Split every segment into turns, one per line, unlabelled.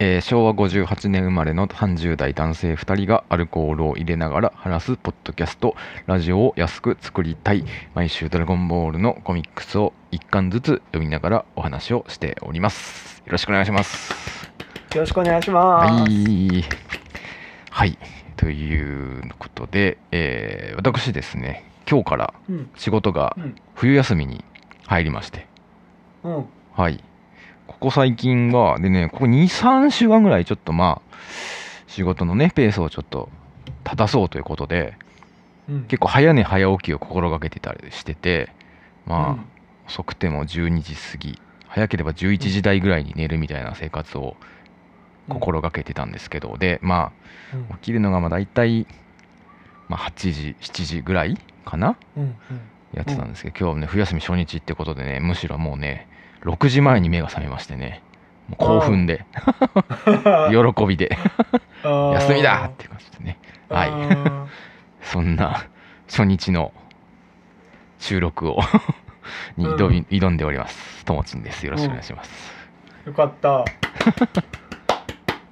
えー昭和58年生まれの30代男性2人がアルコールを入れながら話すポッドキャストラジオを安く作りたい毎週「ドラゴンボール」のコミックスを1巻ずつ読みながらお話をしておりますよろしくお願いします
よろしくお願いします。
はいはいということで、えー私ですね今日から
うん、
仕事が
うん
冬休みに入りまして
うん、
はい。ここ最近は、でね、ここ2、3週間ぐらい、ちょっとまあ、仕事のね、ペースをちょっと立たそうということで、
うん、
結構早寝早起きを心がけてたりしてて、まあ、
うん
遅くても12時過ぎ、早ければ11時台ぐらいに寝るみたいな生活を心がけてたんですけど、で、ま
うん
あ、起きるのがまあ大体、まあ、8時、7時ぐらいかな
うん、うん、
やってたんですけど、今日はね冬休み初日ってことでねむしろもうね6時前に目が覚めましてねもう興奮で 喜びで休みだっていう感じでねはい
は
そんな初日の収録をに挑み挑んでおりますともちんですよろしくお願いします、
い。よかった。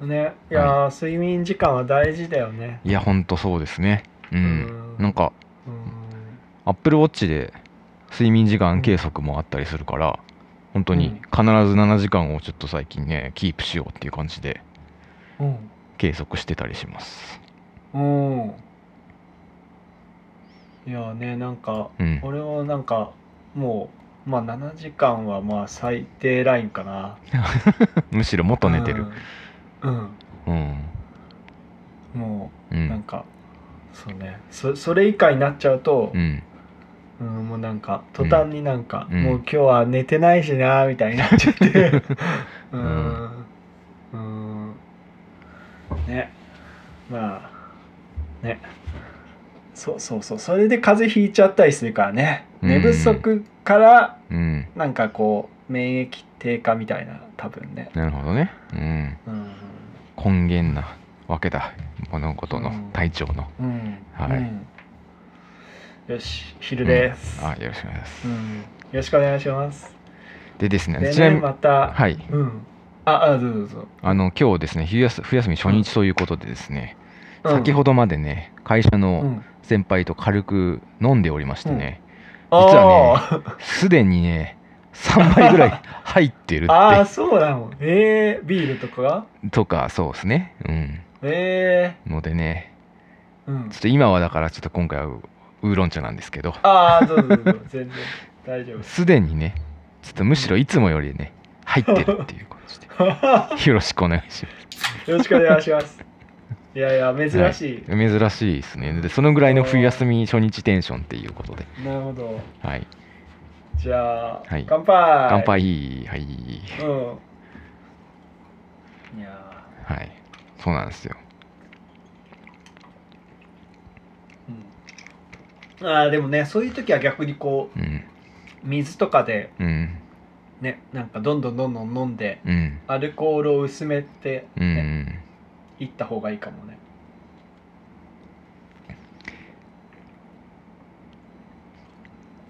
ね、いやー、睡眠時間は大事だよね。
いやほんとそうですねう、
うん
なんか
うん
アップルウォッチで睡眠時間計測もあったりするから本当に
うん
必ず7時間をちょっと最近ねキープしようっていう感じで
うん、
計測してたりします
うん。いやーね、なんか、
うん
俺はなんか、もう、まあ、7時間はまあ最低ラインかな。
むしろもっと寝てる
うん。
うん
うん、もう。
う
なん
ん
かそうねそそれ以下になっちゃうと
う、ん
うんもうなんか途端になんか、
うん
もう今日は寝てないしなみたいになっちゃって うーんうーんねまあねそうそうそうそれで風邪ひいちゃったりするからね
うん
寝不足から
うん
なんかこう免疫低下みたいな多分ね
なるほどねうん
うん
根源なわけだ物事の
うん
体調の
うん、
はい
うんよし昼です、
あよろしくお願いします
うん、よろしくお願いします。
でです
で
ねちな
ね、
みに
また、
はい
うん。あ、あ、どうぞどうぞ。
あの今日ですね冬休冬休み初日ということでですね
うん
先ほどまでね会社
う
の
ん、
先輩と軽く飲んでおりましてね
あはね、
すでにね3杯ぐらい入ってる
あー、
っ
そうなの。えー、ビールとかが
てとかそうですねう
え
んのでね
ー、うん
ちょ。っと今はだからちょっと今回はウーロン茶なんですけど
あー、どうぞどうぞ。全然大丈夫 です。
すでにねちょっとむしろいつもよりね入ってるっていう感じで よろしくお願いしま
よろしくお願いします。いやいや、珍しい。
す珍しいですねでそのぐらいの冬休み初日テンションっていうことで
なるほど。
はい
じゃあ、
はい
乾杯。
乾。杯はい
うん。いや
はいそうなんですよ
ー、うん、あーでもね、そういう時は逆にこ
うん
う、水とかで、
うん
ね、なんかどんどんどんどん飲んで、
うん
アルコールを薄めて
うん、
ねい、った方がいいかもね。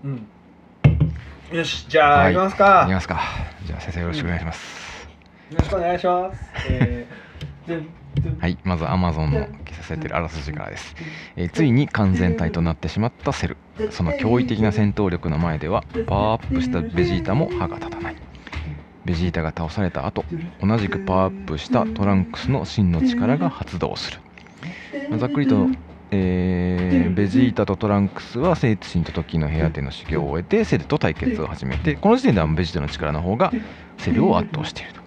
うん。よし、じゃあ、
はい
い、きます
いき
か。
ますかじゃあ先生よろしくお願いします、
よろしくお願いします。えー、でで
はいまず Amazon の消されてるあらすじからですえーついに完全体となってしまったセルその驚異的な戦闘力の前ではパワーアップしたベジータも歯が立たないベジータが倒された後同じくパワーアップしたトランクスの真の力が発動するまあざっくりと、えーベジータとトランクスは聖地の時の部屋での修行を終えてセルと対決を始めてこの時点ではベジータの力の方がセルを圧倒していると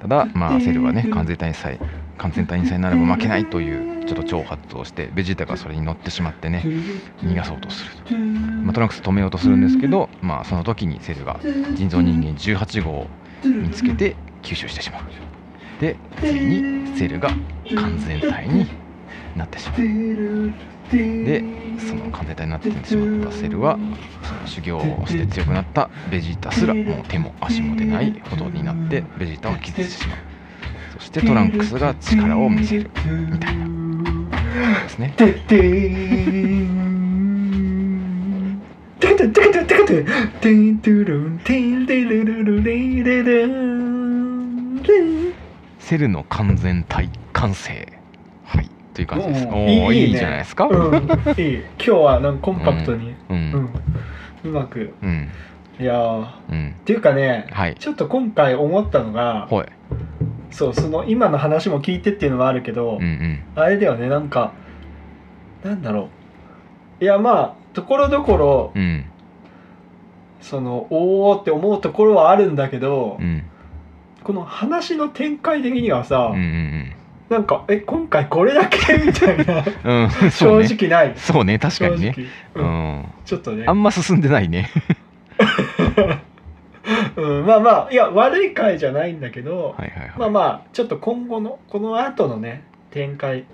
ただまあセルはね完全体にさえ完全体にさえなれば負けないというちょっと挑発をしてベジータがそれに乗ってしまってね逃がそうとすると、まあ、トランクス止めようとするんですけど、まあ、その時にセルが人造人間18号を見つけて吸収してしまうでついにセルが完全体になってしまうでその完全体になってしまったセルはその修行をして強くなったベジータすらもう手も足も出ないほどになってベジータを気絶してしまうそしてトランクスが力を見せるみたいなですね
てってーててててててててんてるんてんてるるるれれれんれん
セルの完全体完成はいという感じです
おー
おお
い
い
いね
いじゃないですか
うん、いい今日はなんかコンパクトに、
う
うんんうまく
うん
いやーっ
うん
ていうかね
はい
ちょっと今回思ったのが
ほい
そうその今の話も聞いてっていうのはあるけど、
うんうん
あれだよねなんかなんだろういやまあところどころ
うん
そのおおって思うところはあるんだけど、
うん
この話の展開的にはさ、
うんうん
なんかえ今回これだ けみたいな
うんうんそう
正
ね
直ない、
そうね確か
正直
にねう
うん
ん
ちょっとね
あんま進んでないね
うん、まあまあいや悪い回じゃないんだけど、
はいはい
ま
は
あ
い
まあちょっと今後のこの後のね展開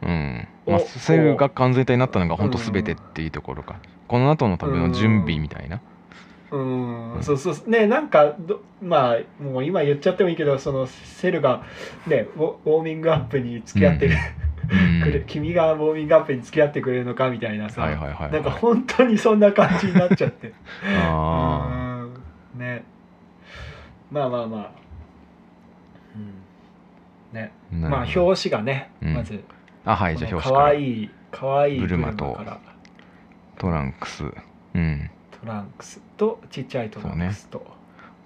うん
お
まあセルが完全体になったのが本当すべてっていうところかこの後のための準備みたいな
うーんそうそうねなんかどまあもう今言っちゃってもいいけどそのセルがねウォウォーミングアップに付き合ってる
うん
くれ、君がウォーミングアップに付き合ってくれるのかみたいなさ、
はいはいはい
なんか本当にそんな感じになっちゃって
あ
うーんねまあまあまあ、うん、ね
あなる
まあ
ほど
表紙がね、
うん
まず
あはいじゃあ
この
表
可
紙から
愛い可愛い
ブルマと
から
トランクスうん
トランクスとちっちゃいトランクスと、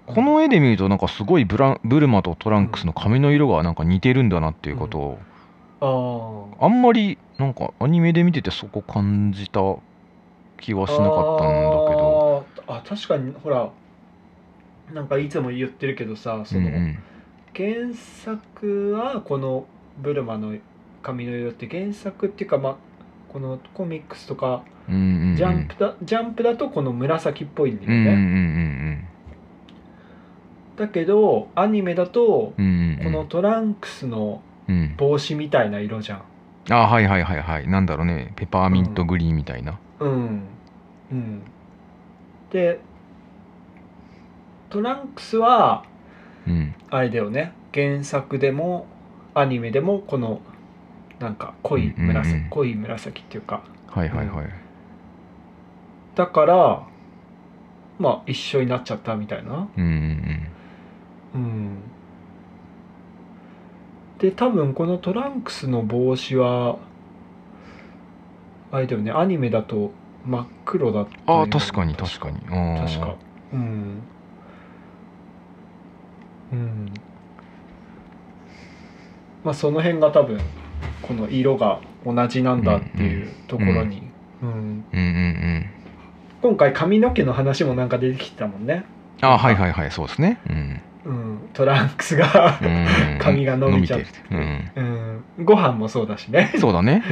この絵で見るとなんかすごいブランブルマとトランクスの髪の色がなんか似てるんだなっていうことを
ああ
あんまりなんかアニメで見ててそこ感じた気はしなかったんだけど
あーあ確かにほらなんかいつも言ってるけどさそ
うん
の、
うん
原作はこのブルマの髪の色って原作っていうかまあこのコミックスとか
うんうんうん
ジャンプだ、ジャンプだとこの紫っぽいんだよ
うんうん
ね、
う
だけどアニメだと
んうんうんうん
このトランクスの
うん
帽子みたいな色じゃん
あはいはいはいはいなんだろうねペパーミントグリーンみたいな
うんうんでトランクスは
うん
あれだよね原作でもアニメでもこのなんか濃い紫、
うんうんうん
濃い紫っていうか
はいはいはい
だからまあ一緒になっちゃったみたいな
うんうん
うんで多分このトランクスの帽子はあれだよねアニメだと真っ黒だった
うんあ
よ
あ確かに確かにあー
確かうんうんまあその辺が多分この色が同じなんだっていうところに、うん
うんうんうん
今回髪の毛の話もなんか出てきてたもんね、
あはいはいはいそうですねうん
うん、トランクスが
うんうんうん
髪が伸びちゃって
伸びてるうん
うん、ご飯もそうだしね
そうだね。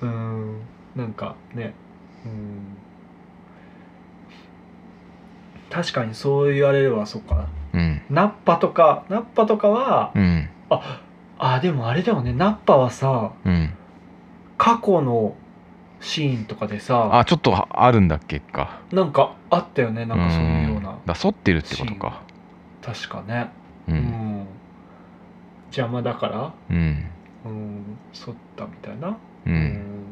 うんなんかねうん確かにそう言われればそっか
うん。うん。
ナッパとかナッパとかは、
うん。
ああでもあれだよねナッパはさ
うん。
過去のシーンとかでさ
あ、ちょっとあるんだっけか。
なんかあったよねなんかそういうよう
う
なん
だ反ってるってことか。
確かね、
う
うん
ん。
邪魔だから、
うん。
うん、反ったみたいな、
う。
うん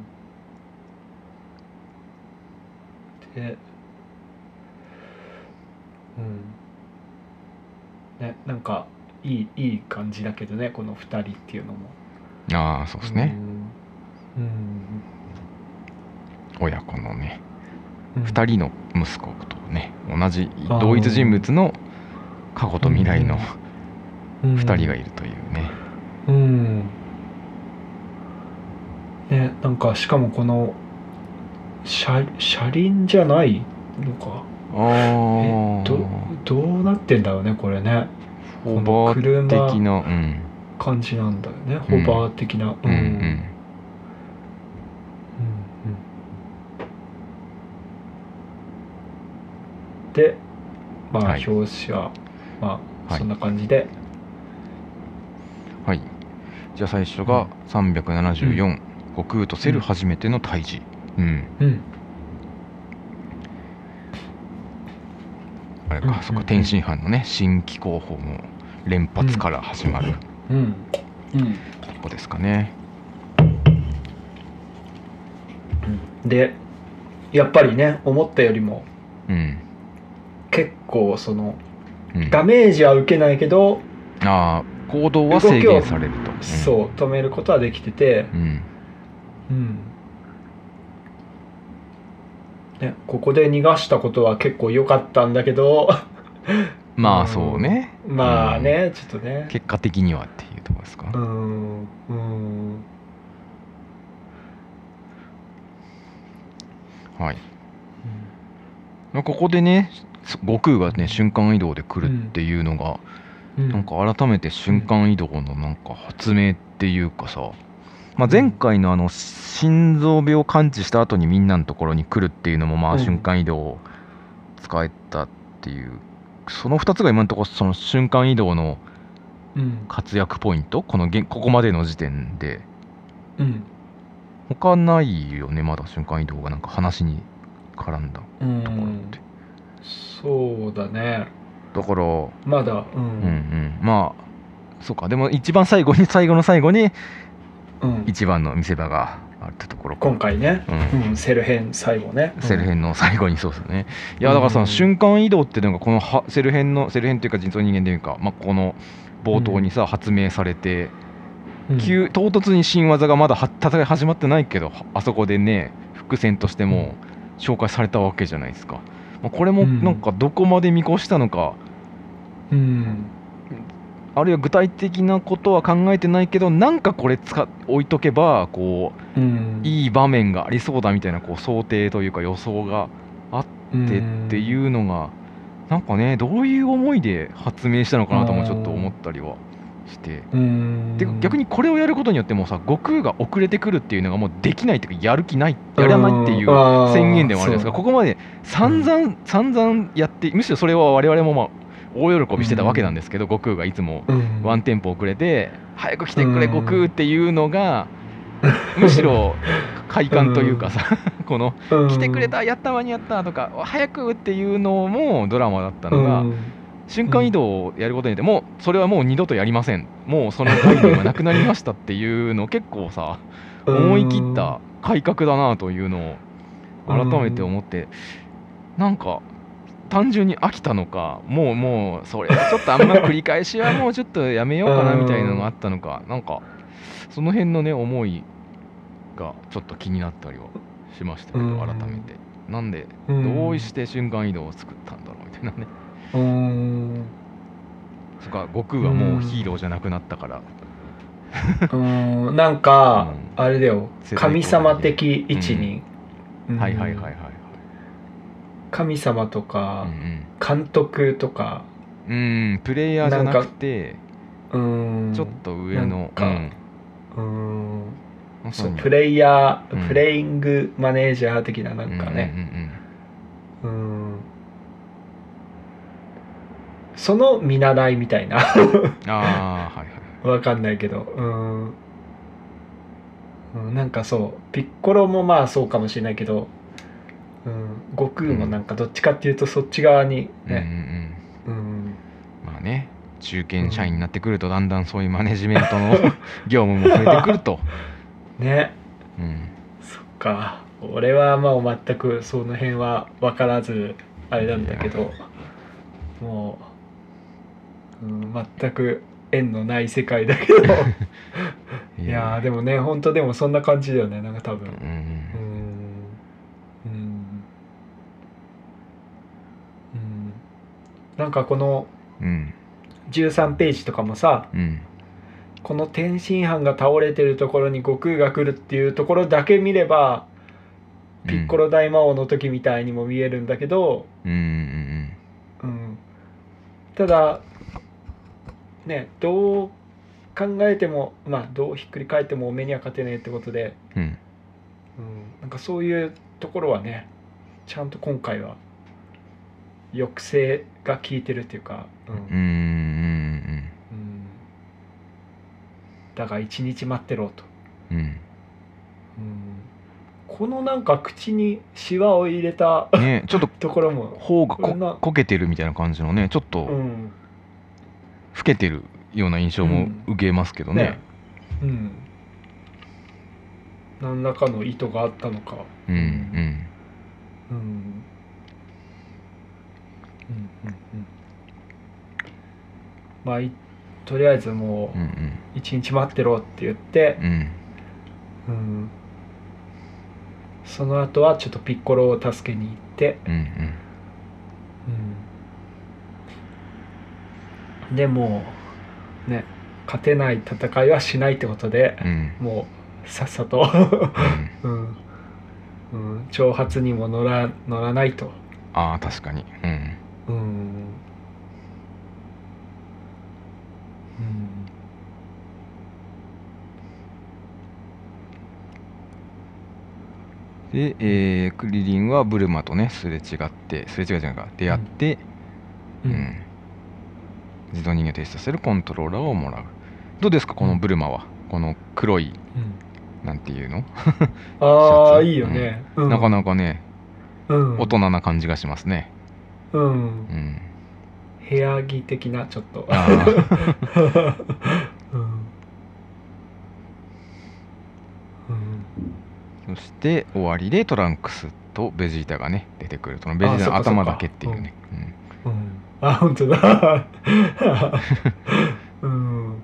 でうんねなんかいいいい感じだけどねこの2人っていうのも
ああ、そうですね。
うんうん
親子のね、
うん
二人の息子とね、同じ同一人物の過去と未来の
二
二人がいるというね。
うんねなんかしかもこの車車輪じゃないのか
ああ。
どどうなってんだろうねこれね
ホバー的
車
な、うん。
感じなんだよねホ
うん
バー的な
う
うんん
う
うん
ん。
うんでまあ
はい
表紙はま
は
あ
い
そんな感じで
はい。じゃあ最初が374、悟空とセル初めての退治。うん。
うん
あれ
うんうんう
か、
ん
そっか、天津飯のね、新規候補も連発から始まる、
うんうん
ここですかね。
でやっぱりね思ったよりも
うん。
結構その
うん、
ダメージは受けないけど
ああ、行動は制限されると、うん
そう止めることはできてて
うん
うん、ね、ここで逃がしたことは結構良かったんだけど
まあそうね
まあねちょっとね
結果的にはっていうところです
う
か、
んうん
はいまあここでね悟空がね瞬間移動で来るっていうのが、
うん
なんか改めて瞬間移動のなんか発明っていうかさ、まあ、前回のあの心臓病を完治した後にみんなのところに来るっていうのもま
う
あ
ん
瞬間移動を使えたっていう、その2つが今のところその瞬間移動の
うん
活躍ポイントこのげここまでの時点で
うん
他ないよねまだ瞬間移動がなんか話に絡んだ
う
ところっ
ん
て、
そうだね
だから
まだう
うん
ん
うんまあそうかでも一番最後に最後の最後に
うん
一番の見せ場があるってところか
今回ね
うん
うんセル編最後ね
セル
ン
編の最後にそうですね。いやだからそ
うん
の瞬間移動っていうのがこのはセル編のセル編というか人造人間というか、まあ、この冒頭にさ発明されて、急唐突に新技がまだは戦い始まってないけどはあそこでね伏線としても紹介されたわけじゃないですか。まあ、これも
うん
なんかどこまで見越したのか
うん
あるいは具体的なことは考えてないけどなんかこれ使っ置いとけばこう
うん
いい場面がありそうだみたいなこう想定というか予想がってって
う
いうのがなんかねどういう思いで発明したのかなともちょっと思ったりはして。
ん
てか逆
に
にこれをやることによってもうさ悟空が遅れてくるっていうのがもうできないっていうかやる気ないやらないっていう宣言でもあるじゃないですかここまで散々、散々やってむしろそれは我々もまあ大喜びしてたわけなんですけど、悟空がいつもワンテンポ遅れて「早く来てくれ
うん
悟空」っていうのがむしろ快感 というかさこの来てくれたやった間に合ったとか早くっていうのもドラマだったのが、瞬間移動をやることによってもうそれはもう二度とやりませんもうその概念はなくなりましたっていうの結構さ思い切った改革だなというのを改めて思ってなんか単純に飽きたのかもうもうそれはちょっとあんま繰り返し はもうちょっとやめようかなみたいなのがあったのかなんかその辺のね思いがちょっと気になったりはしましたけ
うん
ど改めてなんでど
同
う
意
して瞬間移動を作ったんだろうみたいなね
うん
そっか悟空はもうヒーローじゃなくなったから
うんなんかあれだよ
世代交代
神様的位置に
はいはいはいはい
い
はい
神様とか
うん
監督とか
うんうんプレイヤーじゃなくて
うん
ちょっと上の
なんか
うん
うん
まさ
そう
に
プレイヤー、
うん
プレイングマネージャー的ななんかね、
うんうんうん
うんその見習いみたいな
うんああはいはいはい
わかんないけどうん、うん、なんかそうピッコロもまあそうかもしれないけど、うん、悟空もなんかどっちかっていうとそっち側に
うんうん
ね、うん
うんまあね中堅社員になってくるとだんだんそういうマネジメントの 業務も増えてくると、
ね
うん、
そっか俺はまあ全くその辺は分からずあれなんだけどもう、うん、全く縁のない世界だけどいやーでもね本当でもそんな感じだよねなんか多
うん
分
う
うんんうんうんなんかこの
うん
13ページとかもさ
うん
この天津飯が倒れてるところに悟空が来るっていうところだけ見ればピッコロ大魔王の時みたいにも見えるんだけど、
うんうん
うん、ただねどう考えてもまあどうひっくり返ってもお目には勝てねえってことで、
うんうん
うん、なんかそういうところはねちゃんと今回は抑制が効いてるっていうか、うん
うんうん
うんだが一日待ってろと、
うんうん
うん、このなんか口にシワを入れた
ねちょっと
ところも、
頬が
こんな
ここけてるみたいな感じのねちょっ
う
と
ん、
老けてるような印象も受けますけどね。
うん何らかの意図があったのか
うんうん
うんうんうんうんまあいとりあえずも
うんうん
う一日待ってろって言って、
うん
うんその後はちょっとピッコロを助けに行って、
うん
うん、でもうね勝てない戦いはしないってことで
うんう、ん
もうさっさと、
うん
うんうん、挑発にも乗ら乗らないと。
ああ確かにうん
うんうん
で、えークリリンはブルマとねすれ違ってすれ違いじゃないか出会って、
う
うん
ん
自動人間停止させるコントローラーをもらうどうですかこのブルマはこの黒いなんていうの、
あ
シ
あ
ャツ
いいよね、うん
なかなかね
うん
大人な感じがしますね
うん
うん
部屋着的なちょっと
あー
うんうん
そして終わりでトランクスとベジータがね出てくるそのベジータの
あそっかそっ
頭
か
だけっていうねうん
うんあ本当だ うんうんうん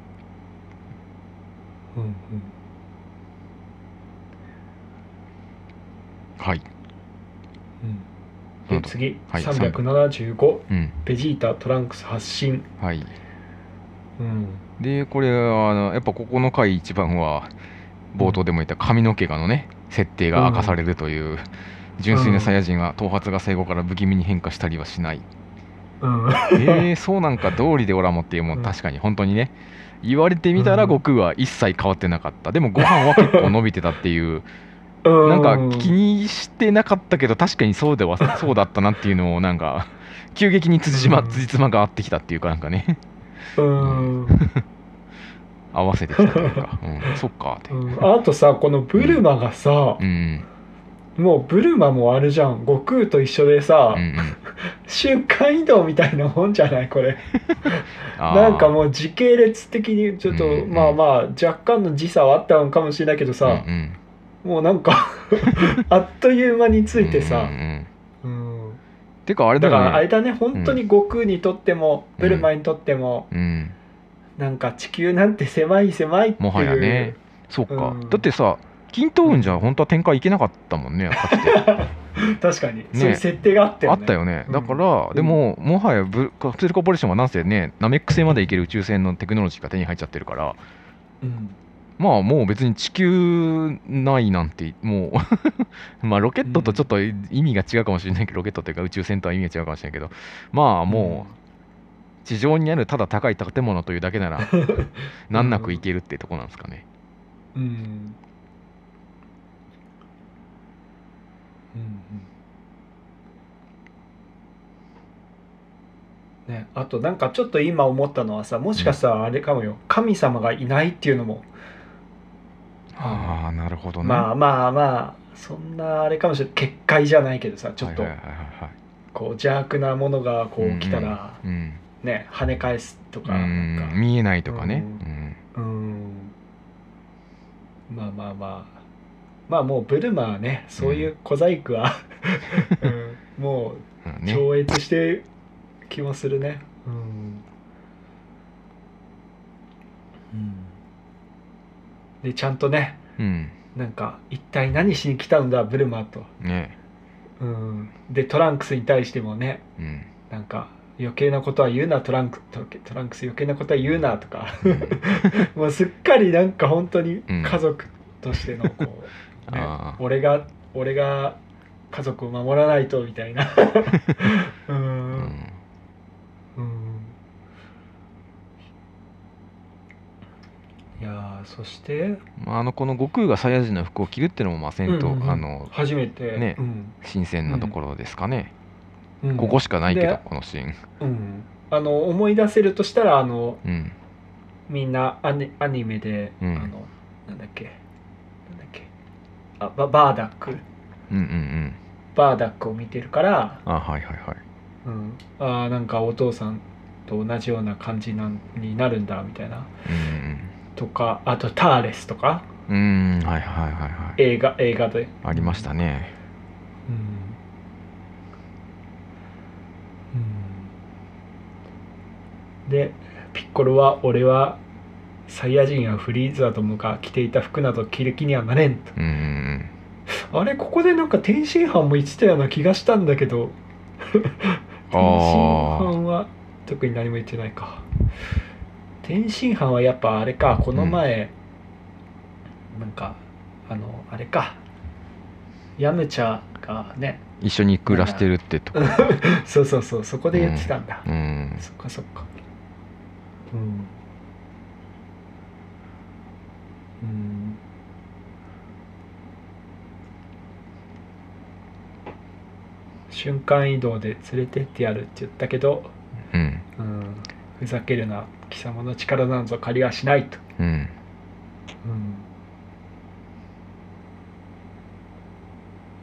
はい
うん
その
で
後
次、
はい
375
うん
ベジータトランクス発進、
はい
うん、
でこれはあのやっぱここの回一番は冒頭でも言った髪の毛がのね設定が明かされるという、純粋なサイヤ人は頭髪が生後から不気味に変化したりはしない、
うん
えー、そうなんか道理でおらもっていうも
うんん
確かに本当にね言われてみたら
うん
悟空は一切変わってなかったでもご飯は結構伸びてたっていう なんか気にしてなかったけど確かにそうではそうだったなっていうのをなんか急激に辻褄
うん
辻褄が合ってきたっていうかなんかね
うん、
合わせてきたというか、うん、そっかって、
うんあとさこのブルマがさ
う、ん
もうブルマもあれじゃん悟空と一緒でさ、
うんうん、
瞬間移動みたいなもんじゃないこれ
あー
なんかもう時系列的にちょっと、
うんうん
まあまあ若干の時差はあったのかもしれないけどさ
う、んうん
もうなん かあっという間について
うん
さ
うん、うん
うん
てかあれだ
だか
よね
らあれだね本当に悟空にとっても、
うん
ブルマにとっても
うん、
なんか地球なんて狭い狭いっていう
もはやねそっか、
うん
だってさ均等運じゃ本当は展開いけなかったもんねかつて
確かに、そういう設定があった
あ
よね
ったよね
うん
だから、でももはやブカプセルコーポレーションはなんせねナメック星まで行ける宇宙船のテクノロジーが手に入っちゃってるから
うん
まあもう別に地球ないなんてもう まあロケットとちょっと意味が違うかもしれないけどロケットというか宇宙船とは意味が違うかもしれないけどまあもう地上にあるただ高い建物というだけな ら難なく行けるってとこなんですかね。
うんうんうんね、あとなんかちょっと今思ったのはさもしかしたらあれかもよ神様がいないっていうのも、
ああなるほどね。
まあ
あ
まあまあそんなあれかもしれない結界じゃないけどさちょっと
はいはいはいはい
こう邪悪なものがこう来たら
うん
ね跳ね返すと
う
か
ん
なんか
見えないとかね。
う
うん
うんまあまあまあまあもうブルマはねそういう小細工は、うん も
うん
う
ね
超越してる気もするねうん、でちゃんとね
うん
なんか一体何しに来たんだブルマと、
ね
うん、でトランクスに対してもね
うん
なんか余計なことは言うなトランクトラトランクス余計なことは言うなとかもうすっかりなんか本当に家族としてのこ う、ね
あー
俺が俺が家族を守らないとみたい なう
うんん
うんいやーそして
まああのこの悟空がサイヤ人の服を着るっていうのもまあ戦
うんうんうん
闘あの
初めて、
ね
うん
新鮮なところですかね。
うん
ここしかないけど
で
このシーン。
うんあの思い出せるとしたらあの
うん
みんなアニアニメで、
うん
あのなんだっけなんだっけあババーダック
うんうんうん。
バーダックを見てるから、
あはいはいはい。
うん、あーなんかお父さんと同じような感じなんになるんだみたいなとかあと「ターレス」とか
うんうん。うーんはいはいはいはい。
映画映画で
ありましたね。
うん、うん、でピッコロは俺はサイヤ人やフリーザどもが着ていた服など着る気にはなれんと
うんうん
あれここでなんか天津飯も言ってたような気がしたんだけど天津
あー
飯は特に何も言ってないか天津飯はやっぱあれかこの前、なんかあのあれかヤムチャがね
一緒に暮らしてるってとこ
そうそうそうそこで言ってたんだ、
うん
そっかそっかうんうん瞬間移動で連れてってやるって言ったけど、
うん
うん、ふざけるな貴様の力なんぞ借りはしないと、
うん
うん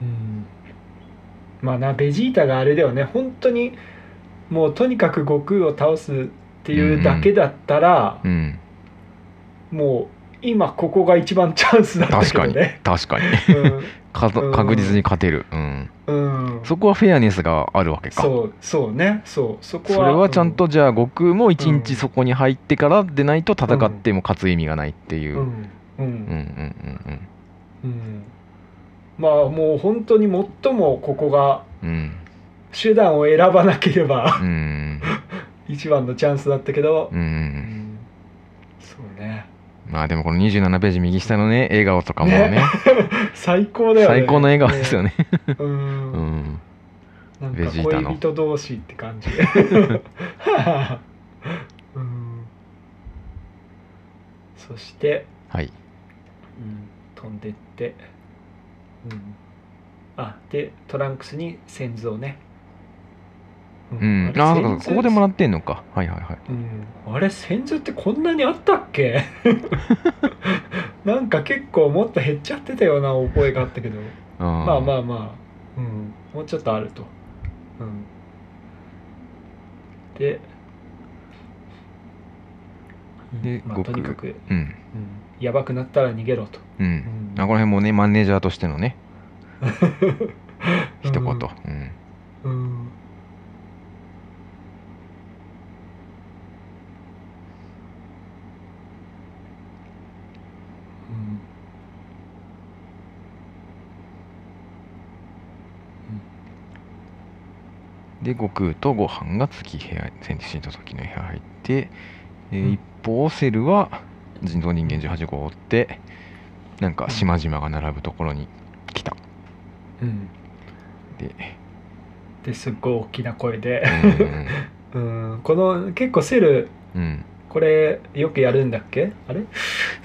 うん、まあなベジータがあれだよね本当にもうとにかく悟空を倒すっていうだけだったら、
うん
もう今ここが一番チャンスだった
確
けど
かに
ね。
確かにか
うん
確実に勝てるうん
うん、うん、
そこはフェアネスがあるわけか
そうそうねそうそこは
それはちゃんとじゃあ悟空も一
う
日
ん
そこに入ってからでないと戦っても勝つ意味がないっていうう、うん、
んうん、
う
う
んうん
ん
うん
うん、まあもう本当に最もここが
うん
手段を選ばなければ
うんうん
一番のチャンスだったけど、
うんうん
そうね
まあでもこの27ページ右下のね笑顔とかもね
ね最高だよね
最高の笑顔ですよね
ねうん
う、ん
なん
ベ
か
ジータの
恋人同士って感 じうんそして、
はい
うん、飛んでって、うん、あでトランクスに先祖をね
うん
あれ
ああそうかそう
先
か
祖
ここでもらってんのかはいはいはい
うん、あれ先祖ってこんなにあったっけ なんか結構もっと減っちゃってたような覚えがあったけどま
ま
あま
あ
あまあ、うん、もうちょっとあると。うん、で、
で
まあ、
悟
と
空
にかく、うん、
うん
やばくなったら逃げろと。
うん、
ん
あこの辺もねマネージャーとしてのね一言、う
うんんうんうん
で悟空とご飯が月部屋戦士の時の部屋入って、えー
うん
一方セルは人造人間18号を追ってなんか島々が並ぶところに来た
うん、
で、
ですっごい大きな声で
う、ん
うん、この結構セル
うんうん、
これよくやるんだっけあれ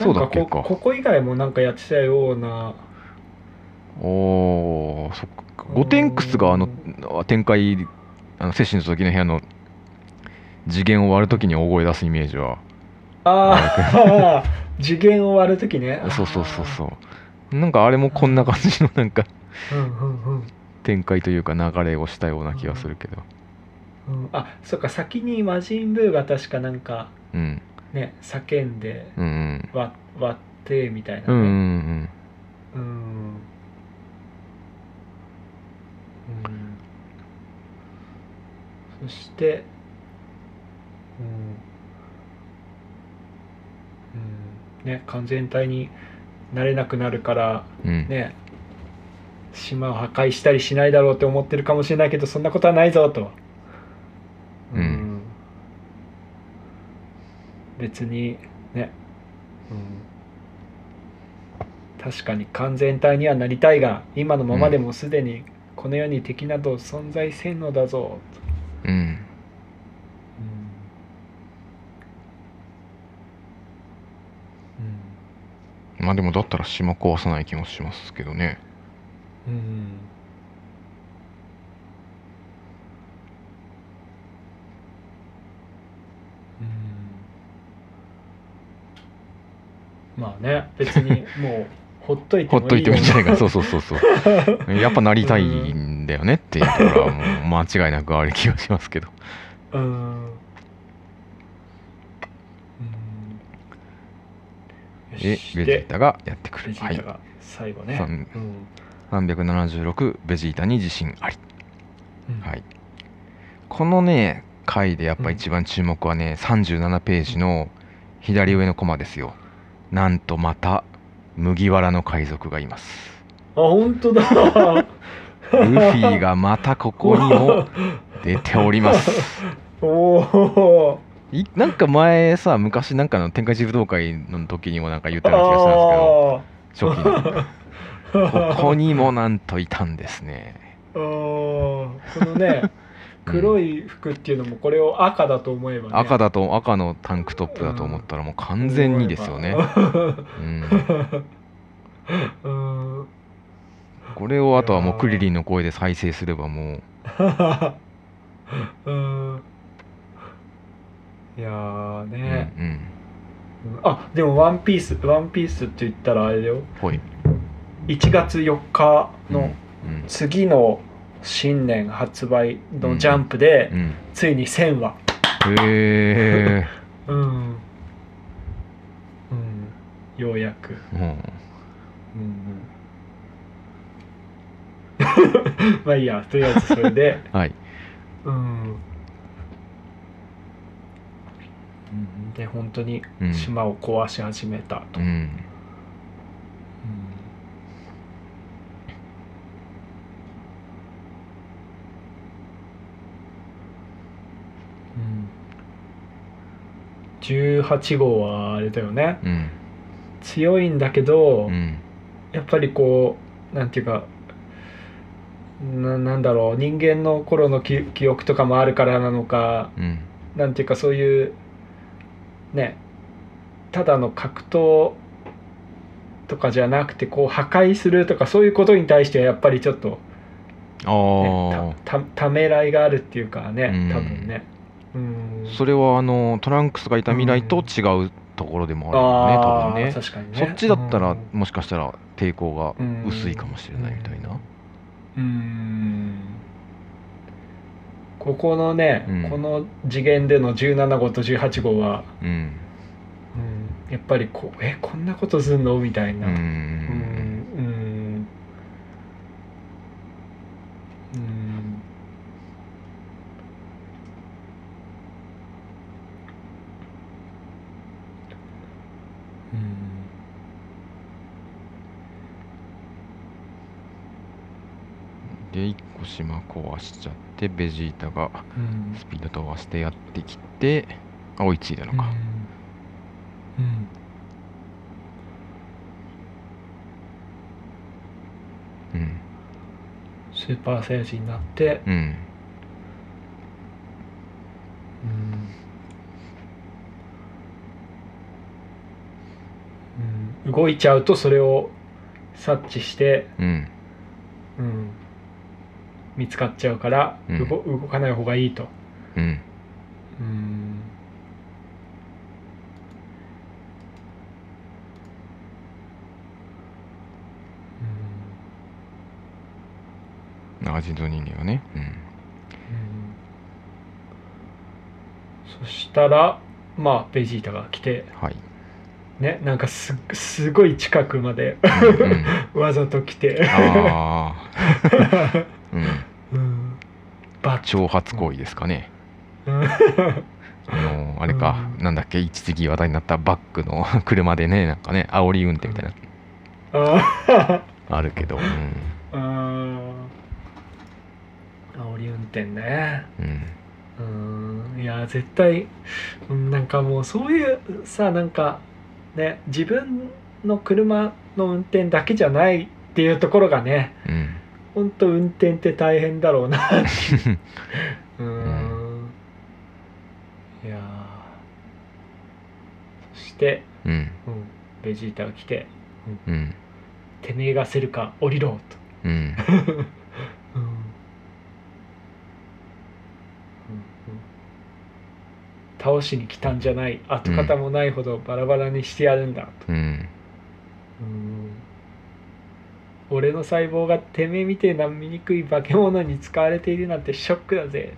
そうだっけ
なんか
か
こここ以外もなんかやってたような
おーそっかゴテンクスがあのあ展開あの摂氏の時の部屋の次元を割る時に大声出すイメージは
ああ 次元を割る時ね
そうそうそうそうなんかあれもこんな感じのなんか
うんうんうん
展開というか流れをしたような気がするけど
うん、あそっか先に魔人ブーが確かなんか
うん
ね叫んで
うんうん
割割ってみたいな
うんうんう
ね
ん
うんうんそしてうん、うん、ね完全体になれなくなるから
うん
ね島を破壊したりしないだろうって思ってるかもしれないけどそんなことはないぞと、
うん
別にね、確かに完全体にはなりたいが今のままでもすでにこの世に敵など存在せんのだぞと、
うんまあでもだったら島壊さない気もしますけどね
うんまあね別にもうほっとい て
ほ
も
っといてもいいんじゃないかそうそうそうそう
か
やっぱなりたいんだよねっていうところはもう間違いなくある気がしますけど
うんうんよし
でベジータがやってく
ベ
る
ジ
はい
ータが最後ね、
さ
うん
ん376ベジータに自信あり
うん
はい、このね回でやっぱ一番注目はね、37ページの左上のコマですよなんとまた麦わらの海賊がいます
本当だ
ルフィがまたここにも出ております
お お
いなんか前さ昔なんかの天下一武道会の時にもなんか言ったような気がしたん
あ
ですけど初期の
ー
ここにもなんといたんですね
あーこのね
うん
黒い服っていうのもこれを赤だと思えば、ね、
赤だと赤のタンクトップだと思ったらもう完全にですよね、うん、
うんうん
これをあとはもうクリリンの声で再生すればもう
うんいやー
うんう
ね、
ん
あでも「ワンピースワンピースって言ったらあれだよ
ぽい
1月4日の
うん
次の新年発売のジャンプで、
うん
ついに1000話
へえ
うん、うん、ようやく、
も
うんうん、 まあいいやとりあえずそれで
うはい
うん、うん、で本当に
うん
島を壊し始めたと、
う
うん
ん
うん18号はあれだよね
うん
強いんだけど、
うん
やっぱりこうなんていうかななんだろう人間の頃の記記憶とかもあるからなのか
うん
なんていうかそういうねただの格闘とかじゃなくてこう破壊するとかそういうことに対してはやっぱりちょっと、
あ
ね
あ、
たたためらいがあるっていうか
うん
ね多分ね。うん
それはあのトランクスがいた未来と違うところでもあ
あ
るよね多分ね
ー確かにね
そっちだったら
うん
もしかしたら抵抗が薄いかもしれないみたいな
うんここのね、
うん
この次元での17号と18号は、
うん
うんやっぱりこうえこんなことすんのみたい
うん
な、
う
うん
ん
うんうんうん
で1個島壊しちゃってベジータが
うん
スピード飛ばしてやってきてあ追いついたのか
うんうん
うん
スーパー戦士になって、
うん
うん動いちゃうとそれを察知して、
うん
うん見つかっちゃうから、
うん
動動かない方がいいと。
うん
うん
アジト人間がね
うんそしたらまあベジータが来て
うんはい
ねなんかすすごい近くまで
うんうん
わざと来て、
ああうん
うん、バッ チ
挑発行為ですかねあのーあれか、
うん
なんだっけ一時期話題になったバックの 車でねなんかね煽り運転みたいな
あ
あるけどうん、
ーああり運転ね
うん、
うーんいや絶対うんなんかもうそういうさなんかね自分の車の運転だけじゃないっていうところがね
うん、
ほんと運転って大変だろうな うーんいやーそして、
うん
うん、ベジータが来て
うん
「てめえがセルカ降りろ」と。
うん
うんうんうん倒しに来たんじゃない跡形もないほどバラバラにしてやるんだと、
うん
うん俺の細胞がてめえみてえな醜い化け物に使われているなんてショックだぜ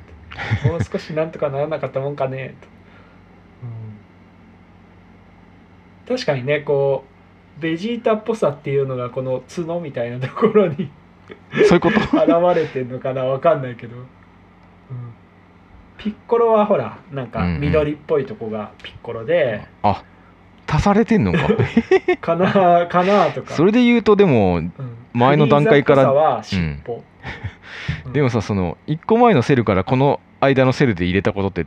ともう少しなんとかならなかったもんかねと、うん確かにねこうベジータっぽさっていうのがこの角みたいなところに
そういうこと
現れてんのかなわかんないけど、うんピッコロはほらなんか
うんうん
緑っぽいとこがピッコロで、
あ足されてんのか
かなかなとか
それで言うとでも
うん
前の段階から
フリーザっぽさは尻尾、 うん
でもさその1個前のセルからこの間のセルで入れたことって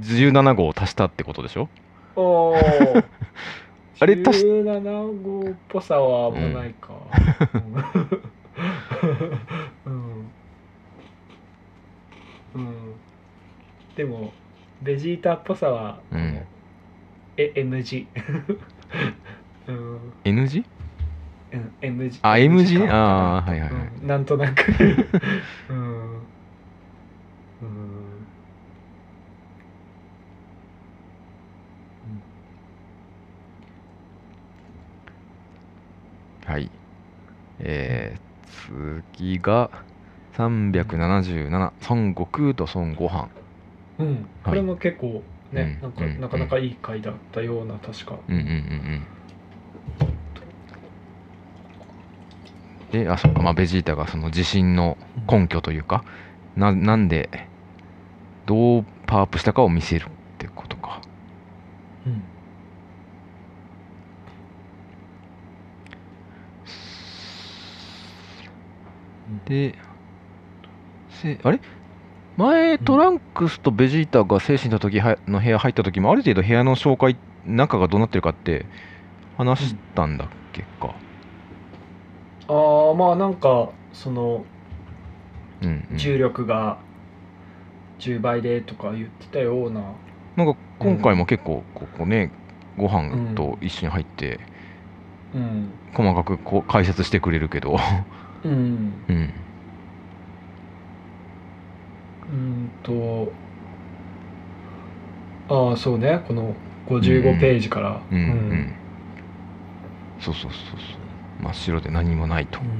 17号を足したってことでしょ
おー
あれ足し
17号っぽさはもうないか、うん うんうんでもベジータっぽさは、
うん
え M 字 うん、
N 字
うん、M 字
あ M 字ね
か
ああはいはいはい、
うん、なんと なくうん、うん
はいえー、次が377孫悟空と孫悟飯
うん、これも結構ね、
うん
なんか
うん
なかなかいい回だったような確か、
うんうんうんうんであそっかまあベジータがその自信の根拠というかななんでどうパワーアップしたかを見せるってことか
うん
でせあれ前トランクスとベジータが精神の時はの部屋入った時もある程度部屋の紹介中がどうなってるかって話したんだっけか、
ああまあなんかその
うんうん
重力が10倍でとか言ってたような、
なんか今回も結構ここねご飯と一緒に入って
うん
細かくこう解説してくれるけ ど
うん、
うん
うんとああそうねこの55ページから、
うんうん、そうそうそうそう真っ白で何もないと
うんうん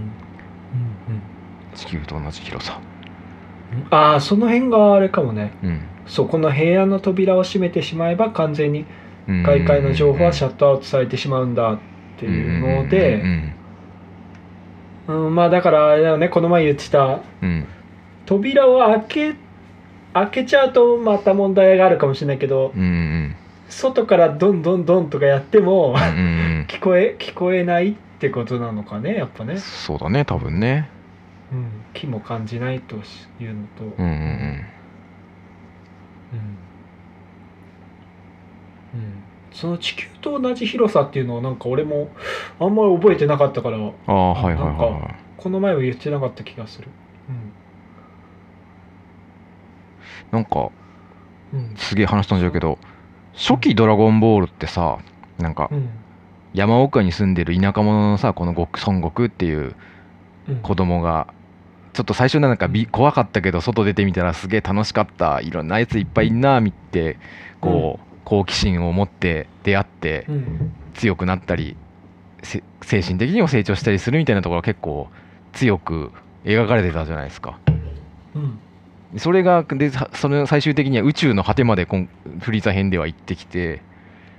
地球と同じ広さ
うんああその辺があれかもね
うん
そうこの部屋の扉を閉めてしまえば完全に
うん
外界の情報はシャットアウトされてしまうんだっていうの
うんう
で、
ん
うん、まあだからあれだよねこの前言ってた
うんうん
扉を開け開けちゃうとまた問題があるかもしれないけど
うんうん
外からどんどんどんとかやっても
うんうん
聞こえ聞こえないってことなのかねやっぱ
う
ね
ん、そうだね多分ね
うん、気も感じないというのと、
うんうん
うんうんその地球と同じ広さっていうのはなんか俺もあんまり覚えてなかったから
うんああはいはいはい
なん
は
この前は言ってなかった気がする。
いなんか
うんうん
すげえ話飛んじゃうけど初期「ドラゴンボール」ってさなんか
うん
山奥に住んでる田舎者のさこのご孫悟空っていう
うん
子供がちょっと最初なんかび怖かったけど外出てみたらすげえ楽しかったいろんなやついっぱいいんな見てこう好奇心を持って出会って
うん
強くなったりせ精神的にも成長したりするみたいなところが結構強く描かれてたじゃないですか。
うん
それがでさその最終的には宇宙の果てまでこんフリーザ編では行ってきて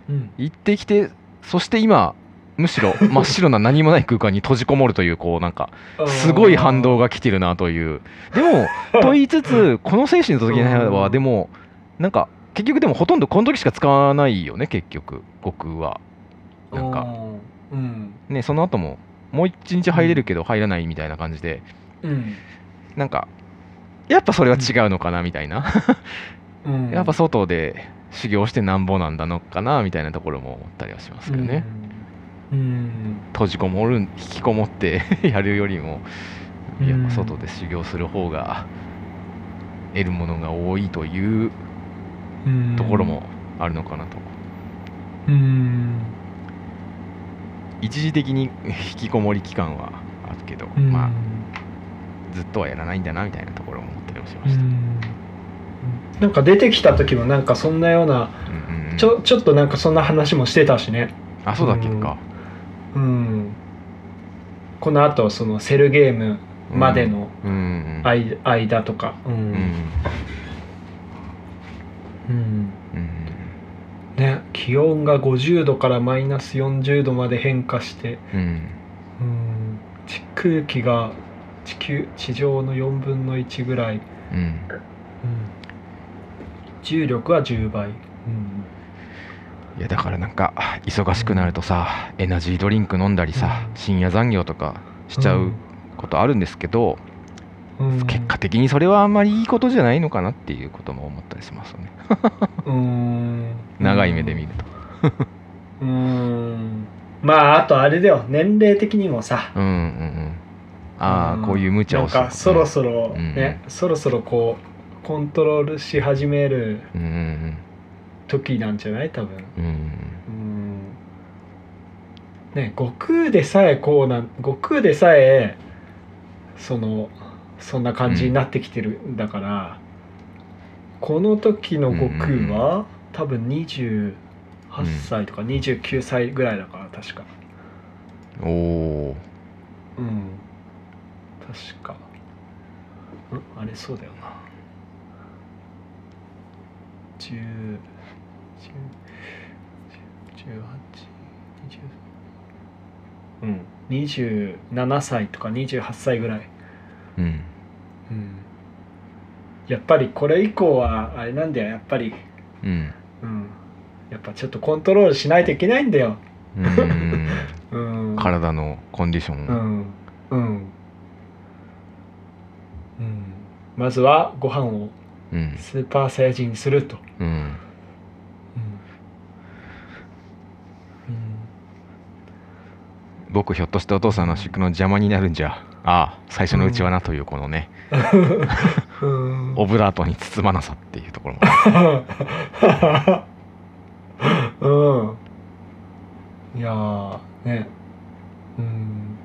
うん
行ってきてそして今むしろ真っ白な何もない空間に閉じこもるというこうなんかすごい反動が来てるなというでもと言いつつこの精神の時はでもなんか結局でもほとんどこの時しか使わないよね結局僕はなんか
うん
ねその後ももう一日入れるけど入らないみたいな感じで
うん
なんかやっぱそれは違うのかなみたいな
うん
やっぱ外で修行してなんぼなんだのかなみたいなところも思ったりはしますけどね、
うん
閉じこもる引きこもって やるよりも
うん
やっぱ外で修行する方が得るものが多いという
うん
ところもあるのかなと、
うん
一時的に 引きこもり期間はあるけど、
うん
まあずっとはやらないんだなみたいなところも思ったりもしま
う
した、
んなんか出てきた時もなんかそんなような
うんうんうん
ちょちょっとなんかそんな話もしてたしね
あそうだっけか、
うんこのあとそのセルゲーム
うん
までの
うんうん
間,、間とかう
うん
ん、うん
うん
ね、気温が50度からマイナス40度まで変化して
うん
うんち空気が地球地上の4分の1ぐらい、
うん
重力は10倍、うん、
いやだからなんか忙しくなるとさエナジードリンク飲んだりさ深夜残業とかしちゃうことあるんですけど、
うん
結果的にそれはあんまりいいことじゃないのかなっていうことも思ったりしますよね
うん
長い目で見ると
うんまああとあれだよ年齢的にもさ
うんうんうんあ
ん
あこういう無茶をす
なんかそろそろ
うん
ね、そろそろこうコントロールし始める
うんうん
時なんじゃない多分
うんうん
うんね悟空でさえこうなん悟空でさえそのそんな感じになってきてるんだから、この時の悟空は、多分28歳とか29歳ぐらいだから確か
うんおお
うん確かんあれそうだよな10 10 18 20うん27歳とか28歳ぐらい、
うん
うん、やっぱりこれ以降はあれなんだよやっぱり、
うん
うん、やっぱちょっとコントロールしないといけないんだよ、
うん うん
うん、
体のコンディション
う
を
んうんうんまずはご飯を
うん
スーパーサイヤ人にすると、
うん僕ひょっとしてお父さんの宿の邪魔になるんじゃああ最初のうちはなというこのね
うん
オブラートに包まなさっていうところも
うんいやーねうん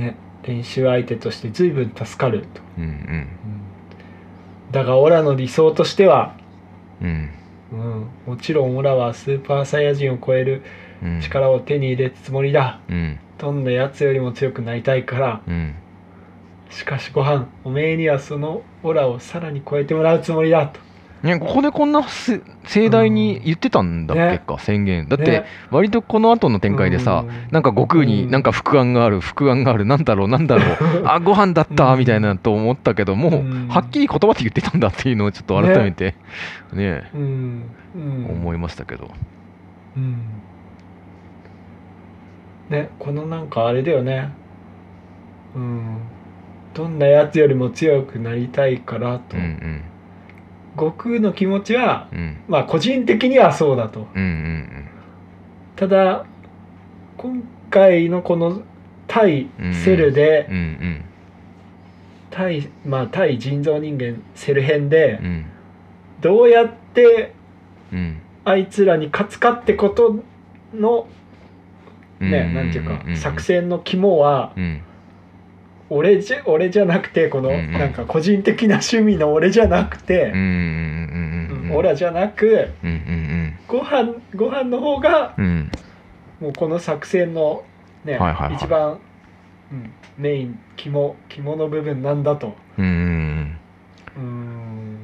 ね練習相手として随分助かると、
うん
だがオラの理想としては、
うんうん
うん、もちろんオラはスーパーサイヤ人を超える
うん
力を手に入れたつもりだ
うん
どんなやつよりも強くなりたいから
うん
しかしご飯おめえにはそのオラをさらに超えてもらうつもりだと
ね、ここでこんなせ盛大に言ってたんだっけか、宣言だって、
ね
割とこの後の展開でさ、
うん
なんか悟空に
うん
なんか副案がある副案があるなんだろうなんだ ろうあご飯だった
うん
みたいなと思ったけども、
うん
はっきり言葉で言ってたんだっていうのをちょっと改めてね
うんうん
思いましたけど
うんねこのなんかあれだよねうんどんなやつよりも強くなりたいからと、
うん
悟空の気持ちは
うんうん
まあ個人的にはそうだと
うんうん
ただ今回のこの対セルで、
うんうん
対まあ対人造人間セル編で、
うんうん
どうやって
うん
あいつらに勝つかってことの
うん
ねなんていうか作戦の肝は
うん
俺じゃ俺じゃなくてこの
うんうん
なんか個人的な趣味の俺じゃなく
うんう
て
んうんうん
オラじゃなく
うんうん
ご飯ご飯の方が
うんうん
もうこの作戦のね
はいはいはい
一番うんメイン肝肝の部分なんだと
うんうん
うーん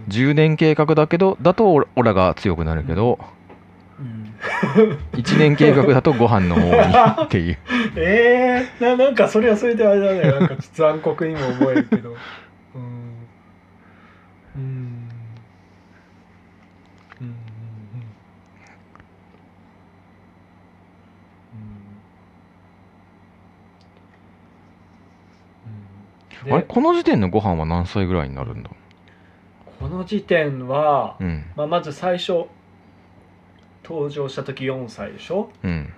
10年計画だけどだとオラオラが強くなるけど
うん
1年計画だとご飯の方にっていう
えー、ななんかそれはそれであれだねなんかちょっと残酷にも思えるけどうーんうーんうーんうーんうーん
あれ
で
この時点のご飯は何歳ぐらいになるんだ
この時点は、
うん
まあ、まず最初登場した時4歳でしょ
うん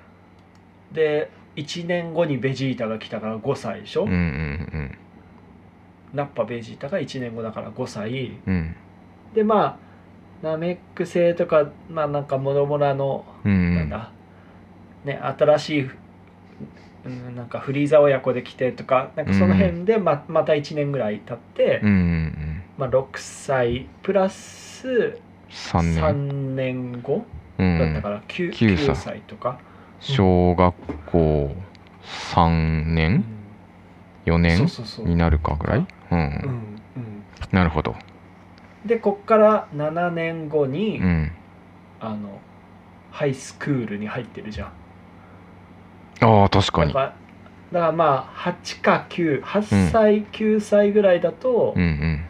で1年後にベジータが来たから5歳でしょ、
うんうん
ナッパベジータが1年後だから5歳
うんうん
でまあナメック星とかまあなんかもろもろの
うんうん
なんだ、ね新しい、うん、なんかフリーザ親子で来てとかなんかその辺でま,、また1年ぐらい経って、
うんうんうん
まあ、6歳プラス
3年
3年後
う
だった
ん
から9
九歳
9歳とか、
小学校3
うん
年4
そ
年
うそうそう、う
に
ん
なるかぐらいうん
うん、
なるほど
でこっから7年後に、
うん
あのハイスクールに入ってるじゃん。
ああ確か
だ
に
からだからまあ8か98歳、9歳ぐらいだと、
うんうん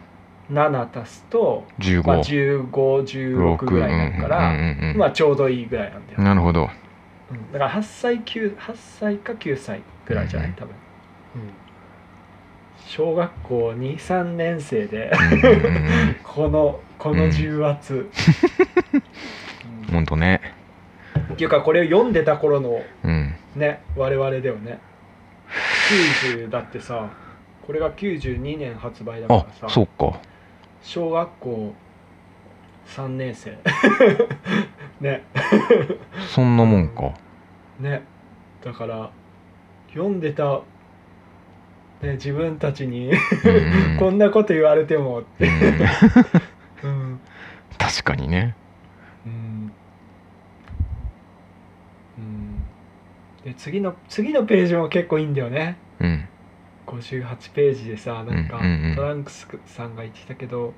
7足すと、
15、
まあ、1516ぐらいになるから、
うんうんうんうん
まあちょうどいいぐらいなんだよ、
なるほど
うんだから8歳 ,9 8歳か9歳ぐらいじゃな
う
い
ん
多分、うん小学校23年生で
うんうんうん
このこの重 圧、
うんほんとね
うんっていうかこれを読んでた頃の
うん
ね我々だよね90だってさこれが92年発売だか
あ
らさ
そうか
小学校3年生 ね
そんなもんか
ねだから読んでた、ね、自分たち
う
に
んう
こ
ん
んなこと言われてもって
うん
うん、
確かにね
うんうん、で次の次のページも結構いいんだよね
うん
58ページでさなんか
うんうんうん
トランクスさんが言ってたけど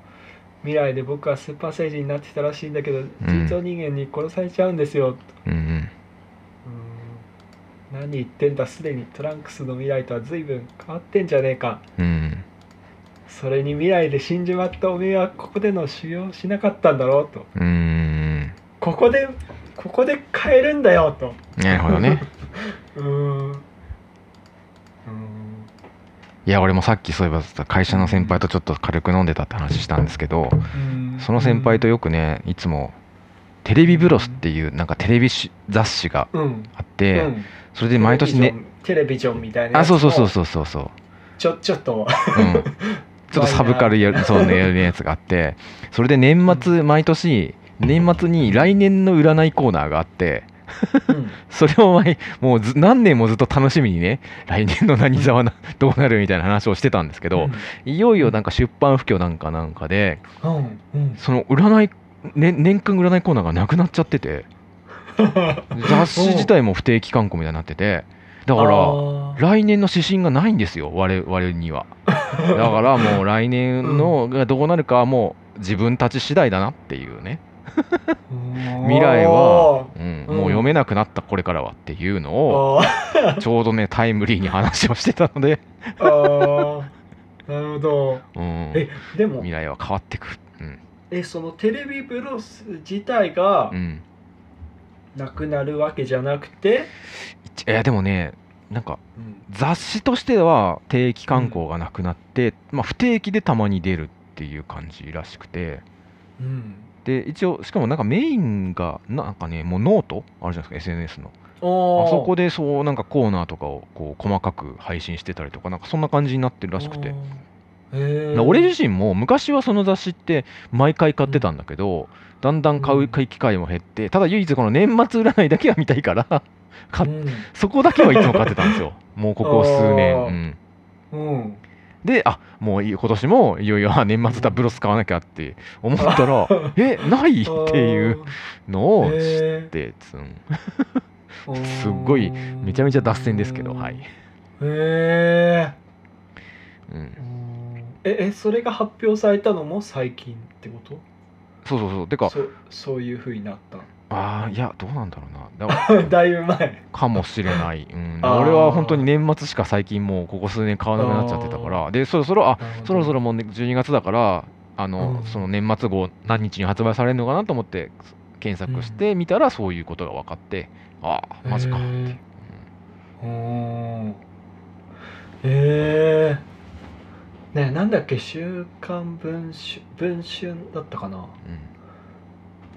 未来で僕はスーパーセージになってたらしいんだけど人造人間に殺されちゃうんですよ、
うんうん
うん、何言ってんだすでにトランクスの未来とは随分変わってんじゃねえか
うん
それに未来で死んじまったおめえはここでの修行しなかったんだろうと
うん
ここでここで変えるんだよと
なるほどね
うーんうーん
いや俺もさっきそういえばさ会社の先輩とちょっと軽く飲んでたって話したんですけど
うん
その先輩とよくねいつもテレビブロスっていうなんかテレビし雑誌が
うん
あっ
う
て
ん
それで毎年ね
テレビジョンテレビジョンみたいな
あ
やつ
そ
も
うそうそうそうそうそう
ちょちょっと
うんちょっとサブカルやるそうねやるやつがあってそれで年末毎年年末に来年の占いコーナーがあって
うん
それを毎もうず何年もずっと楽しみにね来年の何座はなどうなるみたいな話をしてたんですけど、いよいよなんか出版不況なんかなんかで
うんうん
その占い、ね、年間占いコーナーがなくなっちゃって て雑誌自体も不定期刊行みたいになっててだか
あ
ら
ー
来年の指針がないんですよ我々にはだ からもう来年のがどうなるかはもう自分たち次第だなっていうね未来は、うん、
う
も
ん
う読めなくなったこれからはっていうのを
おーあ
ちょうどねタイムリーに話をしてたので、
ーあーなるほど
うん、
えでも
未来は変わってくうん
えそのテレビブロス自体が
うん
なくなるわけじゃなくて、
いやでもねなんか
うん
雑誌としては定期刊行がなくなって、まあ、不定期でたまに出るっていう感じらしくて
うん、
で一応しかもなんかメインがなんかねもうノートあるじゃないですか SNS の
おー
あそこでそうなんかコーナーとかをこう細かく配信してたりとかなんかそんな感じになってるらしくて
あーへ
だ
え
から俺自身も昔はその雑誌って毎回買ってたんだけど、だんだん買う機会も減ってただ唯一この年末占いだけは見たいから 買っそこだけはいつも買ってたんですよもうここ数年、
あー
うん
うん、うん、
であもういい今年もいよいよあ年末だブロス買わなきゃって思った らえないっていうのを知
へ
ってつん
ー
すっごいめちゃめちゃ脱線ですけどはい
へ、え
うん、
ええそれが発表されたのも最近ってこと
そうそうそうてか
そそういうふうになった
ああいやどうなんだろうなだか
だいぶ前
かもしれない、うん、
あー
俺は本当に年末しか最近もうここ数年買わなくなっちゃってたからでそろそろあそろそろもうね12月だからあの、
うん
その年末号何日に発売されるのかなと思って検索してみたらそういうことが分かって、ああマジかって、
へーうんえー、ねえなんだっけ「週刊文春」文春だったかな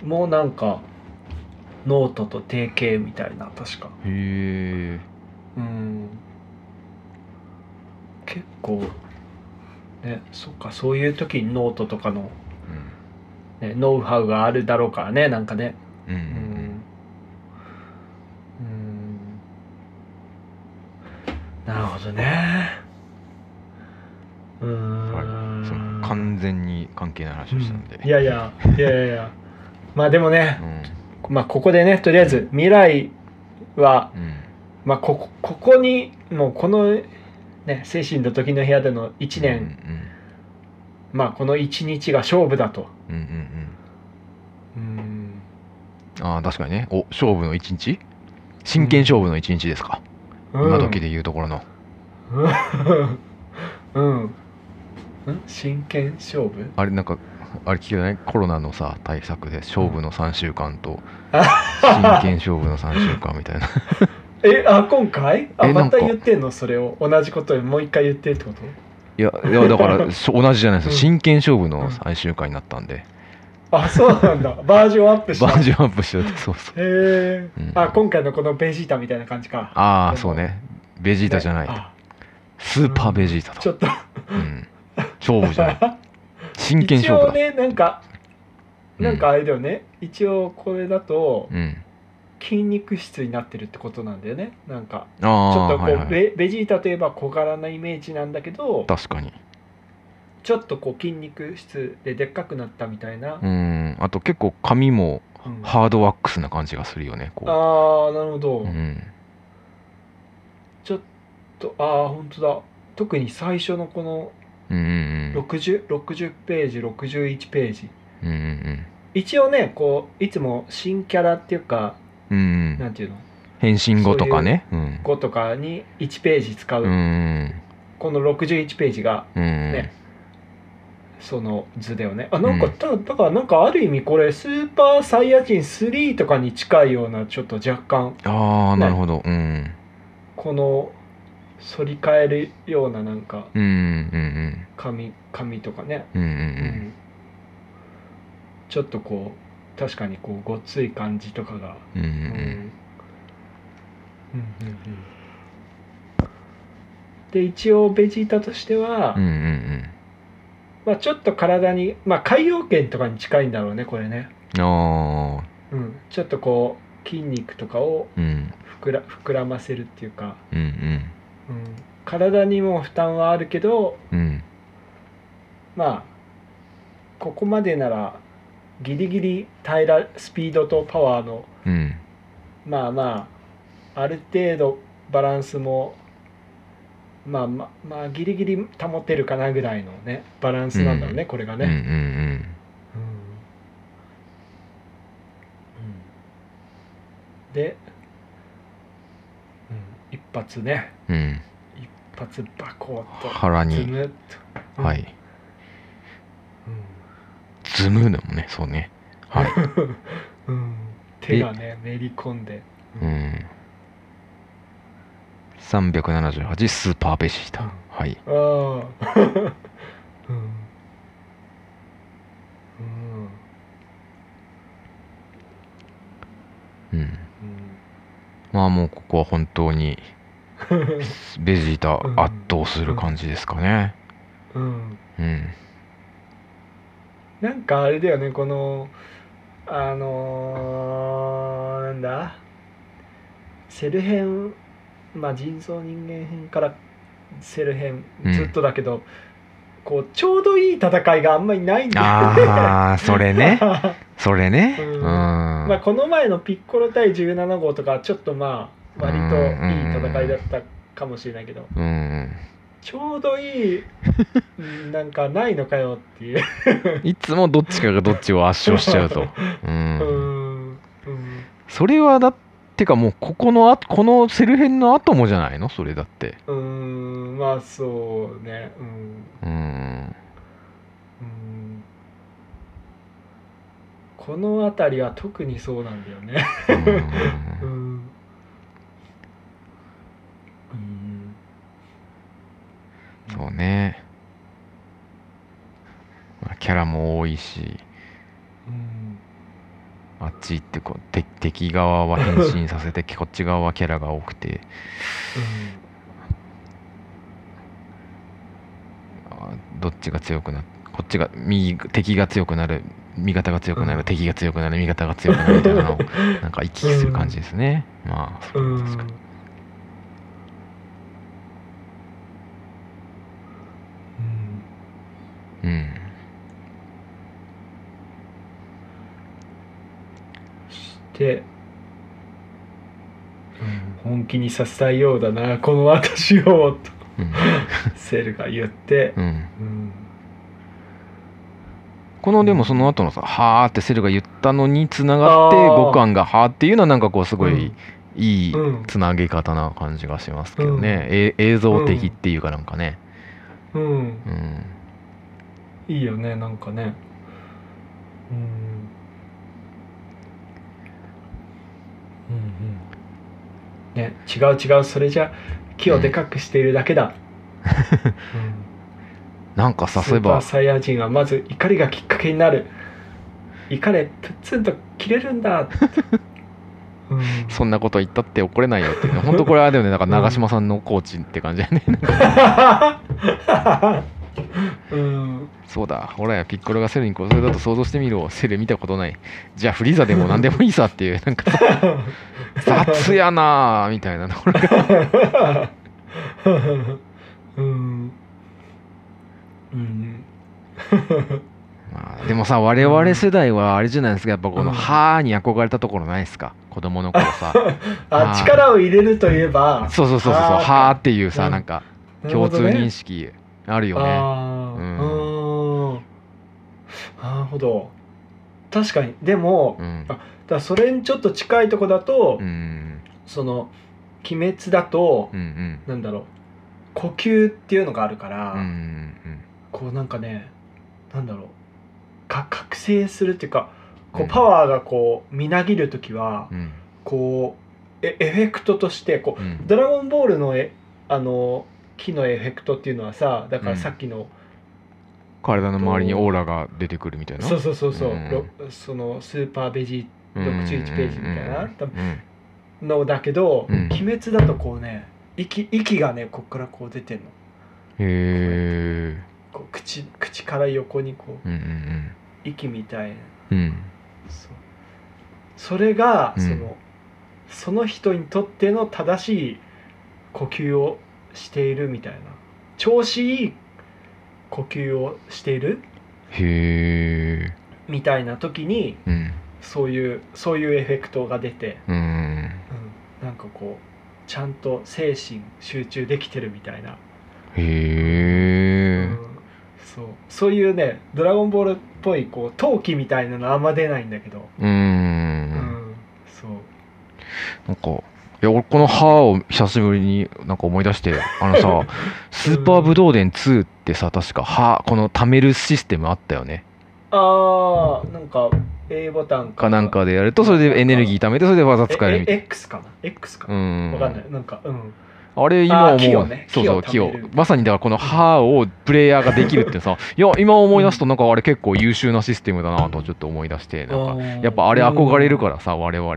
もうなんかノートと提携みたいな確か
うんへえ
うん結構ねそっかそういう時にノートとかの、ね、ノウハウがあるだろうからねなんかね
うんうん
う
うん
うんなるほどねう
うんん、その完全に関係ない話をしたので、
いやいやいやいやいやまあでもね
うん
まあここでねとりあえず未来は
うん
まあ、ここここにもうこの、ね、精神の時の部屋での1年、まあ、この1日が勝負だと
うんうんうんうん
うん
ああ確かにねお勝負の一日真剣勝負の一日ですか、今時で言うところの
うん、うんん真剣勝負
あれなんかあれ聞けないコロナのさ対策で勝負の3週間と真剣勝負の3週間みたいな
えあ今回あ
えな
ま
んか
た言ってんのそれを同じことをもう一回言ってってこと
いやいやだからしょ同じじゃないですよ
う
真
ん
剣勝負の最終回になったんで
あそうな んだバージョンアップした
バージョンアップしちゃってそうそう
へえ、
うん
あ今回のこのベジータみたいな感じか
ああそうねベジー
ベ
タじゃないスーパーベジータ
ちょ
と、
っ
う
と
ん、勝負じゃない 真剣
一
勝負
応
だ
ねなんか
うん
なんかあれだよね、一応これだと
うん
筋肉質になってるってことなんだよねなんかちょ
あ
っ
あ
とこう、
はいはい
ベベジータといえば小柄なイメージなんだけど
確かに
ちょっとこう筋肉質ででっかくなったみたいな、
うんあと結構髪も
うんあ
ハードワックスな感じがするよねこ
あなるほど、
う、うん、
ちょっとああ本当だ特に最初のこの
うんうん
6060ページ61ページ
うんうんうん
一応ねこういつも新キャラっていうか
うんうん
なんていうの
変身後とかねうん
5とかに1ページ使う、
うんうん
この61ページが
うん
ねその図だよねあなんか、
うん
ただからなんかある意味これスーパーサイヤ人3とかに近いようなちょっと若干
ああなるほど、うん
この反り返るようななんか
うんうん
髪髪とかね、
うんうんうん
う
うん
ちょっとこう確かにこうごつい感じとかが、
うんうん
うん
うん
うんうんうんで一応ベジータとしては、
うんうんうん
まあ、ちょっと体に、まあ、海洋圏とかに近いんだろうねこれね、
ああ
うん、ちょっとこう筋肉とかを
うん
膨ら膨らませるっていうか、
うんうん
うん、体にも負担はあるけど
うん
まあここまでならギリギリ耐えらスピードとパワーの
うん
まあまあある程度バランスもまあまあまあギリギリ保てるかなぐらいのねバランスなんだろうね、これが
うんうんう
ね。
ん
うんで、うん、一発ね
うん
一発バコーと
腹
ズ
に
ムッと、
は、いズムでもんねそうねはい
うんうん、手がねめり込んで、
う、ん378スーパーベジータはい
あ あうん、うん
うん
うん
まあもうここは本当にベジータ圧倒する感じですかね
うん、
うん
なんかあれだよねこのあのーなんだセル編まあ人造人間編からセル編
うん
ずっとだけど、こうちょうどいい戦いがあんまりないんだよ
ああそれ ねそれねう
うん
ん
まあこの前のピッコロ対17号とかはちょっとまあ割といい戦いだったかもしれないけど
うん
ちょう どいいうんなんかないのかよっていう
いつもどっちかがどっちを圧勝しちゃうとう
うんん うん
それはだってかもうここのあこのセル編の後もじゃないのそれだって
うーんまあそうねうん
うん
うんこの辺りは特にそうなんだよね
うん
うんうん
そうね、まあ、キャラも多いし
うん
あっち行ってこうて敵側は変身させてこっち側はキャラが多くてあどっちが強くなこっちが右敵が強くなる味方が強くなる、
うん
敵が強くなる味方が強くなるみたいな のをなんか行き来する感じですね、まあそれ
う
は
ん
確かに
うん
うん
して、うん本気にさせたいようだなこの私をと
うん
セルが言って
う、ん
うん
このでもその後のさ「はーってセルが言ったのにつながって
あー
五感が「はーっていうのはなんかこうすごいいい
うん
つなげ方な感じがしますけどね、え映像的っていうかなんかね
うん
うん
いいよねなんかねうんうんうんね違う違うそれじゃ木をでかくしているだけだ、うん
なん かさ
ス
そういえ
ーパ
ば
ーサイヤ人はまず怒りがきっかけになる怒れプツンと切れるん だ、うん、
そんなこと言ったって怒れないよっていうね本当これはでもねなんか長嶋さんのコーチって感じだよね
うん
そうだほらやピッコロがセルにこうそれだと想像してみろセル見たことないじゃあフリーザでも何でもいいさっていうなんか 雑やなあみたいな ところが
うんうん
まあでもさ我々世代はあれじゃないですかやっぱこ
うん
の「はあ」に憧れたところないですか子供の頃 さあ
あ
ー
力を入れるといえば
そうそうそうそう「
はあ
はあ」っていう
う
さ
ん
なんか共通認識あるよね
ああ
うん
ーなるほど確かにでも、
う
だ
ん
からそれにちょっと近いとこだと、
うん
その「鬼滅」だと、
うんうん
なんだろう呼吸っていうのがあるから、
うんうん
こうなんかねなんだろうか覚醒するっていうかこ
う
うんパワーがこうみなぎる時は、
うん
こうえエフェクトとしてこう
うん
ドラゴンボールのえあの木のエフェクトっていうのはさだか
う
ら
ん
さっきの、
体の周りにオーラが出てくるみたいな
そうそうそうそう、
うん
ろそのスーパーベジ
うんうんうんうん
61ページみたいな多
うん
のだけど、
うん
鬼滅だとこうね息息がねこっからこう出てんの
へえ
こう口口から横にこう
うんうん
息みたいな
うんうん
そうそれが、
うん
そのその人にとっての正しい呼吸をしているみたいな調子いい呼吸をしている
へえ
みたいな時に
うん
そういうそういうエフェクトが出て、
うん
うん、なんかこうちゃんと精神集中できてるみたいな、
へ
う
え
ん、そうそういうね「ドラゴンボール」っぽいこう陶器みたいなのあんま出ないんだけど、
うん
うん
なん
そう
かいや俺この歯を久しぶりになんか思い出してあのさスーパーブドウ伝2ってさ確か歯この貯めるシステムあったよね
あーなんか A ボタン
かなんかでやるとそれでエネルギー貯めてそれで技使えるみたい
ええ X かな X か
なう
な、
ん
わかんないなんかうん
あれ今
あー木
思
を
う、
ね
そうそう
木
木
を
を
貯める
まさにだからこの歯をプレイヤーができるってさいや今思い出すとなんかあれ結構優秀なシステムだなとちょっと思い出してなんかやっぱあれ憧れるからさ我々あ
ら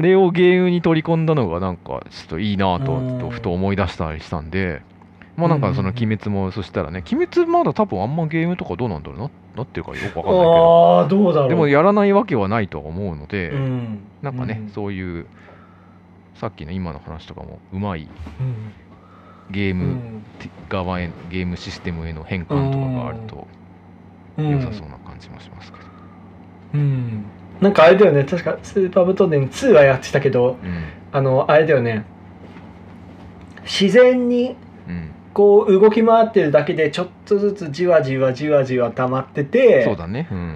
れをゲームに取り込んだのがなんかちょっといいなと
うん
ちょっとふと思い出したりしたんでまあなんかその
うん
「鬼滅」もそしたらね「鬼滅」まだ多分あんまゲームとかどうなんだろうななってるからよくわかんないけど
ああどうだろう
でもやらないわけはないとは思うので
うん
なんかね
うん
そういうさっきの今の話とかもうまい
うん
ゲー
う
ム
ん
側へゲームシステムへの変換とかがあると
うん
良さそうな感じもしますけど、
うんなんかあれだよね確かスーパーブトデン2はやってたけど
うん
あのあれだよね自然に
うん
こう動き回ってるだけでちょっとずつじわじわじわじわ溜まってて
そうだねうん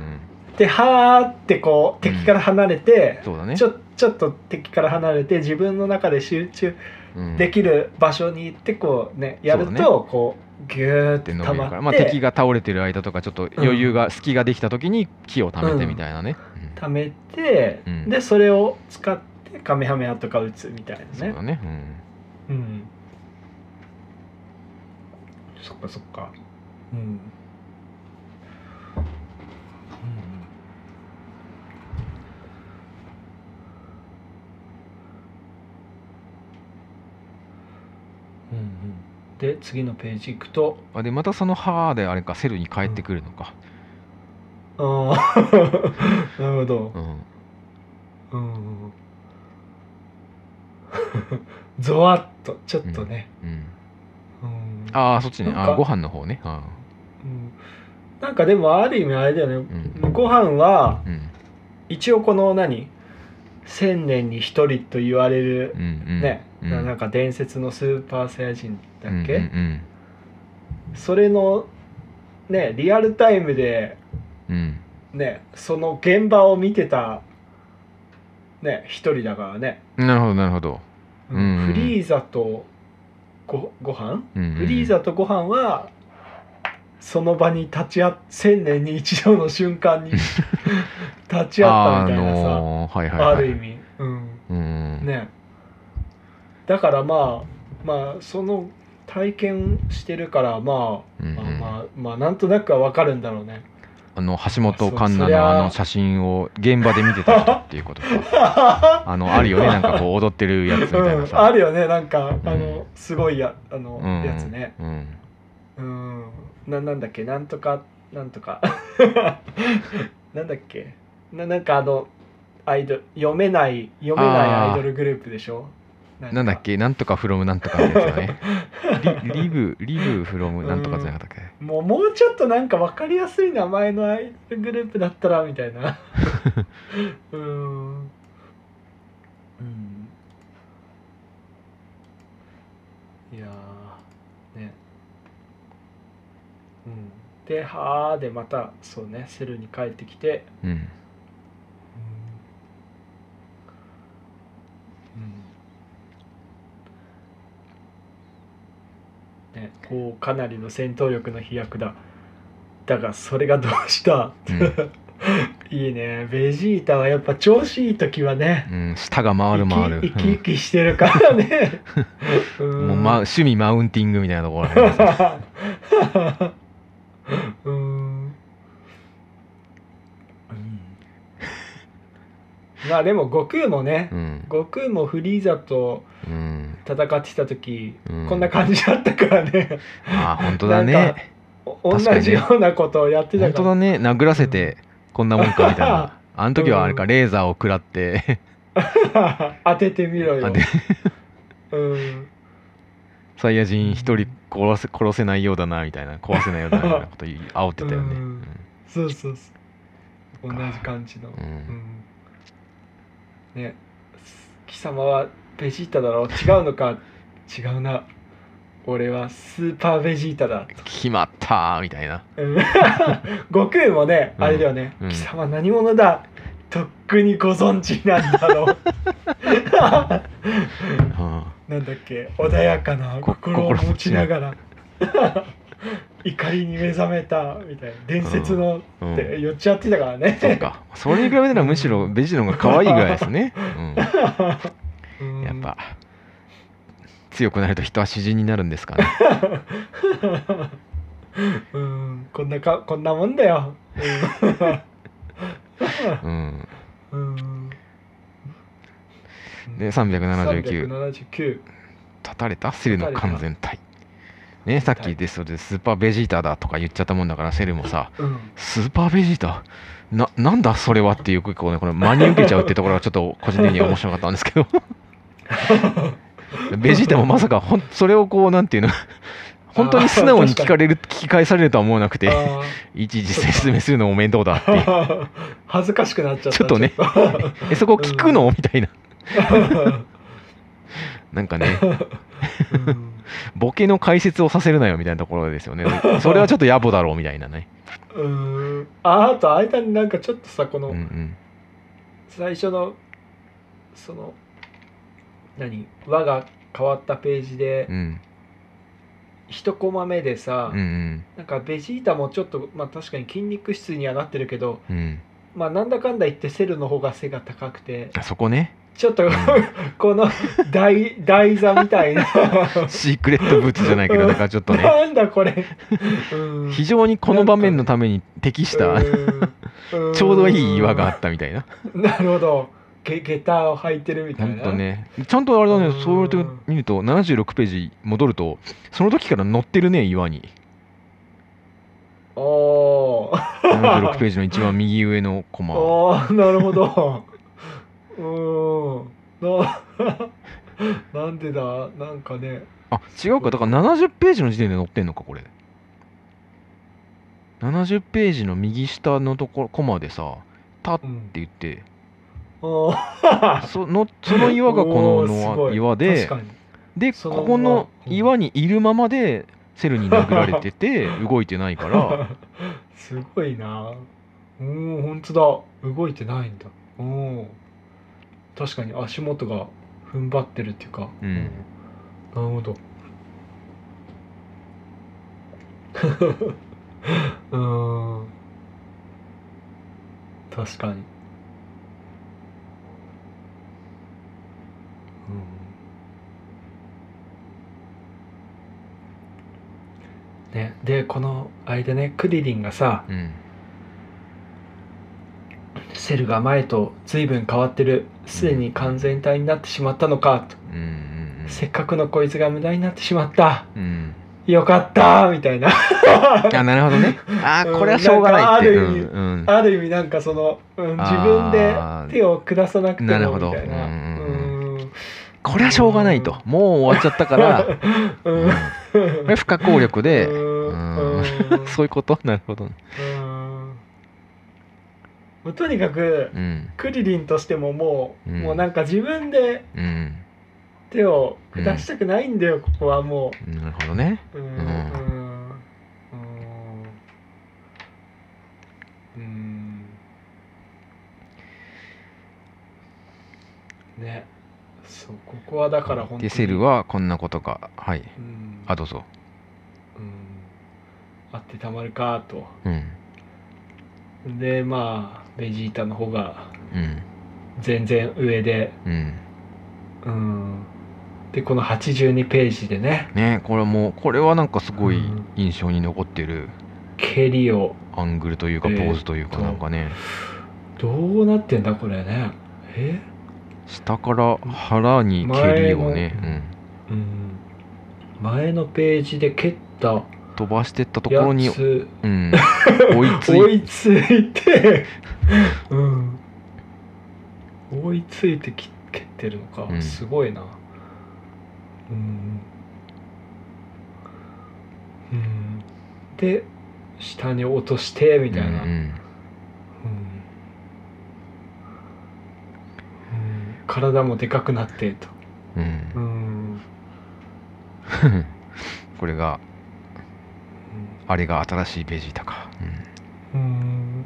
ではーってこう敵から離れて、
そうだね
ちょちょっと敵から離れて自分の中で集中
うん
できる場所に行ってこうねやる
そうだ
とこうギューっ
って
て
伸び
溜
る
ま
か
って、
ら、まあ、敵が倒れてる間とかちょっと余裕が、隙ができた時に木を貯めてみたいなね、うん
溜めて、
うん
でそれを使ってカメハメハとか打つみたいな
そう
ね
だね、
うんそっかそっかうん、うんうんうんで次のページ行くと
うん、あでまたその歯であれかセルに帰ってくるのか、
ああ なるほど
うん
うんうんうん ゾワッとちょっとね、
うん
うん
ああそっちね
なん
あ
か
ーご飯の方ねあ
うんなんかでもある意味あれだよね、
ん
ご飯は
ー、うん
一応この何千年に一人と言われる
うんうん、
ね、
うん、
なんか伝説のスーパーサイヤ人だっけ、
うんうん
それのねリアルタイムで
うん、うん
ねその現場を見てたね一人だからね、
なるほどなるほど、うんうん
フリーザとごご飯
うんうん、
フリーザとご飯はその場に立ち会っ千年に一度の瞬 間に立ち会ったみたいなさ、あ
のーはいはいはい、
る意味、うん、
うん、
ねだからまあまあその体験してるか
う
らま
んう
あ、
ん
まあまあまあなんとなくはわかるんだろうね
あの橋本環
そそ
奈
り
の
ゃ
あの写真を現場で見てた人っていうこと か あのあるよねなんかこう踊ってるやつみたいな
うん、あ
さ、
るよねなんか、あ
うん
のすごいやあの、
うん
やつね
うん、
うんななんだっけなんとかなんとか なんだっけななんかあのアイドル読めない読めないアイドルグループでしょな
なんだっけなんとかフロムなんとかってやつだねリリブリブフロムなんとかじゃなかったっけ
もうもうちょっとなんか分かりやすい名前のアイドルグループだったらみたいなうーんうんいやーねうんで「はあ」でまたそうねセルに帰ってきて
うん
うんね、こうかなりの戦闘力の飛躍だだがそれがどうした、
う
いいねベジータはやっぱ調子いい時はね
うん、舌が回る回る
生き生き生きしてるからね
うん
ん
もう、ま、趣味マウンティングみたいなところありますね
うーんまあでも悟空もね、
うん
悟空もフリーザと
うん
戦ってた時、
うん
こんな感じだったからね
あー本当だ
なんか
ね
お
確かにね
同じようなことをやってた
本
か
当
ら
だね殴らせてこんなもんかみたい なあの時はあれか
うん
レーザーを食らって
当ててみろ
あ
よ
で。
うん、
サイヤ人一人殺せ殺せないようだなみたいな壊せないよ うだなみたいなこと言い煽ってたよね
う
うんん
そうそうそう。同じ感じの。
う
うんん、ね貴様はベジータだろう違うのか違うな。俺はスーパーベジータだ。
決まったーみたいな
うん悟空もね、
うん
あれだよね、
うん
貴様何者だとっくにご存知なんだ ろう
うん
なんだっけ穏やかな
こ
心を持ちなが ら怒りに目覚めたみたいな伝説の
うん
って言っちゃってたからね、
そうかそれに比べたらむしろベジの方が可愛いぐらいですね、うん、やっぱ強くなると人は詩人になるんですかね
うんうんこんなかこんなもんだよ、
うん
うんうん
で379
379
立たれたセルの完全体ねさっきでそれでスーパーベジータだとか言っちゃったもんだからセルもさ
うん
スーパーベジータななんだそれはっていうこうねこの真に受けちゃうってところがちょっと個人的には面白かったんですけどベジータもまさかほんそれをこうなんていうの本当に素直に聞かれる聞き返されるとは思わなくて
あ
いちいち説明するのも面倒だって いう
ー恥ずかしくなっちゃった
ちょっとね
ちょっと
えそこ聞くのみたいななんかね
うん
ボケの解説をさせるなよみたいなところですよねそれはちょっと野暮だろうみたいなね
うーんああと間になんかちょっとさこ
う
の
んうん
最初のその何輪が変わったページで
うん
一コマ目でさ
うんうん
なんかベジータもちょっとまあ確かに筋肉質にはなってるけど
うん
まあなんだかんだ言ってセルの方が背が高くて
あそこね
ちょっとこの台台座みた いな
シークレットブーツじゃないけどだからちょっと ね
なんだ これうん
非常にこの場面のために適した
うーん
ちょうどいい岩があったみたいな
なるほどげ下駄を履いてるみた
ほ
い
ん
な
とねちゃんとあれだ
う
ね
ん
そうやって見ると76ページ戻るとその時から乗ってるね岩に
おー
76ページの一番右上のコマ
おーなるほどうーんな なんでだなんかね
あ違うかだから70ページの時点で載ってんのかこれ70ページの右下のところコマでさ「た」っ
う
て
ん
言って
お
そのその岩がこののは岩で
確かに
で
そ
こ
の
この
うん
岩にいるままでセルに殴られて て動いてないから、
すごいなおーほんとだ動いてないんだおー確かに足元が踏ん張ってるっていうか、
うん
なるほど うん確かにうんねでこの間ねクリリンがさ
うん
セルが前と随分変わってるすでに完全体になってしまったのかと
うんうん
せっかくのこいつが無駄になってしまった
うんうん
よかったみたいな
あなるほどねあ
う
ー
ん
これはしょうがないって
なんかある
う
意味
んうん
ある意味なんかその、うん、自分で
あー
手を下さなくて
なる
も
ほ
み
ど
たいな
うんう
うん
これはしょうがないともう終わっちゃったから、
う
うんん、これ不可抗力 で
う
うんん
うん
そういうことなるほどね
うんもうとにかく
うん
クリリンとしてももう、
うん
もうなんか自分で
うん
手を下したくないんだよ、ここはも
なるほどね
ううん
うん
うんうんねそうここはだから本当
で
に
セルはこんなことがはい
うん
あどうぞ
うんあってたまるかと
うん
でまあベジータの方が
うん
全然上で
うん
うんでこの82ページでね
ねこれもこれはなんかすごい
うん
印象に残ってる
蹴りを
アングルというかポ
えー
ーズというか
と
なんかね
どうなってんだこれねえ
下から腹に蹴りをね、
うん前のページで蹴った
うん、飛ばしてったところ
や
に、
つ
うん、追いつ
追
い
いついてうん追いついてき蹴ってるのか、
うん
すごいなうん、うん、で下に落として
み
みた
う
いな、
んうん
うんうん体もでかくなってと、
う
うんん
これがあれが新しいベジータか、
うん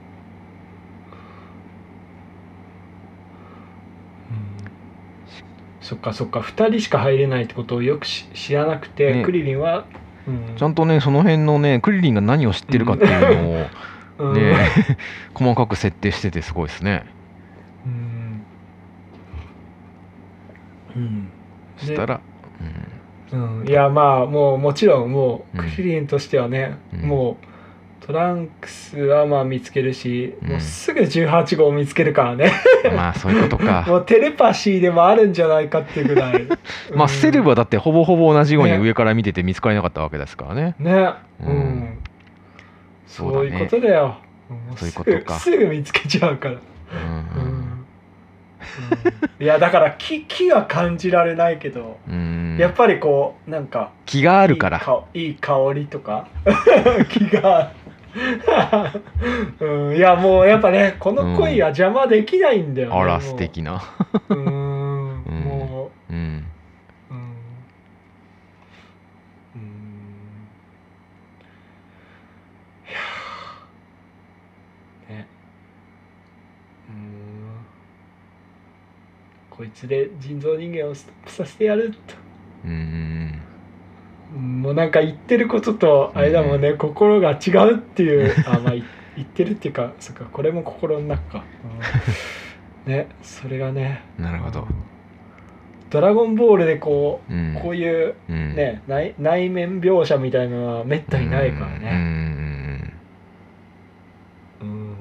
そっかそっか2人しか入れないってことをよくし知らなくて、
ね
クリリンは、う
うんん、ちゃんとねその辺のねクリリンが何を知ってるかっていう
う
のを
ん
ね 細かく設定しててすごいですね
うんうん
そしたら、
うん、いやまあもうもちろんもう
うん
クリリンとしてはね、
うん
もうトランクスはまあ見つけるし、
うん
もうすぐ18号見つけるからね
うん、まあそういうこと
も
か
うテレパシーでもあるんじゃないかっていうぐらい
まあセレブはだってほぼほぼ同じように
ね
上から見てて見つからなかったわけですからね
うんねうん、
うん
そ
そううだね
いうことだよも
そういう
す
こ
ぐ
とか
すぐ見つけちゃうから、
うん
う
うんん
うんいやだから木木は感じられないけど、
うん
やっぱりこうなんか
気があるか
いい
ら
香いい香りとか 気が、 うん、いやもうやっぱねこの恋は邪魔できないんだよね、
あ
も
ら
う
素敵な
うーんも
うん
ううんうんいやーねうんこいつで人造人間をストップさせてやると
うん
もうなんか言ってることとあれだもんね、心が違うっていう あまあい言ってるっていうかそっかこれも心の中か、うんねそれがね
なるほど
ドラゴンボールでこ
う
うこ
ん
ういう
うん
ね、内内面描写みたいなのはめったにないから
うん
ねうん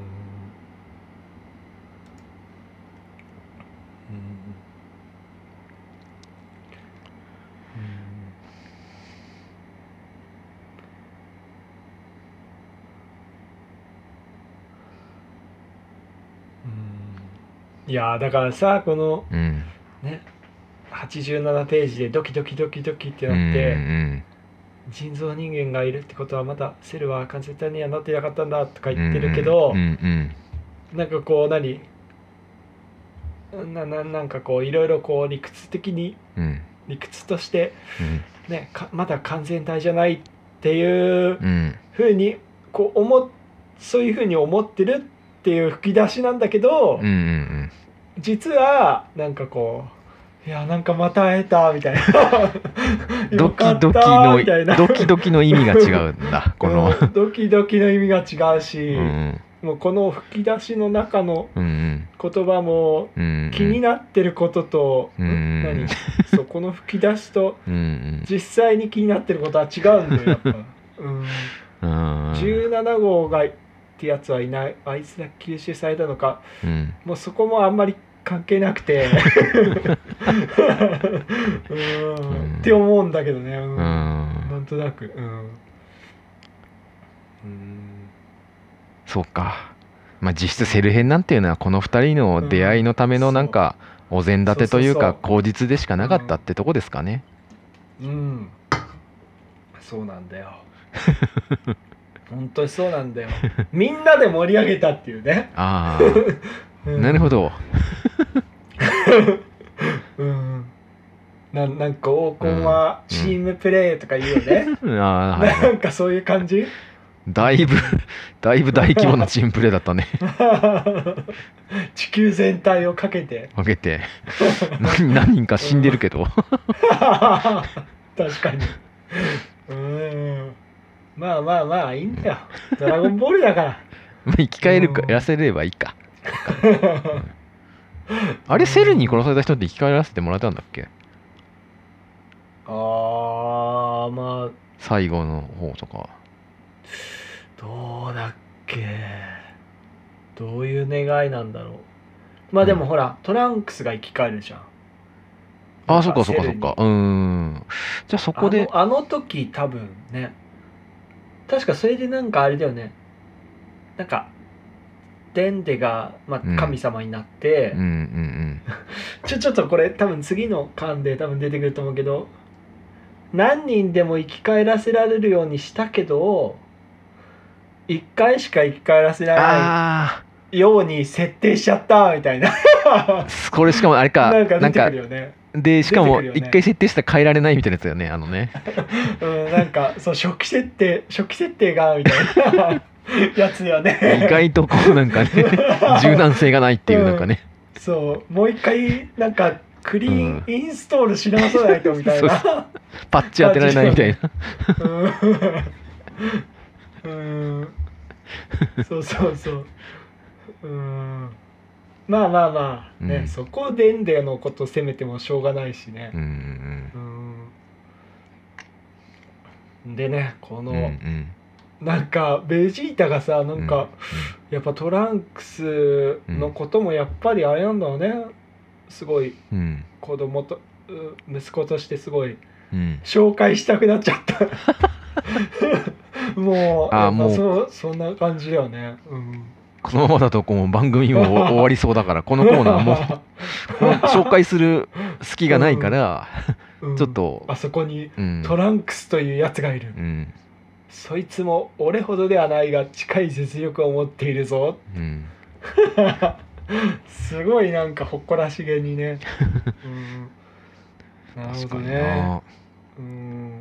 うんうんいやーだからさこの
うんうんうん
ね87ページでドキドキドキドキって
うん
なって、
うん
人造人間がいるってことはまだセルは完全体にはなってなかったんだとか
うん
言ってるけど、
うんうん
なんかこう何なななんかこういろいろこう理屈的に
うん
理屈として、
うん
ね、かまだ完全体じゃないっていう
うん
ふうにこう思っそういうふうに思ってるっていう吹き出しなんだけど、
うんうん
実はなんかこういやなんかまた会えたみた いな
ド
よ
キ
かった
ドキの
みたいな
ドキドキの意味が違うん だこの
うんドキドキの意味が違うし、
うん
もうこの吹き出しの中の
うんうん
言葉も
うんうん
気になってることと、
うん
ん何そうこの吹き出しと
うんうん
実際に気になってることは違うんだよやっぱ、う
う
ん、
ん
17号がってやつはいないあいつだけ吸収されたのか
うん
もうそこもあんまり関係なくてうん
うん
って思うんだけどね、うん
うん
なんとなくうん、うん、
そうかまあ実質セル編なんていうのはこの二人の出会いのためのなんかお膳立てというか
そうそ
口
う
実でしかなかったってとこですかね
うん、そうなんだよ本当にそうなんだよみんなで盛り上げたっていうね、
ああ
うん
なるほど
うんななんか黄金はチームプレーとか言うよね、
うんああはい
なんかそういう感じ
だいぶだいぶ大規模なチームプレーだったね
地球全体をかけて
分けて 何何人か死んでるけど
確かにうんまあまあまあいいんだよ「ドラゴンボール」だから
まあ生き返るか
うん
やらせればいいかあれセルに殺された人って生き返らせてもらったんだっけ
あーまあ
最後の方とか
どうだっけどういう願いなんだろうまあでもほら、トランクスが生き返るじゃん
ああそっかそっかそっ
セ
かうーんじゃあそこで
あのあの時多分ね確かそれでなんかあれだよねなんかデンデが、ま
うん
あ、神様になって、
うんうん
ちょちょっとこれ多分次の巻で多分出てくると思うけど何人でも生き返らせられるようにしたけど1回しか生き返らせ
うん
な
あ
いように設定しちゃったみたいな
あこれしかもあれか
なんか
な
出
ん
てく
か
るよね
でしかも
出てくるよね
一回設定したら変えられないみたいなやつだよねあの ね
うんなんかそう初期設定初期設定がみたいなやつよね
意外とこうなん かね柔軟性がないっていうなんかね
そうもう一回なんかクリーンインストールし直さないとみたいな
パッチ当てられないみたいな
うんうんそうそうそううんまあまあまあね、
うん
そこでんでのこと責めてもしょうがないしね
うんうん
うんでねこの、
うんうん
なんかベジータがさな
うん
か、やっぱトランクスのこともやっぱりあれなんだろうね、すごい
うんうん
子供とう息子としてすごい
うん
紹介したくなっちゃった もう
あー
やっぱ
もう
そうそんな感じだよね、うん、
このままだとこう番組も終わりそうだからこのコーナーももう紹介する隙がないから
う、ん
ちょっと
あそこに
うん
トランクスというやつがいる、
うん
そいつも俺ほどではないが近い実力を持っているぞ
うん
すごいなんか誇らしげ にね、うん、なるほ
確か
ど
に
ね
な
うーんうん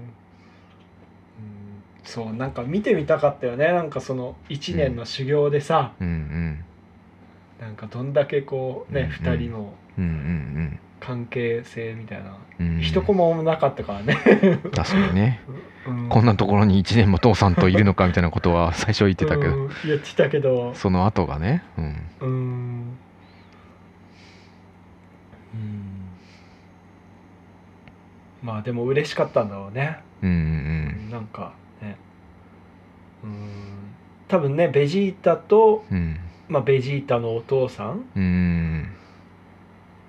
そうなんか見てみたかったよねなんかその1年の修行でさ、
うんうん
なんかどんだけこ
う
う
ん
ね、
うん
二2人の
うんうん
関係性みたいな、
うんうん
一コマもなかったからね、
確かにね
う ん
こんなところに1年も父さんといるのかみたいなことは最初言ってたけど
うん言ってたけど
その後がねうん
うーんうんまあでも嬉しかったんだろうね
うんうん
なんかねうーん多分ねベジータと、
うん
まあ、ベジータのお父さん
うんうん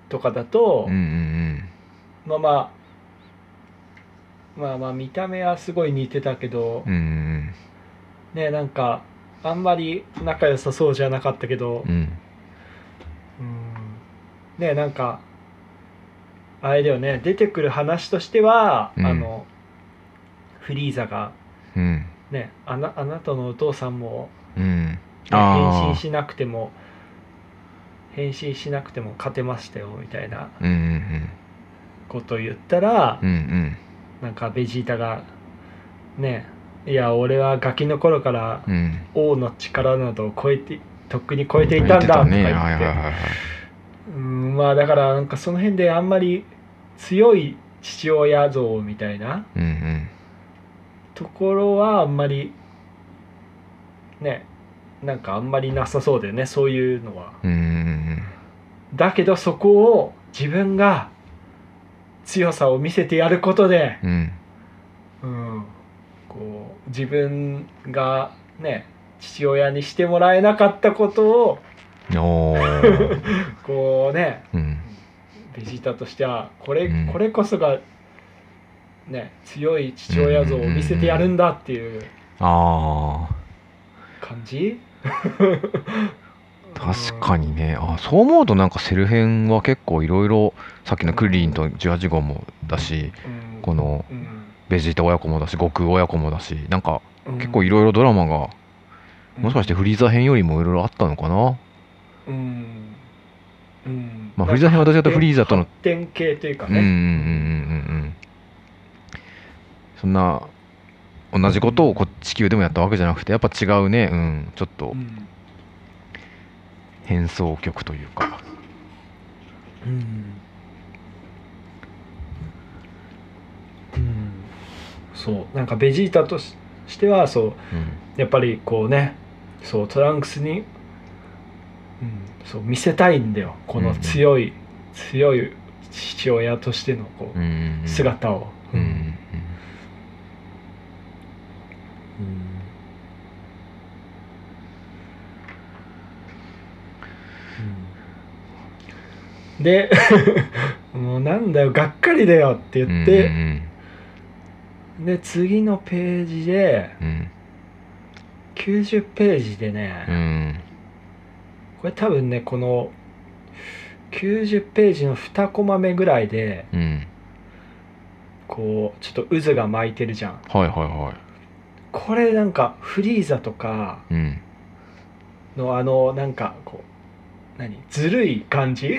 とかだと、
うんうん
まあまあまあまあ見た目はすごい似てたけど、
うんうん
ねなんかあんまり仲良さそうじゃなかったけど
うんう、ん
うんねなんかあれだよね出てくる話としては、
うん
あのフリーザが、
うん
ねあな「あなたのお父さんも
うん
ね
あ
返
あ
信しなくても返信しなくても勝てましたよみたいな
うんうん
ことを言ったら
うんう、ん
なんかベジータがねいや俺はガキの頃から
うんうん
王の力などを超えてとっくに超えていたんだとか言って
ねはいはいはいはい
うんまあだからなんかその辺であんまり強い父親像みたいな
うんうん
ところはあんまりねなんかあんまりなさそうだよねそういうのは。
うんうん
だけどそこを自分が強さを見せてやることで、
うんうん
うん、こう自分がね父親にしてもらえなかったことを
うんお ー
こうね
うん
ベジータとしてはこれ,、
うん
これこそが、ね、強い父親像を見せてやるんだっていう
あ
感じ、
ー確かにねあそう思うとなんかセル編は結構いろいろさっきのクリリンと18号もだし
うん、
この
うん、
ベジータ親子もだし悟空親子もだしなんか
うん
結構いろいろドラマがもしかしてフリーザ編よりもいろいろあったのかな、
うんうん
まあ、フリーザ編はどちらかというとフリーザとの
典型というか
うんうんうんうんうん
ね、
うんそんな同じことをこ地球でもやったわけじゃなくてやっぱ違うね、うん、ちょっと
うん
変奏曲というか
うんうんそうなんかベジータとししてはそう
うん
やっぱりこうねそうトランクスに、うん、そう見せたいんだよこの強い、強い父親としてのこ
う
う、
んうんうん
姿を、
うんうん
うんで もうなんだよがっかりだよって
うん
言って、
うん
で次のページで
うん
90ページでね、
うん
これ多分ねこの90ページの2コマ目ぐらいで
うん
こうちょっと渦が巻いてるじゃん
はいはいは
これなんかフリーザとか
いうん
のあのなんかこう何ずるい感じ、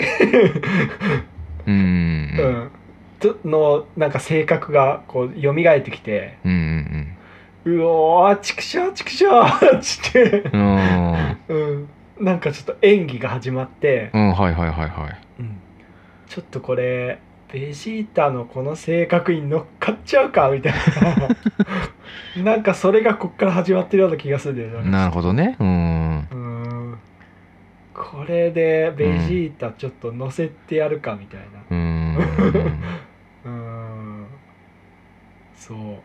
うんう
う
んうん
ん、とのなんか性格がこう蘇ってきて
うんうん
「うおーちくしょうちくしょう」っつ って、
うんあ
うん、なんかちょっと演技が始まって
ー、うんはいはいはいはい
うん、ちょっとこれベジータのこの性格に乗っかっちゃうかみたいな なんかそれがこっから始まってるような気がするんだよね
なるほどねうん
うーんこれでベジータちょっと乗せてやるかみたいな
うん
うーんそ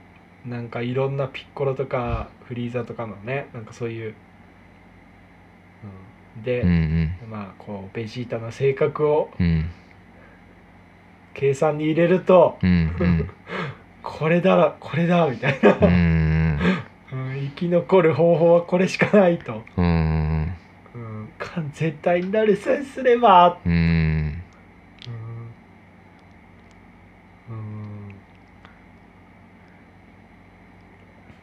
うなんかいろんなピッコロとかフリーザとかのねなんかそういう、うん、
うんう
で、
ん
まあこうベジータの性格を
うん
計算に入れると
うんうん
これだらこれだみたいな、
うん
うん生き残る方法はこれしかないと、
うん
うん、完全体になるさえすれば、
うん
うんうん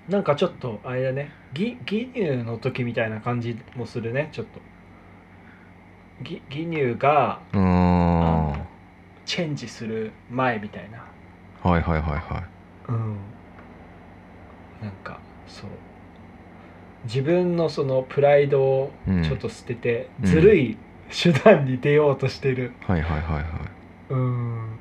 なんかちょっとあれだねぎ義乳の時みたいな感じもするねちょっとぎ義乳が
うんは
チェンジする前みたいない
はいはいは
うん、なんかそう自分のそのプライドを
うん
ちょっと捨てて、
うん
ずるい手段に出ようとしてる
いはいはいはいはい
うん、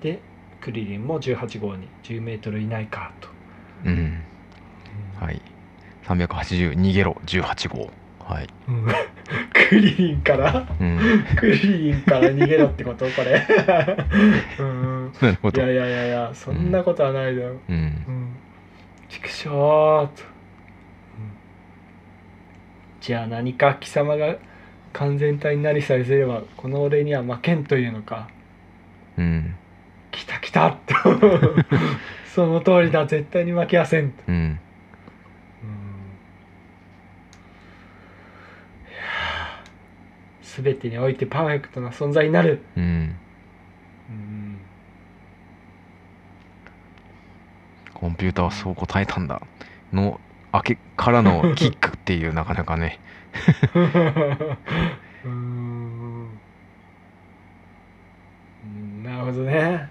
でクリリンも18号に10メートル以内かと、
うんはい380逃げろ18号はい
うんクリリンから
うん
クリリンから逃げろってことこれ、うん、
なるほ
い
ど
やいやいやいやそんなことはないだろう
うん
畜生と、じゃあ何か貴様が完全体になりさえすればこの俺には負けんというのか
うん
来た来たと その通りだ絶対に負けやせんと、
うん
すべ全てにおいてパーフェクトな存在になる、
うんコンピューターはそう答えたんだの明けからのキックっていうなかなかね
うーんうんなるほどね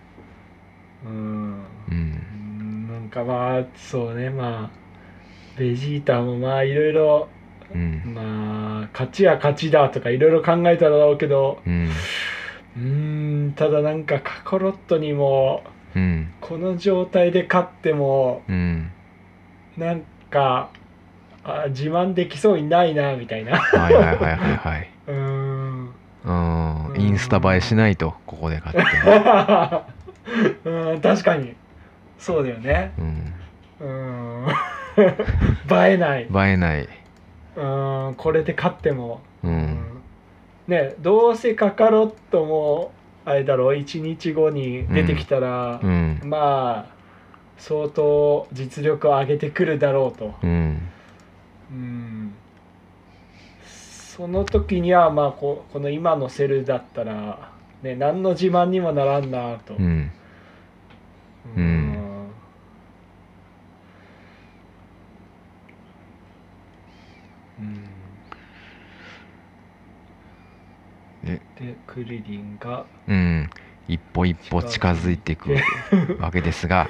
うん
うん
うんなんかまあそうねまあベジータもまあいろいろ
うん
まあ勝ちや勝ちだとかいろいろ考えただろうけど
うん
うーんただなんかカカロットにも
うん
この状態で勝っても
うん
なんかあ自慢できそうにないなみたいな
はいはいはいはいはいう
ー ん
うん
うん
インスタ映えしないとここで買って
う
も
ーん確かにそうだよね
うん
うーん 映えない
映えないう
ーんこれで勝っても
うん
ねどうせカカロットもあれだろう1日後に出てきたら
う、ん
まあ相当実力を上げてくるだろうと、
うん
うん、その時にはまあここの今のセルだったら、ね、何の自慢にもならんなと、
うんうん
うんうん
で
でクリリンが
うん一歩一歩近づいていくわけですが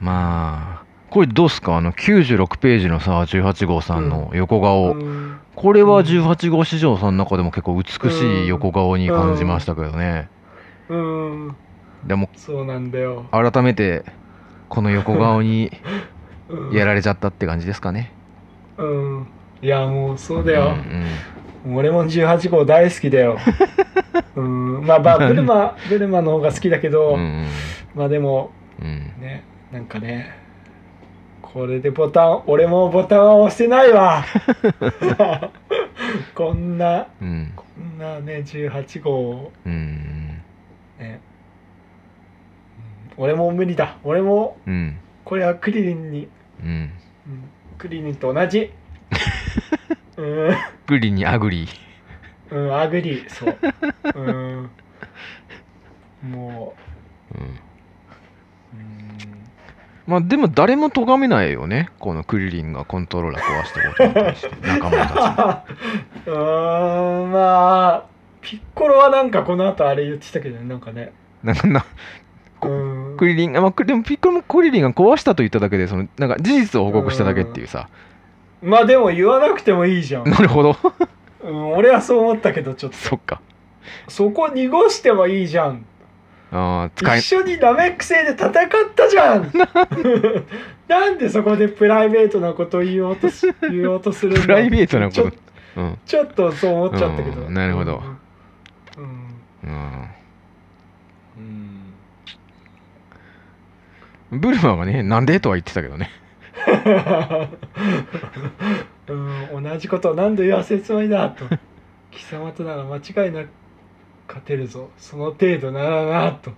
まあこれどうっすかあの96ページのさ18号さんの横顔、
うん
これは18号史上さんの中でも結構美しい横顔に感じましたけどね、
うん
でも
そうなんだよ、
改めてこの横顔に
うん
やられちゃったって感じですかね、
うんいやもうそうだ
うんう
よ、
ん
俺も18号大好きだ ようんまあまあブルマブルマの方が好きだけど、
うん
まあでも
うん
ねなんかねこれでボタン俺もボタンは押してな いわこんな
うん
こんなね18号を
うん
ねうん俺も無理だ俺も
うん
これはクリリンに、
うん
うんクリリンと 同じうん
グリにアグリ
うん、アグリー、そう。うん。も
うん
う、うん。
まあでも誰も咎めないよねこのクリリンがコントローラー壊したことに対して仲間たちも
うーん、まあ、ピッコロはなんかこの後あれ言ってたけどね、なんかね。
なんかな こ
うん。
クリリンが、まあ、クリでもピッコロもクリリンが壊したと言っただけでそのなんか事実を報告しただけっていうさ
まあでも言わなくてもいいじゃん。
なるほど
うん、俺はそう思ったけど、ちょっと。
そっか
そこ濁してもいいじゃん。
あー使え
一緒にナメック星で戦ったじ ゃんなんでそこでプライベートなことを言おうとし言おうとするの
プライベートなこ
ちょ
とうん
ちょっとそう思っちゃったけど。
うんなるほど
うん。うん。
うんブルマがねなんでとは言ってたけどね
うん、同じことを何度言わせるつもりだと。貴様となら間違いなく勝てるぞ。その程度ならなと。
うん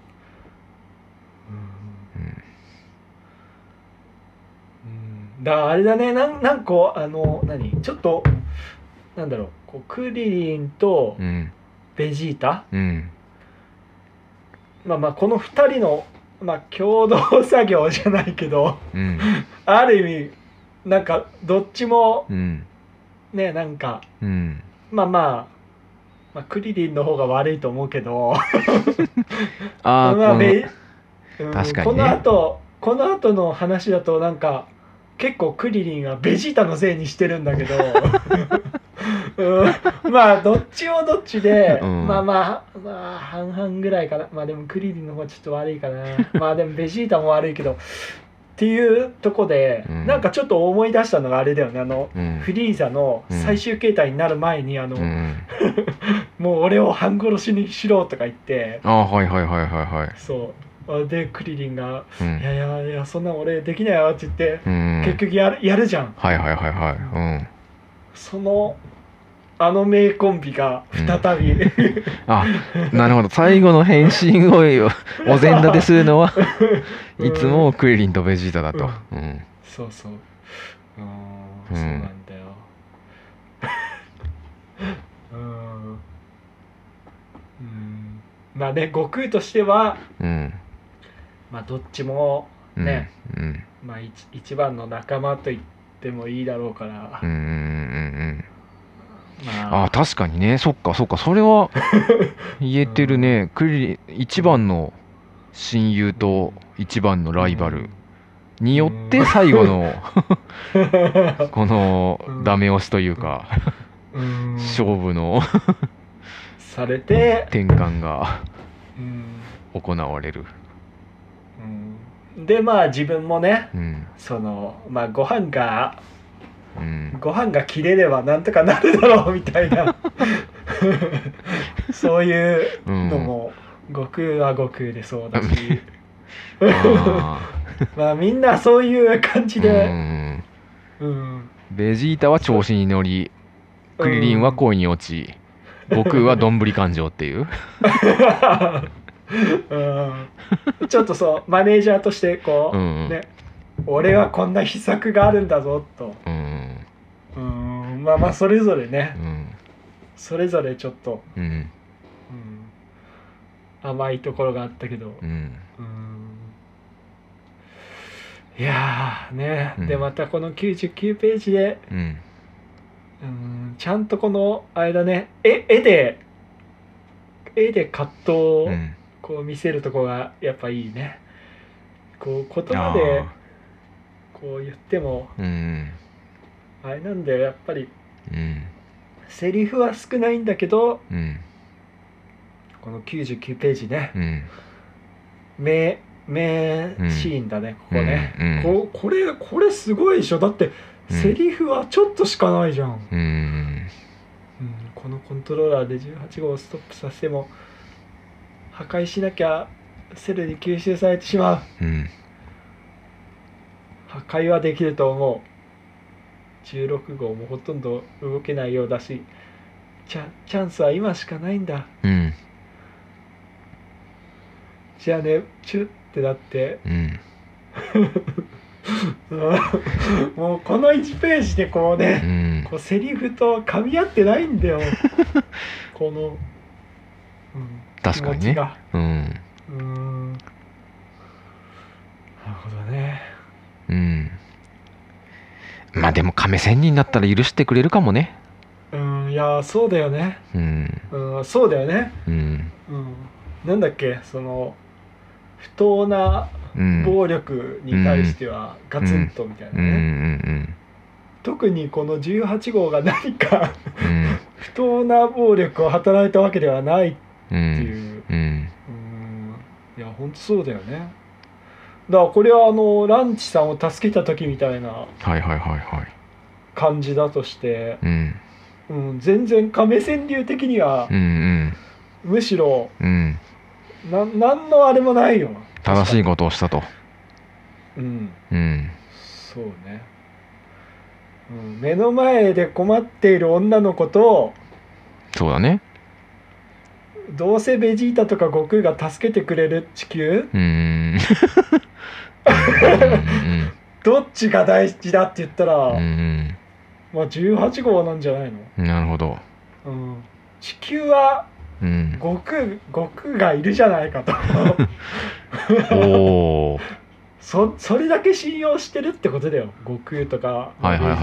うん。うん、だからあれだね、なんなんかあの何ちょっとなんだろう、こうクリリンと
うん
ベジータ、
うん
まあまあこの二人のまあ共同作業じゃないけど。
うん
ある意味なんかどっちも
うん
ねなんか
うん
まあまあ、まあ、クリリンの方が悪いと思うけど
ああこ
まあ
の
べうん
確かにね
この後この後の話だとなんか結構クリリンはベジータのせいにしてるんだ けど、うん、まあどっちもどっちで、
うん
まあまあまあ半々ぐらいかなまあでもクリリンの方がちょっと悪い かなまあでもベジータも悪いけどっていうとこで、
うん
なんかちょっと思い出したのがあれだよねあの
うん
フリーザの最終形態になる前にあの、
うん
もう俺を半殺しにしろとか言って
ああはいはいはいはいはい
そうでクリリンが
う
「いや
ん
いやいやそんな俺できないよ」って言って
うん
結局やるやるじゃん
はいはいはいはいうん
そのあの名コンビが再び、
あなるほど最後の返信 をお膳立てするのは
うん
いつもクリリンとベジータだと、うん
そうそううーん
うん
そうなんだよ うーんうーんまあね悟空としては
うん
まあどっちも
うん
ね
うん
まあ、一一番の仲間と言ってもいいだろうから、
うんうんうんうん
ま
あ
あ
確かにねそっかそっかそれ は言えてるねクリリン一番の親友と一番のライバルによって最後のこのダメ押しというか
うん
勝負の
されて、
転換が
うん
行われる、
うんでまあ自分もね
うん
そのまあご飯が
うん、
ご飯が切れればなんとかなるだろうみたい なそういうのも悟空は悟空でそうだし
あ
まあみんなそういう感じ
ーう
で、
ん
うん、
ベジータは調子に乗りクリリンは恋に落ち悟空はどんぶり感情って いう
うん、ちょっとそうマネージャーとしてこう、
うん
ね俺はこんな秘策があるんだぞと
うん
うんまあまあそれぞれね
うん
それぞれちょっと、
うん
うん、甘いところがあったけど、
うん
うん、いやーね、
うん
でまたこの99ページで、
うん
うん、ちゃんとこのあれだね絵絵で絵で葛藤を、
うん
こう見せるとこがやっぱいいねこう言葉でこう言っても
あーうん
あれなんだよやっぱり
うん
セリフは少ないんだけど
うん
この99ページね
うん
名名
うん
シーンだね、ここね、
うん
ここれこれすごいでしょだって
うん
セリフはちょっとしかないじゃん、
うん
うんこのコントローラーで18号をストップさせても破壊しなきゃセルに吸収されてしま
う
う
ん
破壊はできると思う16号もほとんど動けないようだしチャチャンスは今しかないんだ
うん
じゃあねチュッってなって
うん
うんもうこの1ページでこう
う
ね
ん
こうセリフと噛み合ってないん だよこの、うん、
確かに
気持ち
ね
が
うん
うーんなるほどね
うんまあでも亀仙人だったら許してくれるかもね
うんいやそうだよね
うん
うんそうだよね
うん
うんなんだっけその不当な
うん
暴力に対してはガツンとみたいな
う
ね、
んうん
特にこの18号が何か
うん
不当な暴力を働いたわけではないっ
う
て
んう
いう
ん
うんいや本当そうだよねだからこれはあのランチさんを助けた時みたいな
はいはいはいはい
感じだとして、
うん
うん、全然亀川流的には
うんうん
むしろ
うん
な何のあれもないよ
正しい
確か
ことをしたと
にうん
うん
そうね、うん、目の前で困っている女の子と
そうだね
どうせベジータとか悟空が助けてくれる地球
うん
どっちが大事だって言ったら、
うんうん
まあ、18号なんじゃないの、
うんなるほど
うん、地球は
うん
悟空悟空がいるじゃないかと
おお
そそれだけ信用してるってことだよ悟空とか
はいはいはいはい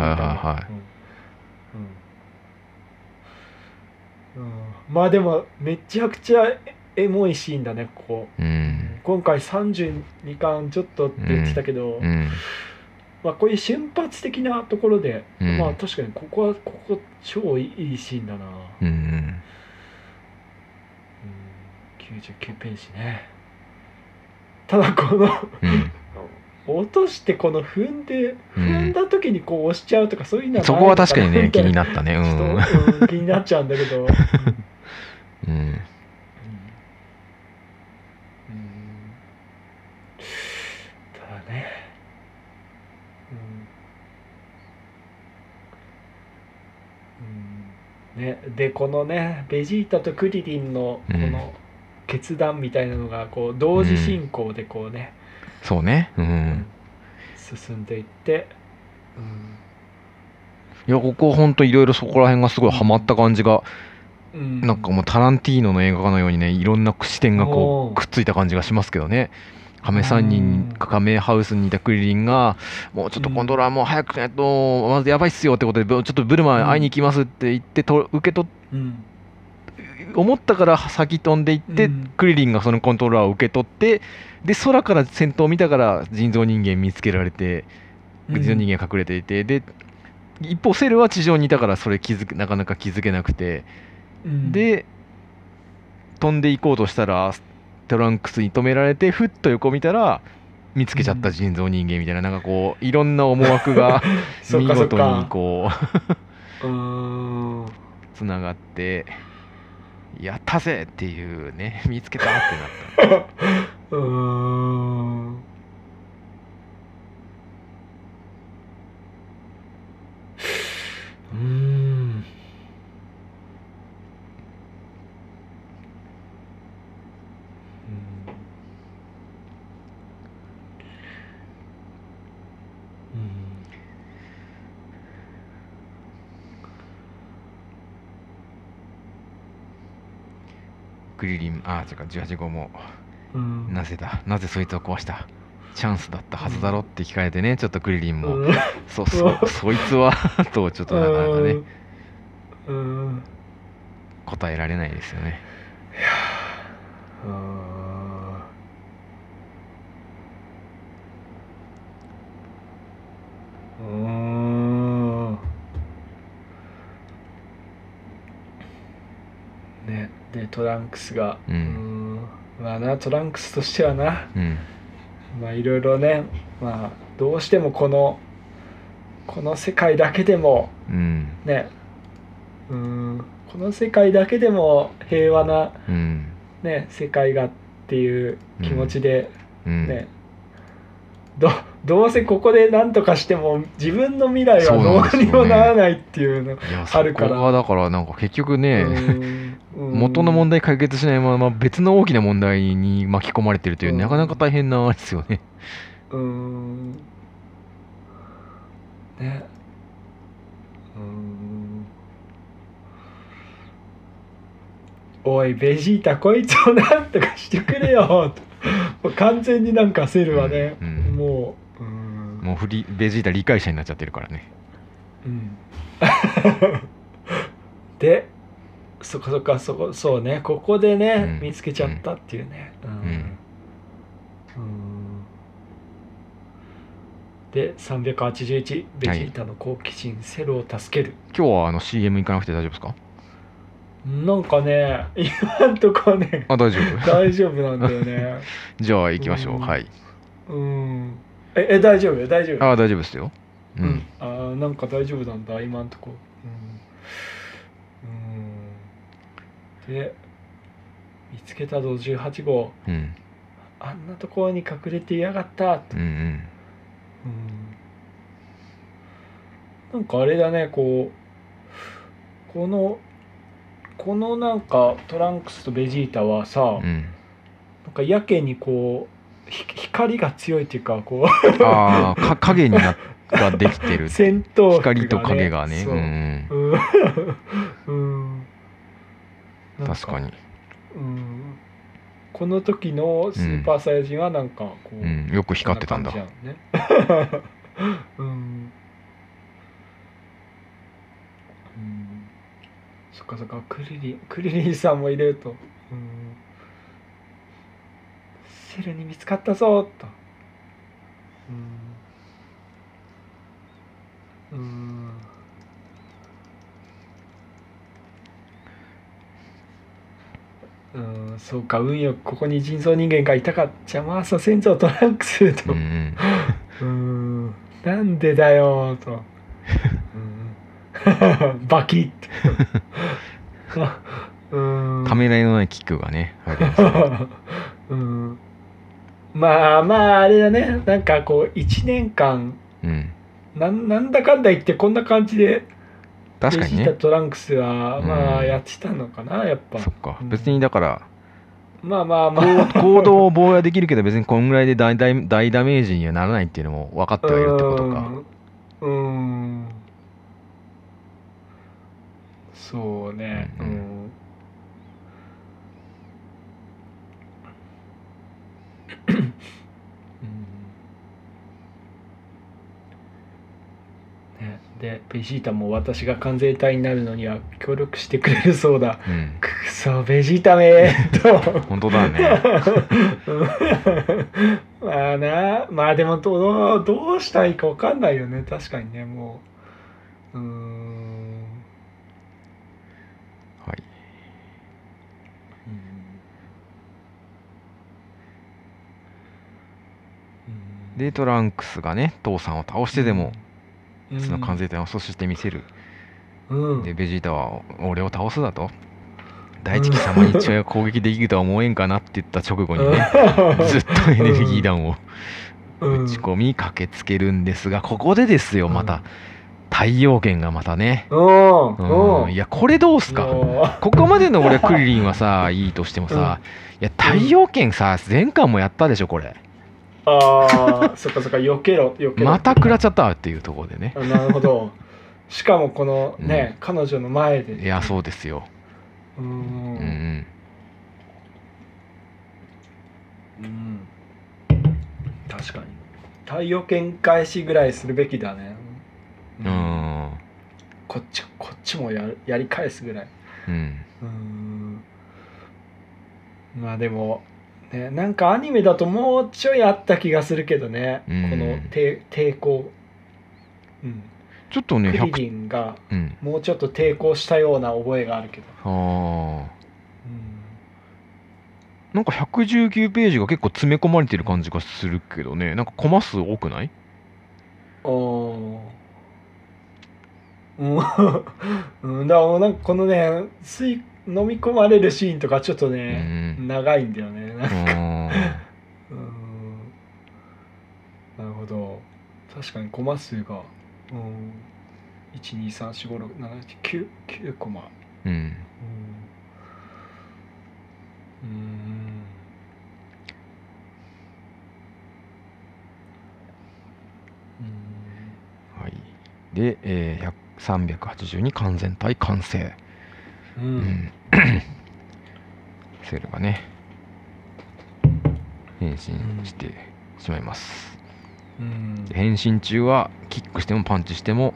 はい
い、うんうんうんまあでもめちゃくちゃエエモいシーンだねここ
うん
今回32巻ちょっとって言ってたけど、
うん
まあ、こういう瞬発的なところで、
うん
まあ確かにここはここ超いいシーンだな、うん、
うん
99ページねただこの
うん
落としてこの踏んで
うん
踏んだ時にこう押しちゃうとかそういうの
そこは確かにね気に
な
なったね
いの
う
かなみたいなちょっとうん気になっちゃうんだけ どうん
んうん
うんただね、うんうん、ねでこのねベジータとクリリンのこ
うん
の決断みたいなのがこう同時進行でこうね、
そうねうん
進んでいって、う
いやここほんといろいろそこら辺がすごいハマった感じが
んうん
なんかもうタランティーノの映画かのようにねいろんな視点がこ
おー
うくっついた感じがしますけどね亀三人
うん
亀ハウスにいたクリリンがもうちょっとコントローラーもう早くしないとまずやばいっすよってことでぶちょっとブルマン会いに行きますって言ってと受け取っ
うん
思ったから先飛んでいって、
うん
クリリンがそのコントローラーを受け取ってで空から戦闘を見たから人造人間見つけられて人造人間が隠れていて、で一方セルは地上にいたからそれ気づくなかなか気づけなくて、
うん、
で飛んでいこうとしたらトランクスに止められてふっと横見たら見つけちゃった人造人間みたいな、なんかこういろんな思惑が
そっ
見
かそっ
事に
か
こう
うーん
つながって「やったぜ!」っていうね見つけたってなっ
うーんうーん
たグリリンあー違う18号も
うんうん
なぜだなぜそいつを壊したチャンスだったはずだろって聞かれてねちょっとグリリンも、
うん
そそそいつはとちょっとなかなかね
うんうん
答えられないですよね
あーうーんねでトランクスが
う
うーんまあなトランクスとしてはな
うん
まあいろいろねまあどうしてもこのこの世界だけでも
うん
ねうーんこの世界だけでも平和な
うん
ね、世界がっていう気持ちで、
うん、
ねどどうせここで何とかしても自分の未来
そうなんで
は
す
ど
よね
うにもならないっていうの
いやそ
あるから
こはだからなんか結局ね、元の問
題
題解決しないまま別の大きな問題に巻き込まれてるという、
うん
なかなか大変なあれですよね。
うーんねうーんおいベジータこいつをなんとかしてくれよともう完全になんかセルはね、
うんうん
もううーん
もうフリベジータ理解者になっちゃってるからね。
うんでそこそこそこそうねここでね、
うん
見つけちゃったっていうねうん、うんで381ベジータの好奇心、セルを助ける
今日はあの CM 行かなくて大丈夫ですか
なんかね今んとこね
あ大丈夫
大丈夫なんだよね
じゃあ行きましょう、
うん
はい
うんええ大丈夫大丈夫
あ大丈夫ですようん、
あーなんか大丈夫なんだ今んとこうん、うん、で見つけたぞ18号
うん、
あんなところに隠れていやがったと
うんうん
うんなんかあれだねこうこのこのなんかトランクスとベジータはさ、
うん
なんかやけにこうひ光が強いっていうかこ
ああか影になっができて
う
る
戦闘服が、ね、
光と影がね
そううんうんうん
うん確かに、
うんこの時のスーパーサイヤ人はなんかこう、
うん、よく光ってたんだ
こな感じなのね うん、うん、そっかそっかクリリンクリリンさんもいると、うん、セルに見つかったぞとうん、うん、うん、そうか運よくここに人造人間がいたか邪魔はさせんぞトランクスと
うんうん
うんなんでだよ とうん バキッて うん
ためらいのないキックがね入りますね
うんまあまああれだねなんかこう1年間
うん
なんなんだかんだ言ってこんな感じで
確かに
ベジー
ね
タトランクスはま
う
あ
ん
やってたのかなやっぱ
そっか
うん
別にだから
まあまあまあ
行行動を防衛はできるけど別にこんぐらいで大大大ダメージにはならないっていうのも分かってはいるってことか
うーんうーんそうねう、
うんんうん
うんねでベジータも私が完全体になるのには協力してくれるそうだ
うん
くそベジータめと
本当だね
まあなまあでもどうどうしたらいいか分かんないよね確かにねもううーん
はい
うん
でトランクスがね父さんを倒してでも
うん
その完全体を阻止してみせる、
うん
でベジータは俺を倒すだと大地貴様に父親を攻撃できるとは思えんかなって言った直後に ねずっとエネルギー弾を
うん
打ち込み駆けつけるんですがここでですよま
う
た
ん
太陽源がまたね
うん
う
うんん
いやこれどうすか
も
ここまでの俺クリリンは さいいとしてもさいや太陽圏さ前回もやったでしょこれ
うああそっかそっか避けろ避けろ
また食らっちゃったっていうところでね
あなるほどしかもこのね、彼女の前で
いやそうですよ
うーん
うんうん
うん確かに太陽圏返しぐらいするべきだね
う、ん
こっちこっちもやるやり返すぐらい
うん
うーんまあでも、ね、なんかアニメだともうちょいあった気がするけどね、
うん
この抵抵抗、うん、
ちょっとね
クリ
100
リンが
うん
もうちょっと抵抗したような覚えがあるけ
ああ
ど、うん
なんか119ページが結構詰め込まれてる感じがするけどねなんかコマ数多くない
おーうん、うん、だからなんかこのね吸い飲み込まれるシーンとかちょっと
う
ね、
ん
長いんだよね
う
なんか
ん
うんなるほど確かにコマ数が、うん、123456789コマ
うん
うんうんうん
はい、で、えー100、382完全体完成、
う
うんん セルがね変身してしまいます、
うん
で変身中はキックしてもパンチしても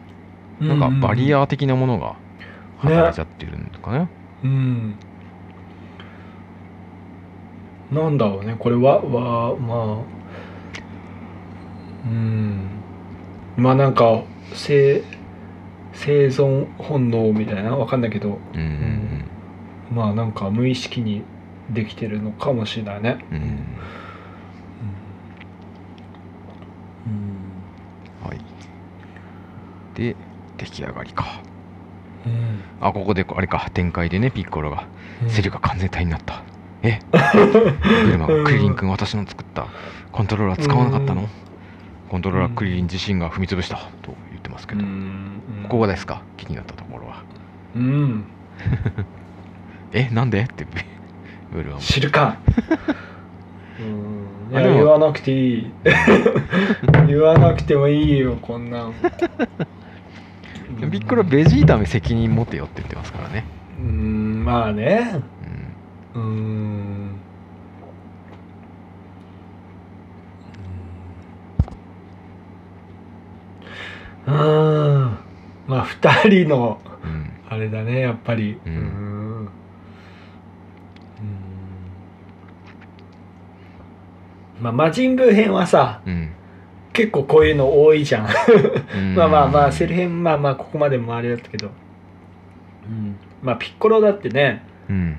なんかバリ
ア、
アー的なものが働いちゃってるのかな、
うん、なんだろうねこれははまあうんまあなんか生生存本能みたいなわかんないけど
うん
まあなんか無意識にできてるのかもしれないね
うんうんうんはいで出来上がりか
うんうん
あここであれか展開でねピッコロが
うん
セルが完全体になった えベルマがクリリン君私の作ったコントローラー使わなかった
うん
のコントローラークリリン自身が踏み潰したと言ってますけど、
うん
ここですか気になったところは
うん
えなんでって ベベルマも
知るかうんい
あ
や
でも
言わなくていい 言わなくてもいいよこんなん
ピッコロベジータに責任持てよって言ってますからね、
うんまあね
うん、
うんうんまあ2人の
うん
あれだねやっぱり
うん
んうんまあ魔人ブー編はさ
うん
結構こういうの多いじゃん
うん
まあまあまあセル編まあまあここまでもあれだったけど、うん、まあピッコロだってね
うん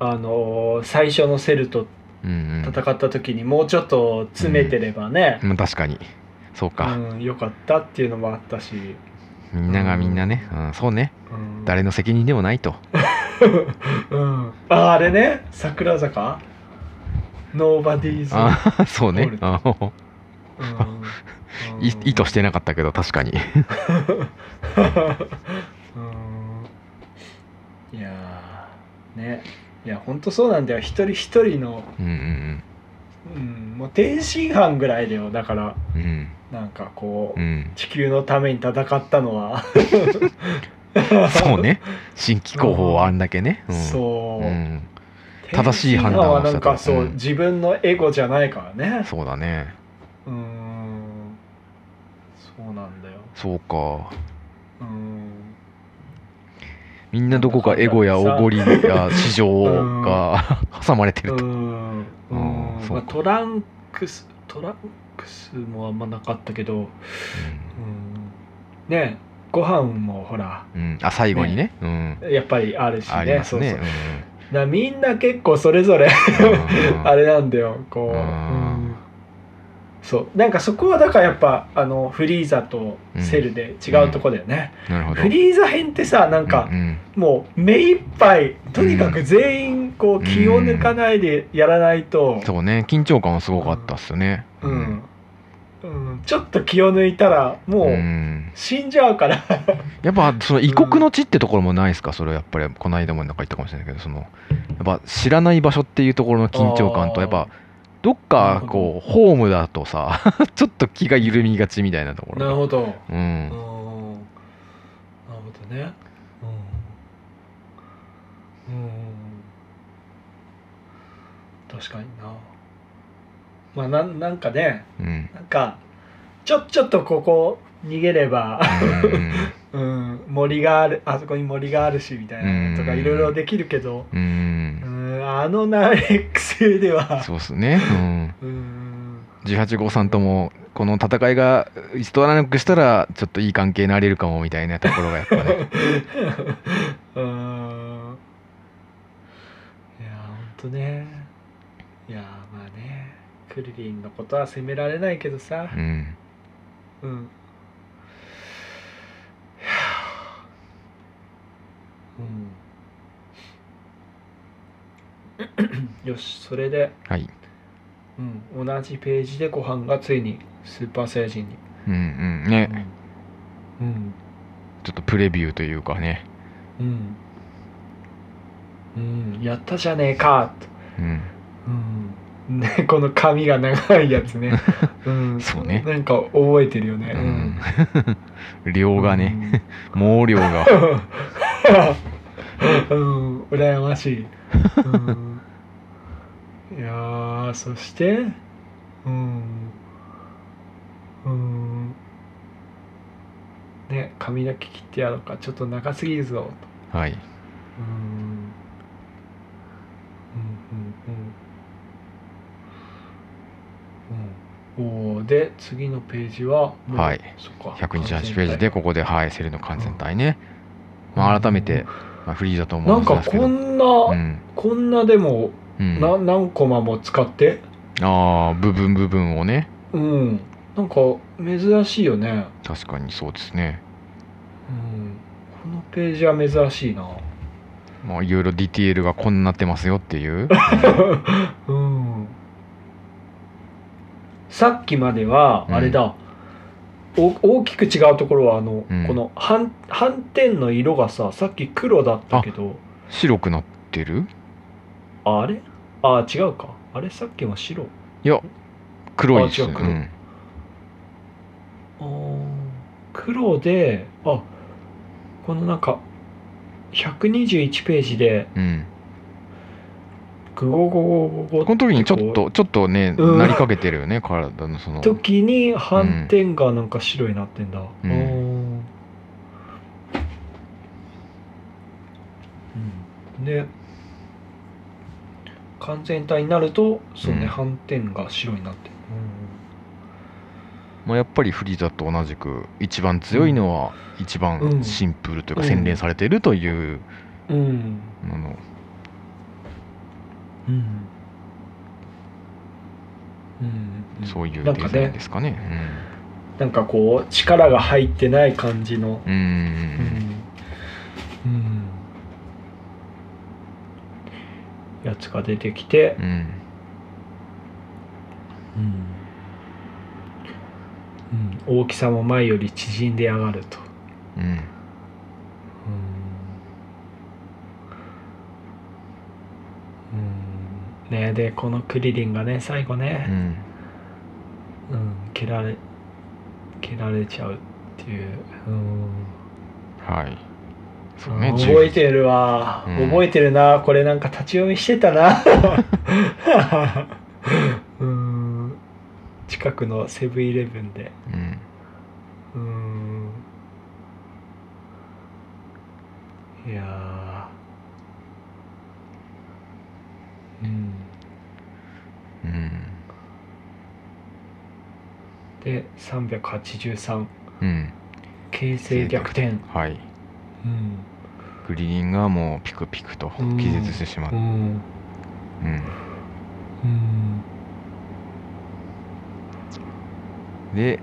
あのー最初のセルと
うんうん
戦った時にもうちょっと詰めてればね、
まあ確かにそう
う
か、
んよかったっていうのもあったし、
みんながみんなね、うん、そうね
うん、
誰の責任でもないと
うん、ああれね桜坂ノーバディーズ、
ああそうねあー
うん
い 意図してなかったけど確かに
うんいやーねいやほんとそうなんだよ一人一人の、
うんうん
うん、もう天津飯ぐらいだよだから
うんうん
なんかこう、
うん
地球のために戦ったのは
そうね新規候補をあんだけね、うん、
そう、
ん、
天
正しい
津飯
判断を
は
したと
なんかそう、
うん
自分のエゴじゃないからね
そうだね
うーんそうなんだよ
そうか
うん
みんなどこかエゴやおごりや市場が挟まれて
う
ると、
んう
あー
ん
そう
まあ
か
トランクストランクスもあんまなかったけど、うん、ねご飯もほら
うんうんあ最後にねうん
やっぱりあるしね
あります
そうそう
ね
だからみんな結構それぞれ
うんうん
あれなんだよこう、
あー
うんそうなんかそこはだからやっぱあのフリーザとセルで違うとこだよね、
なるほど
フリーザ編ってさなんか
うんうん
もう目いっぱいとにかく全員こ
うん
う気を抜かないでやらないと、
そうね緊張感はすごかったっすよね
うんうん、ちょっと気を抜いたらも
う
うん死んじゃうから、
やっぱその異国の地ってところもないですかそれはやっぱりこの間もなんか言ったかもしれないけどそのやっぱ知らない場所っていうところの緊張感と
あー
やっぱどっかこうホームだとさ ちょっと気が緩みがちみたいなところ
なる
が
ほど、
う
うん、なんるほどねうん、うん、確かになまあなんなんかね
うん
なんかちょちょっとここ逃げれば
うん
うん、森があるあそこに森があるしみたいなのとか
うん
いろいろできるけど、
う
うんん、あのナイレックスでは
そうっすねうん
うん
18号さんともこの戦いが一度なくしたらちょっといい関係になれるかもみたいなところがやっぱね
うんいやほんとねいやまあねクリリンのことは責められないけどさ
うん
うん、いやうん よしそれで
はい
うん、同じページでご飯がついにスーパーサイヤ人に。
うんうんね
うん。
ちょっとプレビューというかね
うん。うん、やったじゃねえかと。
うん
うん。ね、 この髪が長いやつ ね。うん。
そうね
なんか覚えてるよね。
うん。量がね、
ね。
毛量が
うん。 うん、羨ましい。うん、いやー、そして、うん。うん。ね、髪の毛切ってやろうか、ちょっと長すぎるぞ。
はい
うん。うんうんうん。うん。おーで、次のページは、もう
はい、
そっか
128ページでここではいセルの完全体ね、まあ、改めて、まあ、フリーだと思
な
うんんで
か
すけど
こんな、
うん
こんなでも、
うん、
な何コマも使って
ああ部分部分をね
うんなんか珍しいよね、
確かにそうですね
うん、このページは珍しいな
まあいろいろディティールがこんななってますよっていう
うんさっきまではあれだ、お大きく違うところはあの、
うん
この斑斑点の色がささっき黒だったけど
白くなってる
あれあ違うかあれさっきは白
いや黒いです
あ違う黒
うん
あー黒であこのなんか121ページで
うん、
グゴゴゴゴゴ
この時にちょっ
こ
とちょっとね、
うん
なりかけてるよね体のそうの
時に斑点がなんか白になってんだ、
うん
あーうんで完全体になるとそうね、
うん
斑点が白になってる、
まあ、やっぱりフリーザと同じく一番強いのは一
う
番
ん
シンプルというか
うん
洗練されているという
うん
のの
うんうんうん
そういう
な
デ
んか
ザイン
ね
ですかね。
なんかこう力が入ってない感じの
うんうん
うん、やつが出てきて
うんう、ん
うんうん大きさも前より縮んでやがると、
うん
うんね、でこのクリリンがね最後
う
ね、
ん
うん、蹴られ蹴られちゃうっていう。うん
はい。そうね。
覚えてるわ、
うん
覚えてるなこれなんか立ち読みして たなうん近くのセブンイレブンで
うん
うんいやーうん
うん
で383
うん
形勢逆転
はい
うん
グリーンがもうピクピクと気絶してしまう
う、ん
うん
うん
で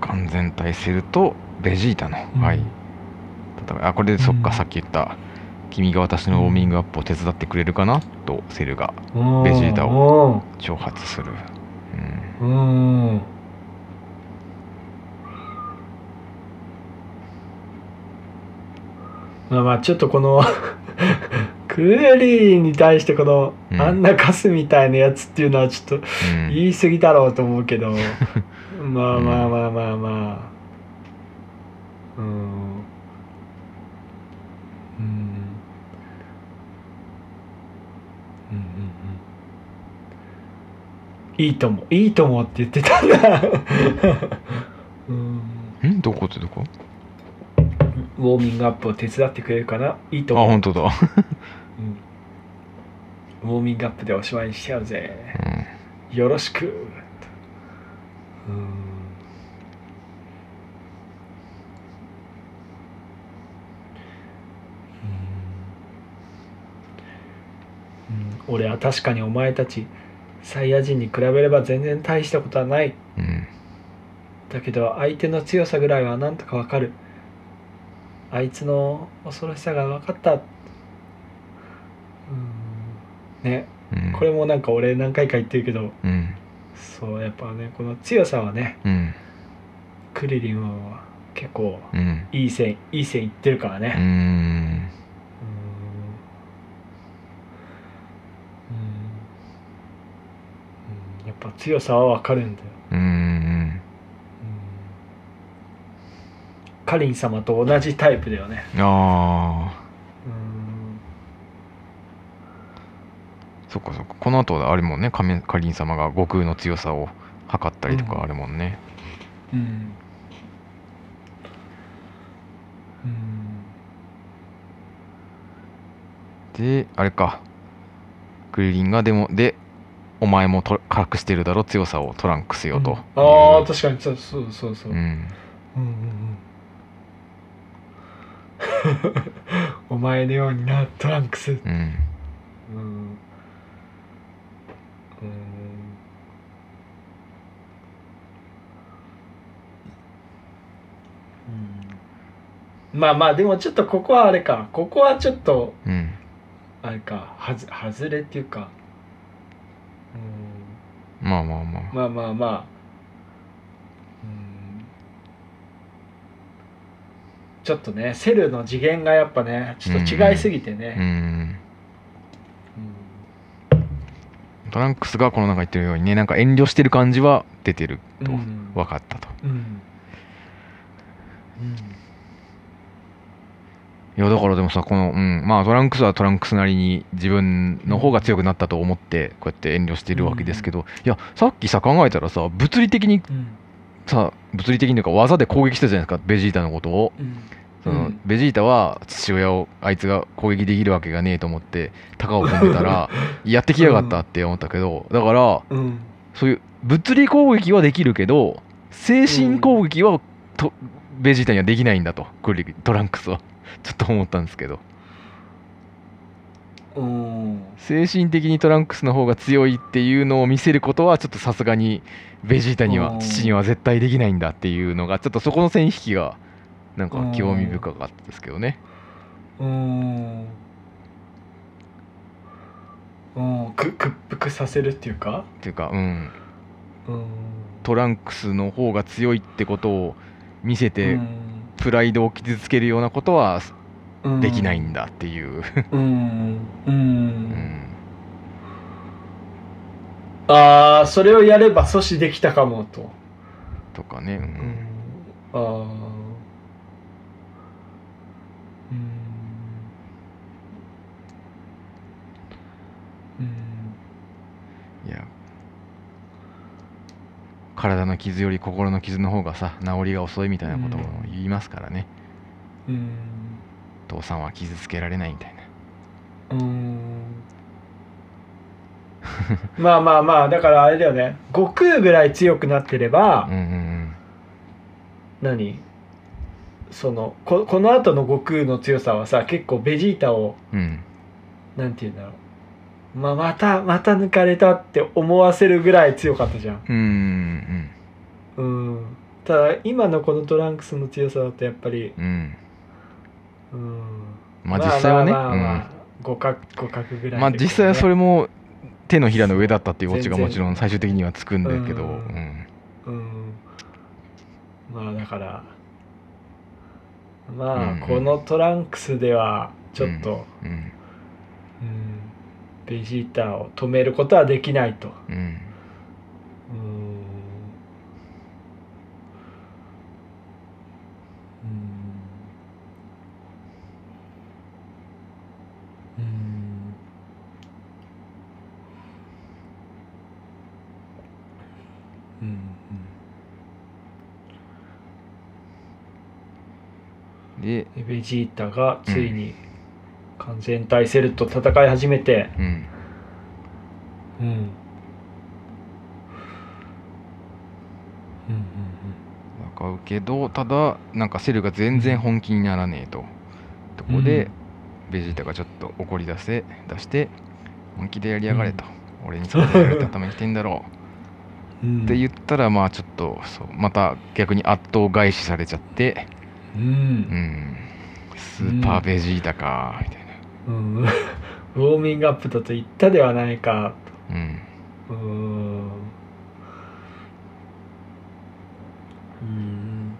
完全体セルとベジータの、
うん
はい戦いあこれでそっか、
うん
さっき言った君が私のウォーミングアップを手伝ってくれるかなとセルが
うん
ベジータ
を
挑発する、うん
うんうんまあまあちょっとこの クーリーに対してこの、
うん
あんなカスみたいなやつっていうのはちょっと
うん
言い過ぎだろうと思うけどまあまあまあまあまあうんうんうんうんうんいいともいいともって言ってたんだうん
んどこってどこ
ウォーミングアップを手伝ってくれるかないい
あ
とも、
本当だ、
うんウォーミングアップでおしまいにしちゃうぜ
うん
よろしくうんうん俺は確かにお前たちサイヤ人に比べれば全然大したことはない
うん
だけど相手の強さぐらいはなんとかわかるあいつの恐ろしさが分かったうんね
うん、
これもなんか俺何回か言ってるけど
うん
そうやっぱねこの強さはね
うん
クリリンは結構
うん
いい線いい線いってるから
う
ね
ん
うんうんやっぱ強さは分かるんだよ、
うん
うん、カリン様と同じタイプだよね
あ
うん
ーそっかそっかこの後あれもんね仮面かりん様が悟空の強さを測ったりとかあるもんね
うんうん
であれかクリリンがでもでお前もと隠してるだろ強さをトランクスよと、
ああ確かにそうそうそうそう、
うん
うんうん うんお前のようになトランクス
うん
うんうんうんまあまあでもちょっとここはあれかここはちょっと
うん
あれかはず外れっていうかうん
まあまあまあ、
まあまあまあうんちょっとねセルの次元がやっぱねちょっと違いすぎて
う
ね、
んトランクスがこの中言ってるようにねなんか遠慮してる感じは出てる
うん
と
うん
分かったと、
うんうん
いやだからでもさこの、うん、まあトランクスはトランクスなりに自分の方が強くなったと思ってこうやって遠慮してるわけですけど、いやさっきさ考えたらさ物理的に
うん
さ物理的にというか技で攻撃したじゃないですかベジータのことを
うん
その、
うん
ベジータは父親をあいつが攻撃できるわけがねえと思って鷹を込んでた らやってきやがったって思ったけどだから
うん
そういう物理攻撃はできるけど精神攻撃はと、ベジータにはできないんだとクリトランクスはちょっと思ったんですけど
うん
精神的にトランクスの方が強いっていうのを見せることはちょっとさすがにベジータに
う
は
ん
父には絶対できないんだっていうのがちょっとそこの線引きがなんか興味深かったですけどね。
うんうんく屈服させるっていうか
っていうか、うん、
うん
トランクスの方が強いってことを見せて、
うん
プライドを傷つけるようなことは
うん
できないんだっていう。
うんう
うんん
ああそれをやれば阻止できたかもと、
とかね、う
うんああうんうん
いや体の傷より心の傷の方がさ治りが遅いみたいなことも言いますからね。
うん
父さんは傷つけられないみたいな
うーんまあまあまあだからあれだよね悟空ぐらい強くなってれば、
うんうん
何そのここの後の悟空の強さはさ結構ベジータを
うんうん
なんて言うんだろう、まあ、またまた抜かれたって思わせるぐらい強かったじゃん
うんうん
うんただ今のこのトランクスの強さだとやっぱり
うんうん
うん
まあ実際はね
まあまあまあまあ
う
互角互角ぐらい、
んまあ実際はそれ
も、
も手のひらの上だったっていうオチが
全然
もちろん最終的にはつくんだけど
う
うんん
うん、まあだからまあ、
うんうん
このトランクスではちょっと、
うん
うん、ベジータを止めることはできないと。
うん
うーんうーんうーんうん
で
うんベジータがついに完全体セルと戦い始めて、
うん
うん、うんうんうん
戦うけどただなんかセルが全然本気にならねえととこで、ベジータがちょっと怒り出せ出して本気でやりやがれと、俺にそれやるためにしてんだろ
うん
うって言ったらまあちょっとそうまた逆に圧倒返しされちゃって
う
うんんスーパーベジータかみたいな
うん、ウォーミングアップだと言ったではないか
うん
うーんうん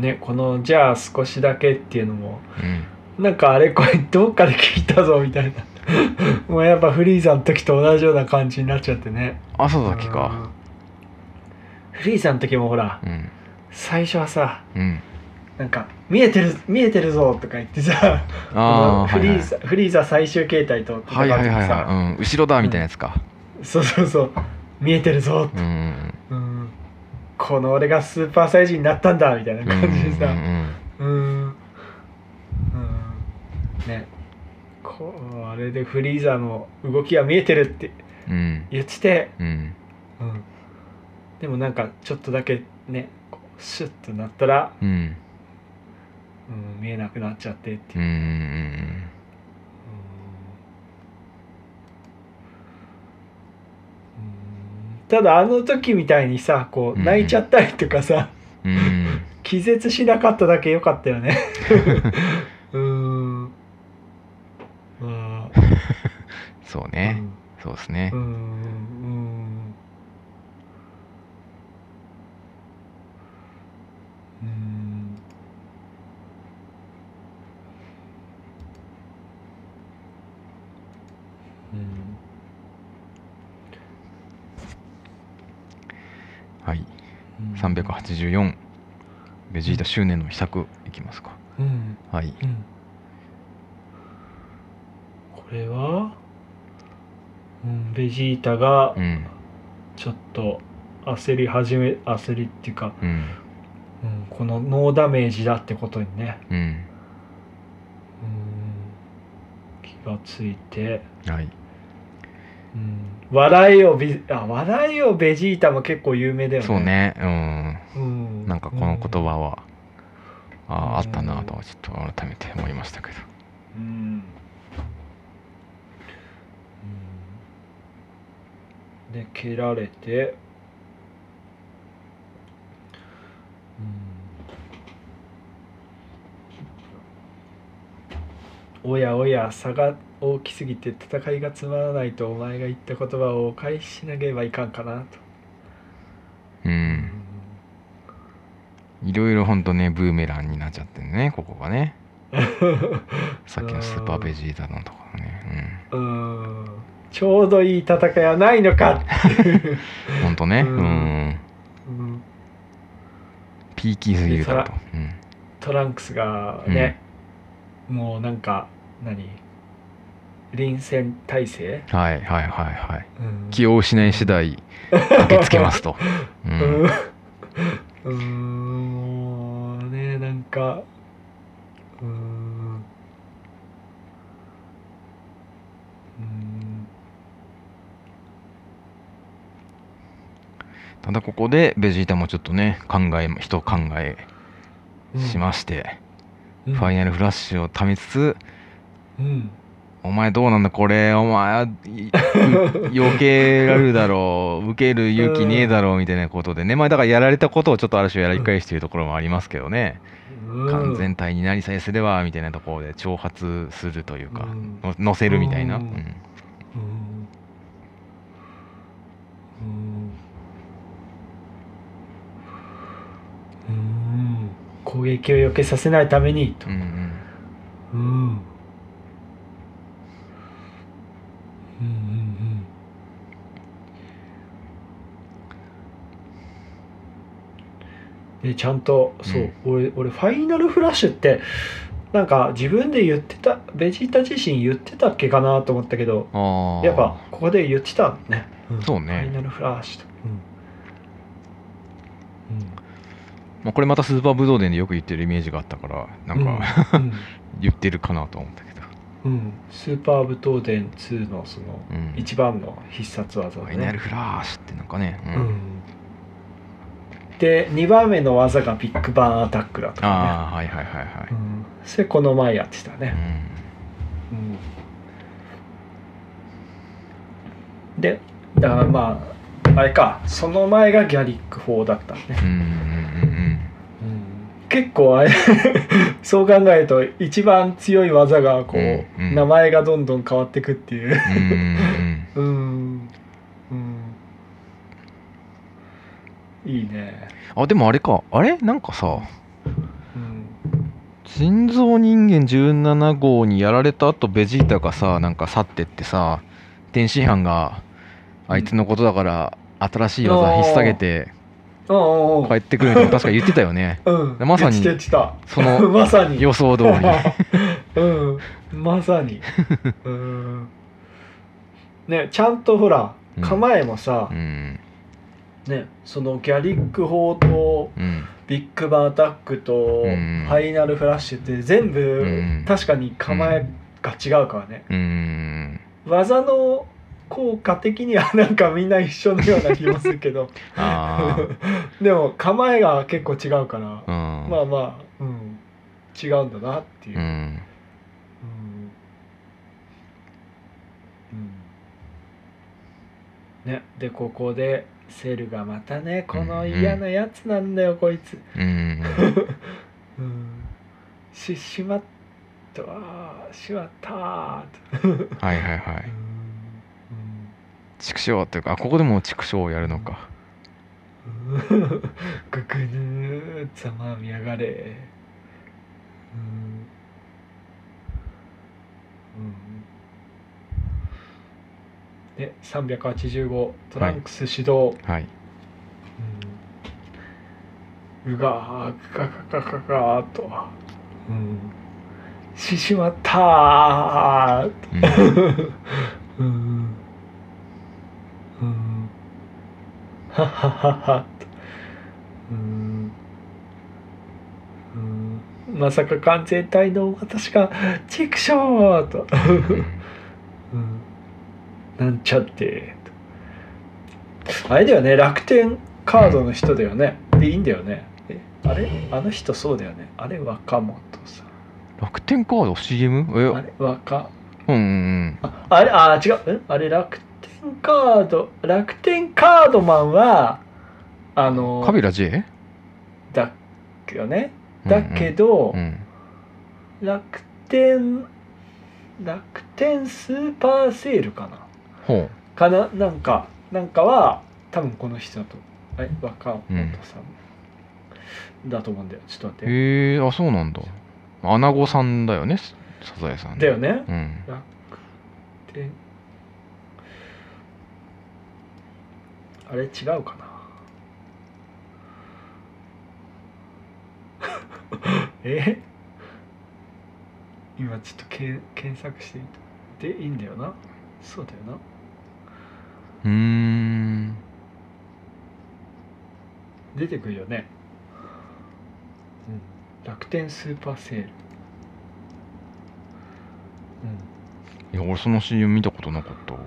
ねこの「じゃあ少しだけ」っていうのもなんかあれこれどっかで聞いたぞみたいな もうやっぱフリーザの時と同じような感じになっちゃってね
うん朝だけか
うんフリーザの時もほら
うん
最初はさ
うん
なんか見えてる見えてるぞとか言ってさ
ああは
フ
い
リ
はい
ーザ、フリーザ最終形態と戦
はいはいは
って
いはい
さ、
うん後ろだみたいなやつか
そうそうそう見えてるぞ
うんうん
うんこの俺がスーパーサイジになったんだみたいな
うんうん
感じで
う
さ
ん
うんうんねこあれでフリーザの動きが見えてるって
うん
言ってて、
うん
うん、でもなんかちょっとだけねこうシュッとなったら、
うん
うん、見えなくなっちゃってって
う
い
んう
う、
ん
うんただあの時みたいにさこう
うん
泣いちゃったりとかさ、
うんうん
気絶しなかっただけ良かったよね うーんまあ
そうねそうですね
うんうんうんうんうん
はい
うん
384ベジータ執念の秘策いきますか
うん
はい
うんこれは、うん、ベジータが
うん
ちょっと焦り始め焦りっていうか、
うん
うん、このノーダメージだってことにね、
うん
うん、気がついて、
はい
うん、笑いをビあ笑いをベジータも結構有名だよね
そう、ね
う、
うんんなんかこの言
葉
葉はあーあったなとはちょっと改めて思いましたけど
うん、うんで蹴られて、うん、おやおや差が大きすぎて戦いがつまらないとお前が言った言葉をお返ししなければいかんかなと、
う
うん
いろいろほんとねブーメランになっちゃってねここが ねさっきのスーパーベジータのところね
ん、うんちょうどいい戦いはないの かっていう、
うんほんとね
うん
うん
うん
ピーキーすぎるだろうと
トランクスがね、もうなんか何臨戦態勢、
うんはいはいはいはい
うん
気を失い次第駆けつけます とう
うんん、う ーんもうねなんかうーん
ただここでベジータもちょっとね考え人を考えしまして、
うん
ファイナルフラッシュをためつつ
うん
「お前どうなんだこれお前い避けられるだろう受ける勇気ねえだろう」みたいなことでねまあだからやられたことをちょっとある種やり返しているところもありますけどね
うん
完全体になりさえすればみたいなところで挑発するというか
うん
の乗せるみたいな、
う
うんん
うんうんうん攻撃を避けさせないためにと
うんうん
うんうんうんうんでちゃんとそう、俺俺ファイナルフラッシュってなんか自分で言ってたベジータ自身言ってたっけかなと思ったけど
ああ
やっぱここで言ってたね、
そう
ファイ
ね、
ナルフラッシュと、
まあ、これまたスーパーブドウ伝でよく言ってるイメージがあったからなんか、
うん
言ってるかなと思ったけど、
うんうんスーパー武闘伝2のその
うん、
一番の必殺技
フ
だね
ァイナルフラッシュってなんかね、うん
うんで2番目の技がビッグバンアタックだとか
ああはいはいはいはい
ね、う、ん、それこの前やってた
う
ね、
ん
うんでだからまああれかその前がギャリック法だったね
うんうん
結構あれ そう考えると一番強い技がこう、
うんうん
名前がどんどん変わってくっていう
うんうんうんうん
うん、うん、いいね、
あでもあれかあれなんかさ
うん、
人造人間17号にやられた後ベジータがさなんか去ってってさ天津飯があいつのことだから新しい技引っ提げて
おうおう
帰
おう
ってくるの確か言ってたよね
うん、
まさに
言ってた
そ
言ってた
の
まさに
予想通り
うんま さにうんねちゃんとほら
うん
構えもさ
う、ん
ねそのギャリック法と
うん
ビッグバンアタックとフ
うん
ァイナルフラッシュって全
う
部
ん
確かに構えが違うからね
うん
技の効果的には なんかみんな一緒のような気もするけど
ああ
でも構えが結構違うから
うん
まあまあ、うん、違うんだなっていうう。
ん
うんうんね、でここでセルがまたねこの嫌なやつなんだよ、こいつ
うん
うんししまったわーしまったーと
はいはいは
う
い
ん
畜生というかあここでもう畜生をやるのか
うんうんぐぐぬーざまあみやがれうんうんで385トランクス指導、
はい
うがーガガガガガーと、うん、ししまったー
うん
うんうんはっはっはっはとうんうんまさか完全体の私がチクショーとうんなんちゃってあれだよね楽天カードの人だよね、でいいんだよねえあれあの人そうだよねあれ若本さん
楽天カード CM?
あ
え
れ若
うんうん
ああれあ違うんあれ楽天カード楽天カードマンはあ
う
の
んカビラ J?
だけどねだけど、
うん
楽天楽天スーパーセールかな
ほ
かななんかなんかは多分この人だとあれ若本さん、だと思うんだよちょっと
う
待って
へえあそうなんだアナゴさんだよねサザエさん
だよね
うん
楽天あれ違うかな え今ちょっとけ検索してみたでいいんだよなそうだよな
うーん
出てくるよね、楽天スーパーセール、
いや俺その CM 見たことなかったわ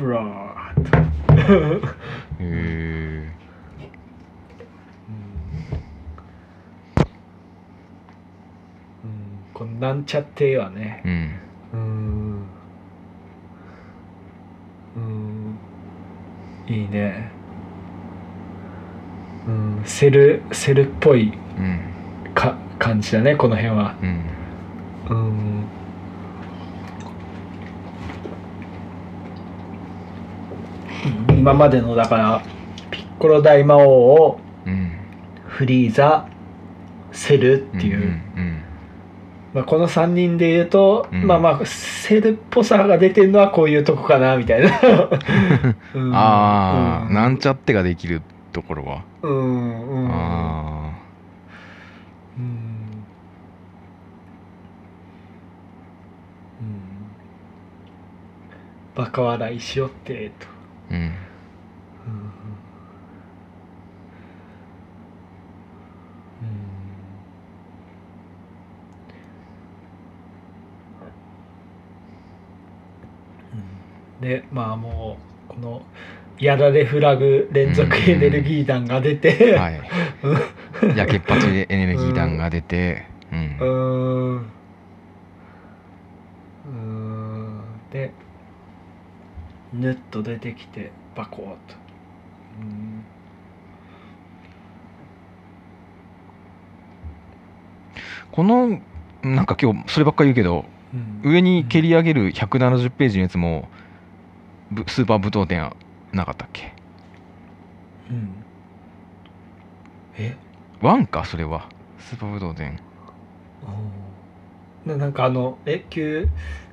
ブラーっ
へ え
うんこのなんちゃってはね
うん
うんうんいいねうんセルセルっぽい
うん
か感じだねこの辺は
うん
うん今までのだからピッコロ大魔王を
うん
フリーザセルっていう、
うん
まあ、この3人で言うと、
うん
まあまあセルっぽさが出てるのはこういうとこかなみたい な、うん
ああ、
うん
なんちゃってができるところは、
うんうん
あ
うんうんバカ笑いしよってと、
あうん
うんうんでまあもうこのやられフラグ連続エネルギー弾が出て、
はい焼けっぱちでエネルギー弾が出てうん
うーんうーんでぬっと出てきてバコーっとうーん
このなんか今日そればっかり言うけど
うん
上に蹴り上げる170ページのやつもぶスーパー武闘伝はなかったっけ
うんえ
ワンかそれはスーパー武闘伝
ななんかあのえ究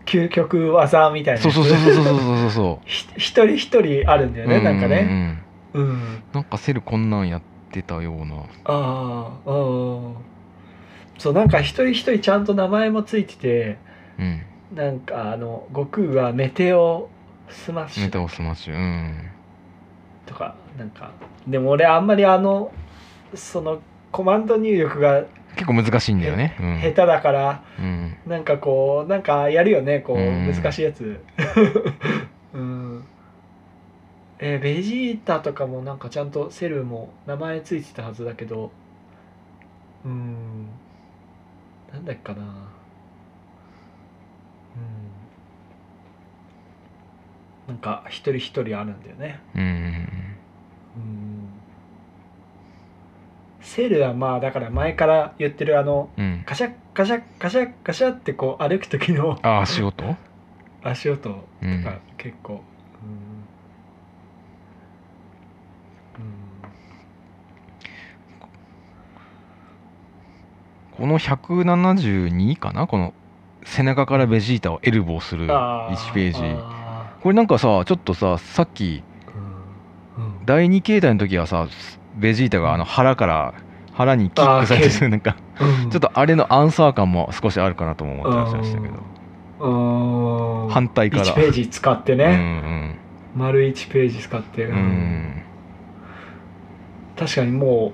究極技みたいな
そうそうそうそうそうそうそうそ
ひ一人一人あるんだ
う
よね、なんか
う
ね
ん
うん
なんかセルこんなんやってたような
ああうんそうなんか一人一人ちゃんと名前もついてて
うん
なんかあの悟空はメテオスマッシ
メタ
ュ
オスマッシュうん
とかなんかでも俺あんまりあのそのコマンド入力が
結構難しいんだよねうん
下手だから、
うん
なんかこうなんかやるよねこう
うん
難しいやつ うんえーベジータとかもなんかちゃんとセルも名前ついてたはずだけどうんなんだっけかなうんなんか一人一人あるんだよね
うん
うんセルはまあだから前から言ってるあの
うん
カシャッカシャッカシャッカシャッってこう歩く時の
ああ仕事
足音と
うん
か結構うん
この172かなこの背中からベジータをエルボーする
うんあ
1ページ
あ
これなんかさちょっとささっき
うんうん
第2形態の時はさベジータがあの腹から腹にキックされ
あー蹴
てるなんか
う ん
ちょっとあれのアンサー感も少しあるかなとも思ってましたけど
うん
反対から
1ページ使って
う
ね、
ん
丸1ページ使って、
う
うん
うん
確かにも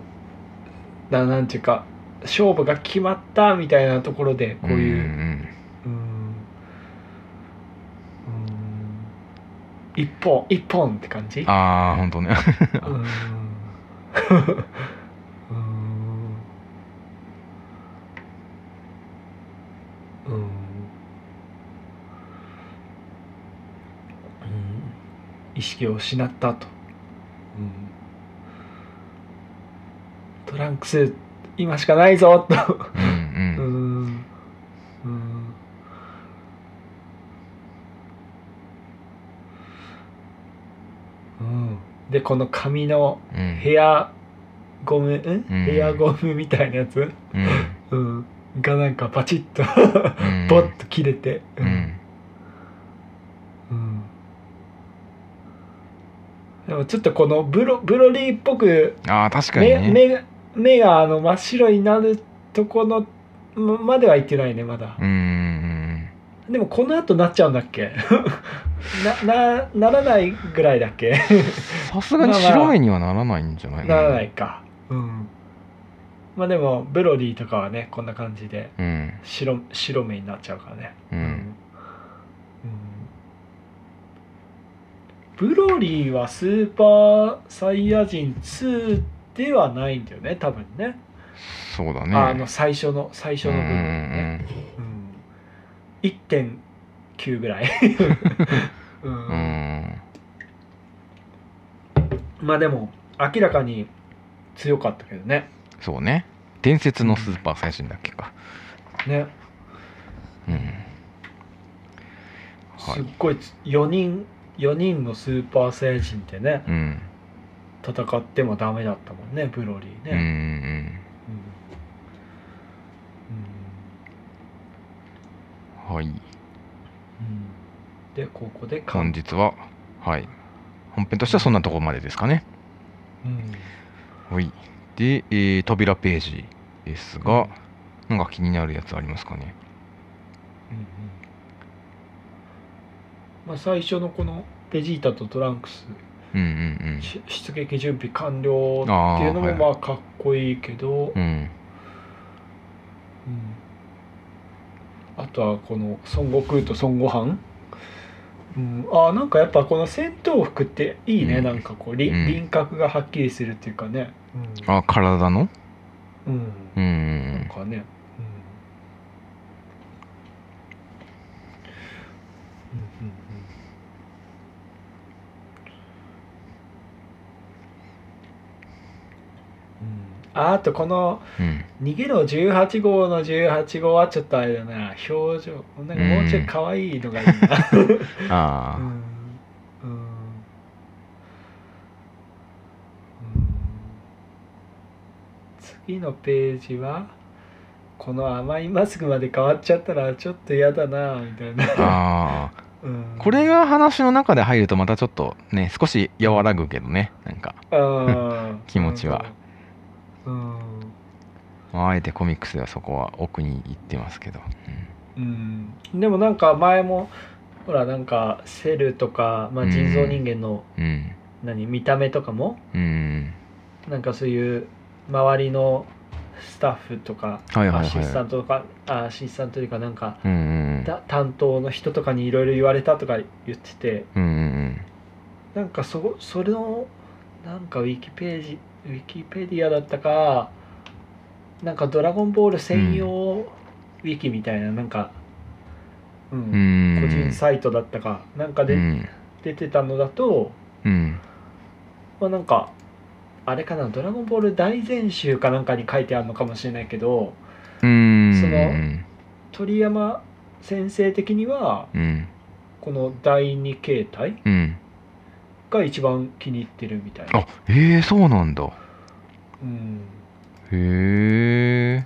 うななんていうか勝負が決まったみたいなところでこういう、
ん
うんうん一本一本って感じ
うんああ本当ね
うんうんうんうん意識を失ったと、うんトランクス今しかないぞと
うん
う
うん
んうんうんでこの紙の
うん
ヘアゴム、うん
うん
ヘアゴムみたいなやつ、
うん
うん、がなんかパチッと
うん
ボッと切れて、
う、ん
うんでもちょっとこのブロブロリーっぽく
ああ確かに
目
ね
目目があの真っ白になるとこのままではいってないねまだ
う、んうん
でもこの後なっちゃうんだっけ ななならないぐらいだっけ
さすがに白目にはならないんじゃない
ならないかうんまあでもブロリーとかはねこんな感じで
うん
白白目になっちゃうからね
う
うんブロリーはスーパーサイヤ人2ではないんだよね多分ね
そうだね
あの最初の最初
う
の
んうん
部分ね、うん1.9ぐら い、
う
う、
んうんん
まあでも明らかに強かったけどね
そうね伝説のスーパー最新だっけか
ね
うんはい
すっごい4人4人のスーパーサイヤ人ってね
うん
戦ってもダメだったもんねブロリー
うんうんう
ね、
んはい
うんうんでここで
本日ははい本編としてはそんなところまでですかね
うん
はいで、えー扉ページですがなんか気になるやつありますかね
まあ、最初のこのベジータとトランクス
うんうん
し出撃準備完了って
あー
いうの
は
も
い
まあかっこいいけど、
うんうん
うんあとはこの孫悟空と孫悟飯、うん、あーなんかやっぱこの戦闘服っていいね、
うん
なんかこうり
うん
輪郭がはっきりするっていうかね、
あ体の
うん
うんう
なん
ん
かね、うんうんうんうんうんああとこの
うん
逃げろ18号の18号はちょっとあれだな表情なんかもうちょい可愛いのがいいな、
うんあ
う
あ
んうんうん次のページはこの甘いマスクまで変わっちゃったらちょっと嫌だなみたいな、
ああ
うん
これが話の中で入るとまたちょっとね少し和らぐけどねなんか
うん
気持ちは
うん
まああえてコミックスではそこは奥に行ってますけど、
うん、でもなんか前もほらなんかセルとか、まあ、人造人間の
うん、うん
何見た目とかも
うん
なんかそういう周りのスタッフとか
はいは
ア
い
シ
は
スタ
い
ントとかアシスタントというかなんか
うんうん
だ担当の人とかにいろいろ言われたとか言ってて
うんうん
なんかそそれのなんかウィキページウィキペディアだったかなんか「ドラゴンボール」専用ウィキみたいな、なんか、う
うんうんん
個人サイトだったかなんかで、
うん
出てたのだと、
うん
まあ、なんかあれかな「ドラゴンボール大全集」かなんかに書いてあるのかもしれないけど
うん
その鳥山先生的には
うん
この第2形態
うん
が一番気に入ってるみたいな
あ、ええそうなんだへ
うん、
え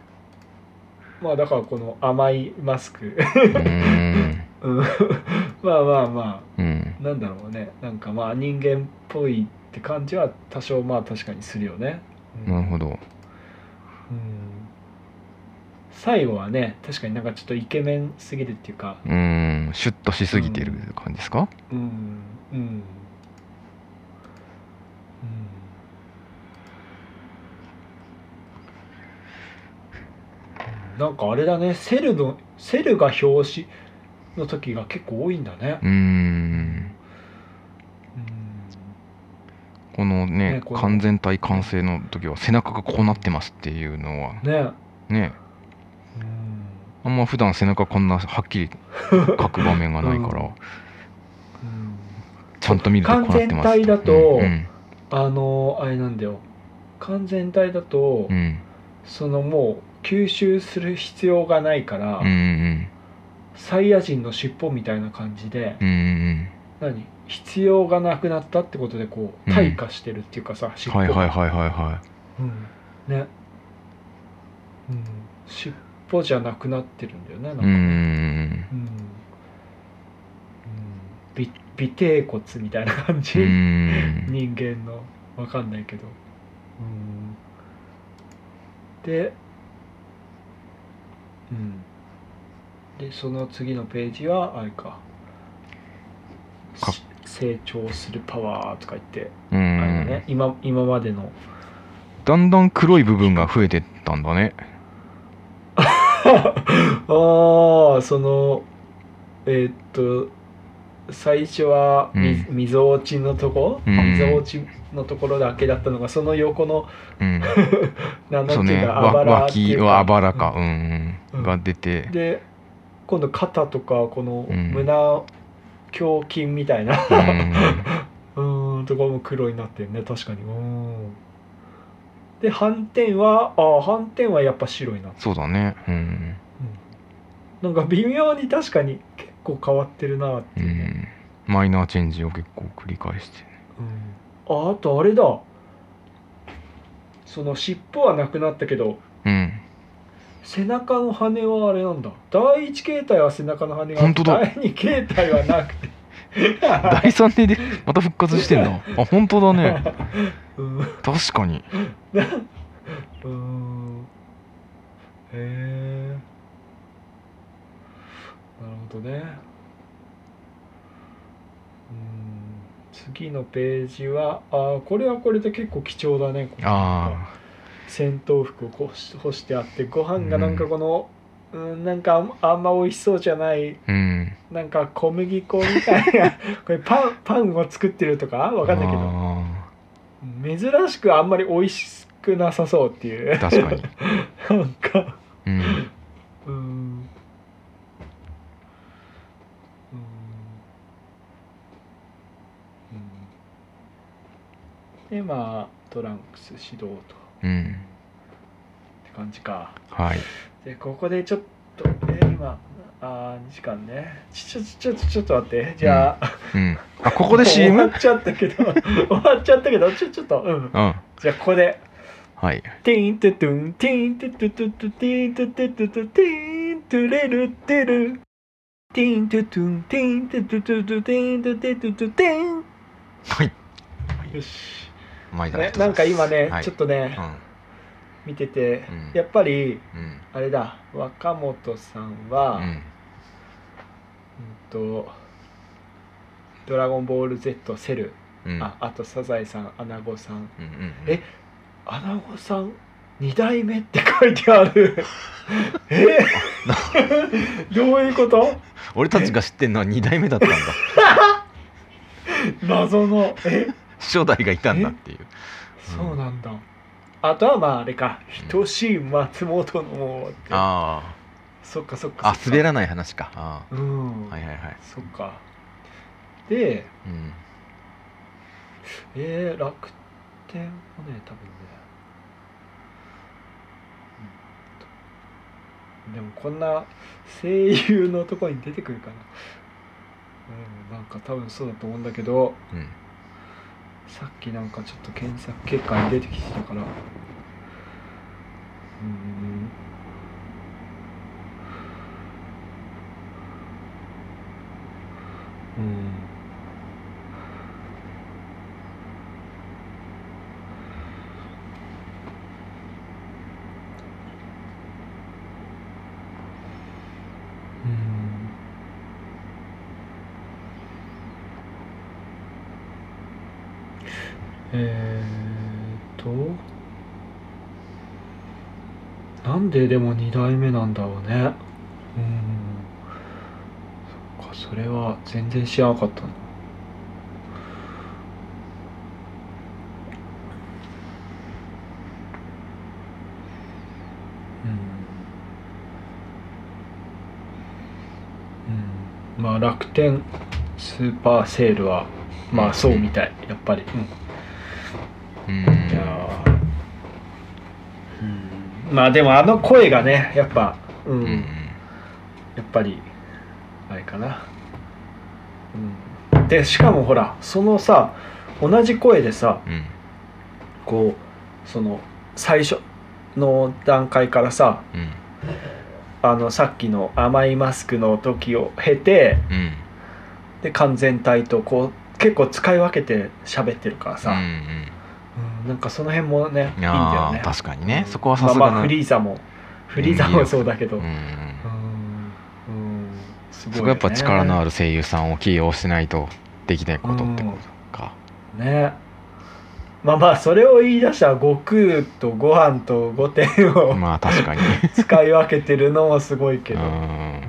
まあだからこの甘いマスク
うん
うん まあまあま
うん
あなんだろうねなんかまあ人間っぽいって感じは多少まあ確かにするよね、うん
なるほど
うん最後はね確かになんかちょっとイケメンすぎるっていうか
うんシュッとしすぎてる感じですか
うんうんうんなんかあれだねセルのセルが表紙の時が結構多いんだね
う、んこのね
ねこの
完全体完成の時は背中がこうなってますっていうのは
うん、ね
ね
うん
あんま普段背中こんなはっきり書く場面がないから、ちゃんと見るとこうなってます
完全体だと
うん
あのあれなんだよ完全体だと、
うん
そのもう吸収する必要がないから、
うんうん
サイヤ人の尻尾みたいな感じで、
うんうん
何必要がなくなったってことでこう
うん
退化してるっていうかさ、
う
尻
ん
尾が
はいはいはいはいは
うんね、うん、尻尾じゃなくなってるんだよね
い
なんか
うんうんうん
うん、うん、び尾てい骨みたいな感じ、
うんうん
人間のわかんないけど、うん、で、うん、でその次のページはあれか
か
し成長するパワーとか言って、
うんうん
あれだね今今までの
だんだん黒い部分が増えてったんだね
ああそのえーっと最初はみ
うん
溝落ちのとこ、
うん
溝落ちのところだけだったのがその横の
うん、
なんて
そうね
いうかあ
わ
ばらってい
脇
う
はあばらか、うん
うん
が出て、
で今度肩とかこの
うん
胸胸筋みたいな
うん
うーんとかも黒になってるね確かにうーんで斑点はあー斑点はやっぱ白になってる
そうだね、うん
なんか微妙に確かに結構変わってるなって
う
いうね、
ん、マイナーチェンジを結構繰り返してね
うんああとあれだその尻尾はなくなったけど
うん
背中の羽はあれなんだ第一形態は背中の羽があ
本
って
当だ
第二形態はな くて
第3年で また復活してんだあ本当だね
うん
確かに
うーんへえなるほどねうん次のページはあーこれはこれで結構貴重だねこの
あ
戦闘服をこうし干してあってご飯がなんかこの、うんなんかあんあんま美味しそうじゃない
あうん
なんか小麦粉みたいなこれパンパンを作ってるとかわかんないけど
あ
珍しくあんまり美味しくなさそうっていう
ー確かに、
なんか
うん、
うーんうーんうんでまあトランクス指導と
うん
って感じか
はい
でここでちょっとえー今あ2時間ねちょちょちょちょちょっと待ってじゃあ、
うんあここで CM? うん
終わっちゃったけど終わっちゃったけどちょちょっとうん
は
じゃあここで
い
ティーンテトゥンティーンテトゥトゥトゥティーンテトゥトゥトゥティーントゥレルテルティーンテトゥンティーンテトゥトゥトゥティーンテトゥトゥティーン
はい
よし、
毎度あり
ね
が、とう
なん
ござ
か
いま
今
す
ね、
はい
ちょっとね、見てて、
うん
やっぱり
うんうん
あれだ若本さんは、
う
うん
ん
と「ドラゴンボール Z」セル、
うん
ああと「サザエさん」「アナゴさん」
うんうんうん
え「アナゴさん2代目」って書いてあるえどういうこと
俺たちが知ってんのは2代目だ ったんだ
謎のえ
初代がいたんだっていう
そうなんだ、あとはまああれか等しい松本のもうって
あ
そっかそっか
ああ滑
ら
らない話かあ
うん、
あはいはいはい
そっかで
うん
えー、楽天もね多分ね、うん、でもこんな声優のとこに出てくるかなうんなんか多分そうだと思うんだけど
うん
さっきなんかちょっと検索結果に出てきてたからうーんうんうんえー、っとなんででも2代目なんだろうねうんそっかそれは全然知らなかったなうんうんまあ楽天スーパーセールはまあそうみたいやっぱり、うん、
うん
いやーうんまあでもあの声がねやっぱうん、
うん
やっぱりあれかな、うん、でしかもほらそのさ同じ声でさ
うん
こうその最初の段階からさ
うん
あのさっきの甘いマスクの時を経て
うん
で完全体とこう結構使い分けて喋ってるからさ、
うん
うんなんかその辺もねいいん
うん
だよ
あ
ね
ー確かにねそこはさす
まあ
が
ま
な
あフリーザもフリーザもそうだけど、
うんうん
うんうんすごい
そ
よ
こ
ね
やっぱ力のある声優さんを起用しないとできないことってこ
うん
とか
ねまあまあそれを言い出したら悟空とご飯と御殿を
まあ確かに
使い分けてるのもすごいけ
う
どうんうん
ん
うん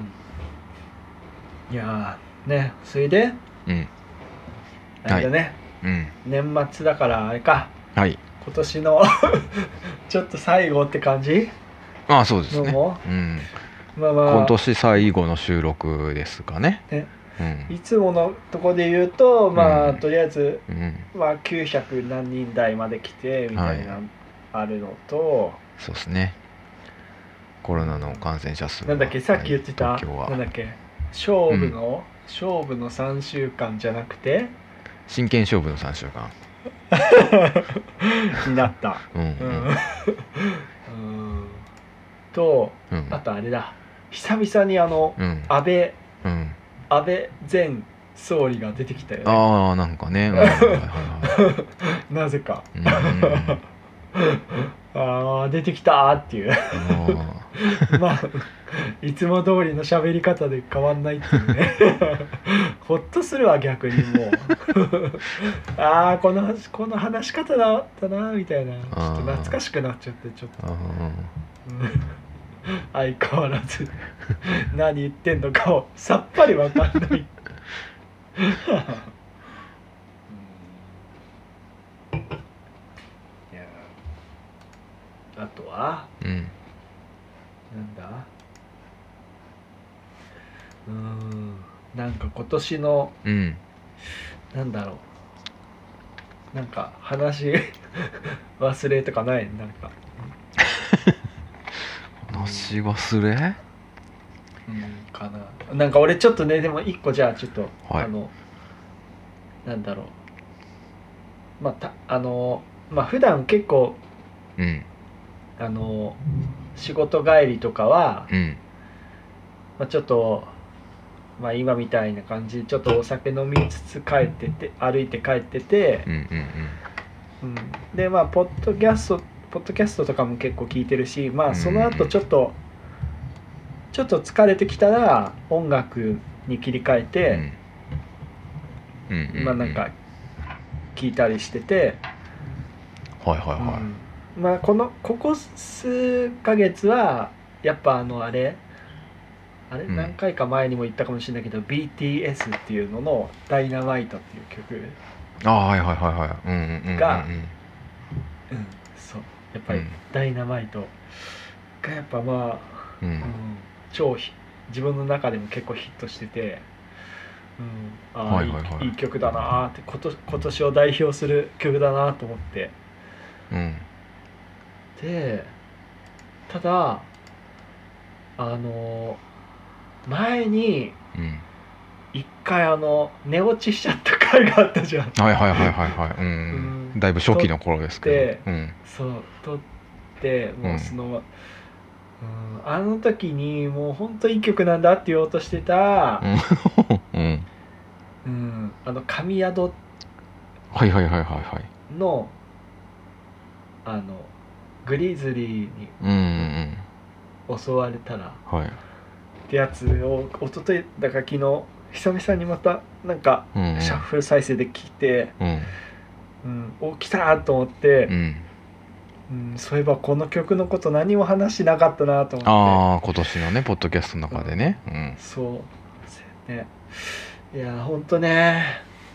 うんいやーねそれで
うん
あれだね、
うん
年末だからあれか
はい
今年の ちょっと最後って感じ
ああそうです
どう
ね
も
うん
まあまあ
今年最後の収録ですかね
ね
うん
いつものとこで言うとまあ、
うん
とりあえず、
うん
まあ、900何人台まで来てみたいな、
は
あるのと
そうですねコロナの感染者数が
なんだっけさっき言ってた、
はい東京
なん
は
だっけ勝負の、勝負の3週間じゃなく て
真剣勝負の3週間
になった
うんう
うん
ん
うん と
うん
あとあれだ久々にあの
うん
安倍
うん
安倍前総理が出てきたよね
ああなんかねうんはいはいは
なぜか
いうんうんうん
ああ出てきたーっていう
あ
まあいつも通りの喋り方で変わんないっていうねほっとするわ逆にもう ああこの話この話し方だったなみたいなちょっと
あー
懐かしくなっちゃってちょっと
ーあ
うん 相変わらず何言ってんのかをさっぱりわかん ないうんいやあとは
ーうん
なんだうーんなんか今年の
うん
なんだろうなんか話 忘れとかないなんか、
話忘れ
うん、かななんか俺ちょっとねでも一個じゃあちょっと、
はい
あのなんだろうまあたあのまあ普段結構
うん
あの仕事帰りとかは、
うん
まあ、ちょっと、まあ、今みたいな感じでちょっとお酒飲みつつ帰ってて歩いて帰ってて
うん、うん
うんでまあポッドキャストポッドキャストとかも結構聞いてるしま
うん
あその後ちょっと、ちょっと疲れてきたら音楽に切り替え
う
て、
んうんう
まあなんか聞いたりしてて、
はいはいは
うんまあこのここ数ヶ月はやっぱあのあれあれ、
うん
何回か前にも言ったかもしれないけど BTS っていうのの「ダイナマイトっていう曲、
いああはいはいはいはいうんうんうんうん
がそうやっぱり
うん
「ダイナマイトがやっぱまあ、
うんう
うんん超ヒ自分の中でも結構ヒットしてて、うん、ああ、
はいい
い
はいはい
いい曲だなーってこと今年を代表する曲だなと思って
うん
でただあの前に
うん
一回あの寝落ちしちゃった回があったじゃん
はいはいはいはいはいうん
うん
だいぶ初期の頃ですけどうん
そう撮っても
ん
うその、うんあの時にもう本当いい曲なんだって言おうとしてた
うん、うん
うん、あの神宿
はいはいはいはいはい
のあのグリズリーに
うんうん
襲われたら
うんはい
ってやつを一昨日だから昨日久々にまたなんか
うんうん
シャッフル再生で聞いて、
うん
うん、お来たと思って、
う
うん
ん
そういえばこの曲のこと何も話しなかったなと思っ
ああ今年のねポッドキャストの中でねうん
てそうそうねいやほんとね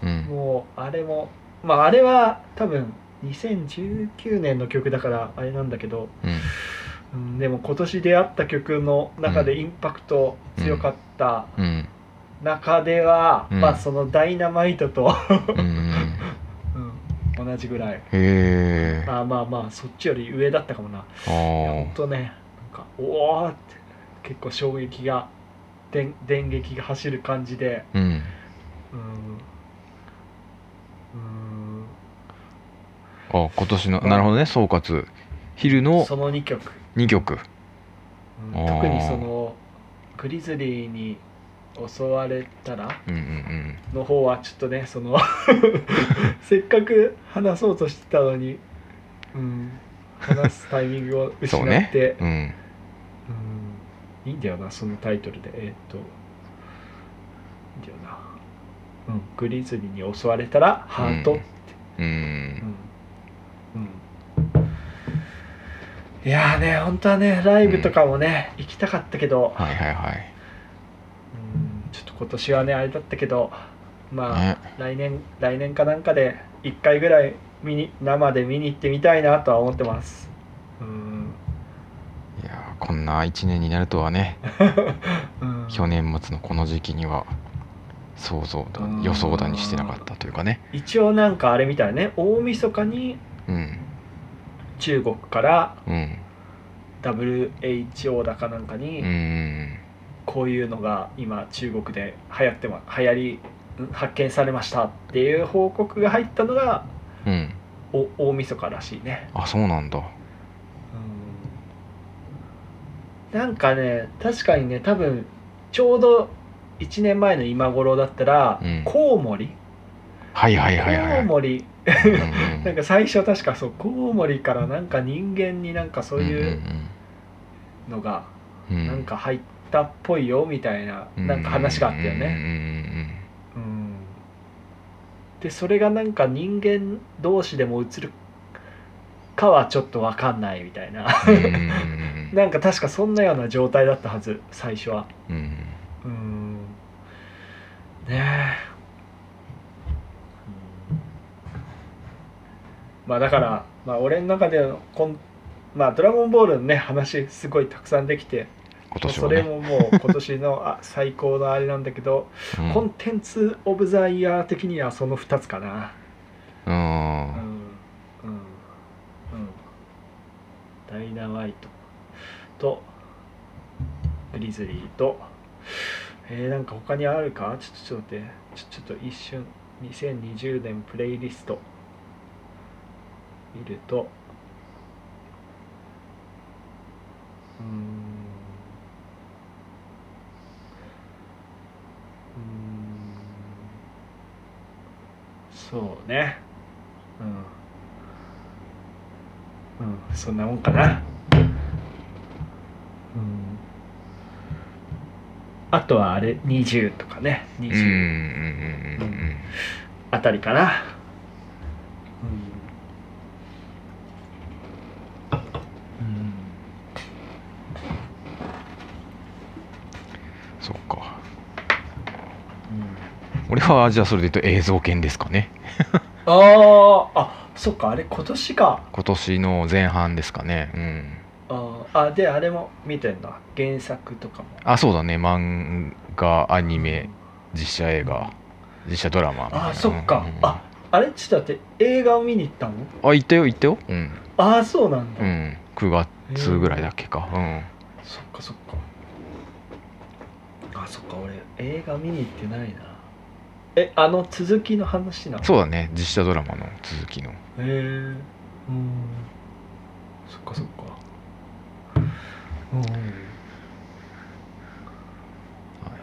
うん
もうあれもまああれは多分2019年の曲だからあれなんだけど、
うん
うん、でも今年出会った曲の中でインパクト強かった
うん
中では、
うん
まあその「ダイナマイトと、
うんうん
うん同じぐらい
へえ
あまあまあそっちより上だったかもな
あ
いやほん
ー
とねなんかおおって結構衝撃が電電撃が走る感じで
うん
うんうん
あ今年のなるほどね総括昼の
その2曲、
2曲
うん
あー
特にそのグリズリーに襲われたら
うんうん
の方はちょっとねその せっかく話そうとしてたのに、うん、話すタイミングを
うん
失
そう
っ
ね
て
うん
うんいいんだよなそのタイトルでえーっといいんだよな、うん、グリズリーに襲われたらハートって、
う
うんんうんいやーね本当はねライブとかもね、行きたかったけど、
はいはいはい
うんちょっと今年はねあれだったけどまあ、
ね
来年来年かなんかで1回ぐらい見に生で見に行ってみたいなとは思ってますうん
いやーこんな1年になるとはね
うん
去年末のこの時期には想像だ
うん
予想だにしてなかったというかね
一応なんかあれみたいね大晦日に
うん
中国から
うん
WHO だかなんか
う
に、
ん
こういうのが今中国で流行ってま流行りん発見されましたっていう報告が入ったのが
うん
お大晦日らしいね、
あそうなんだ
なんかね確かにね多分ちょうど1年前の今頃だったら、
うん
コウモリ
はいはいはいはい
コウモリ
うんうん
なんか最初確かそうコウモリからなんか人間になんかそういうのが
うんうんうん
なんか入ったっぽいよみたいな
うん
なんか話があったよね、うんでそれがなんか人間同士でも映るかはちょっと分かんないみたいな
うんうんうんうん
なんか確かそんなような状態だったはず最初は
うん うん
うんねえうんまあだから、まあ、俺の中でのこん、まあ「ドラゴンボール」のね話すごいたくさんできて、
今年
そ
は
れ
ね
ももう今年のあ最高のあれなんだけど
うん
コンテンツ・オブ・ザ・イヤー的にはその2つかな。
うん
うん。うん。うん。ダイナマイトと、グリズリーと、えー、なんか他にあるかちょっとちょっと待って、ちょちょっと一瞬、2020年プレイリスト見ると、うーん。うーんそうねうんうんそんなもんかなうんあとはあれ20とかね
うんうん
20
うんうん
あたりかなうん、
そっか
うん
俺はじゃあそれで言うと映像研ですかね
あーあそっかあれ今年か
今年の前半ですかねうん
あーあであれも見てんだ原作とかも
あそうだね漫画アニメ実写映画実写ドラマみたいな
あそっか
うんうん
ああれちょっと待って映画を見に行ったの
あ行ったよ行ったようん、
ああそうなんだ、
うん、9月ぐらいだっけかうん
そっかそっかあそっか俺映画見に行ってないなえあの続きの話なの
そうだね実写ドラマの続きの
へえうんそっかそっかうん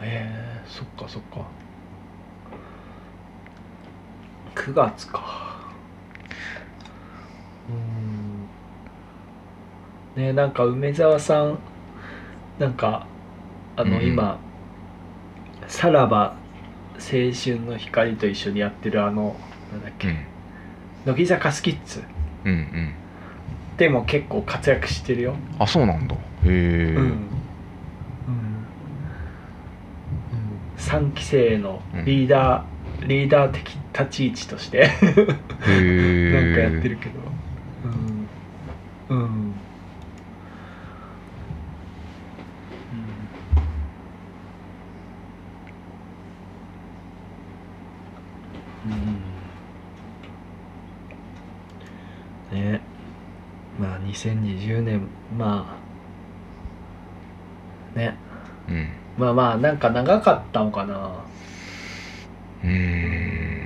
えー、そっかそっか9月かうんねなんか梅沢さんなんかあの
うん
今「さらば青春の光」と一緒にやってるあのなんだっ
う
け、
ん
乃木坂スキッズ
うんうん
でも結構活躍してるよ
あそうなんだへえ
うん、3期生のリーダー、リーダー的立ち位置としてなんか
へえ
やってるけどうんうん、うんうんねまあ2020年まあね
うん
まあまあなんか長かったのかな、
うーん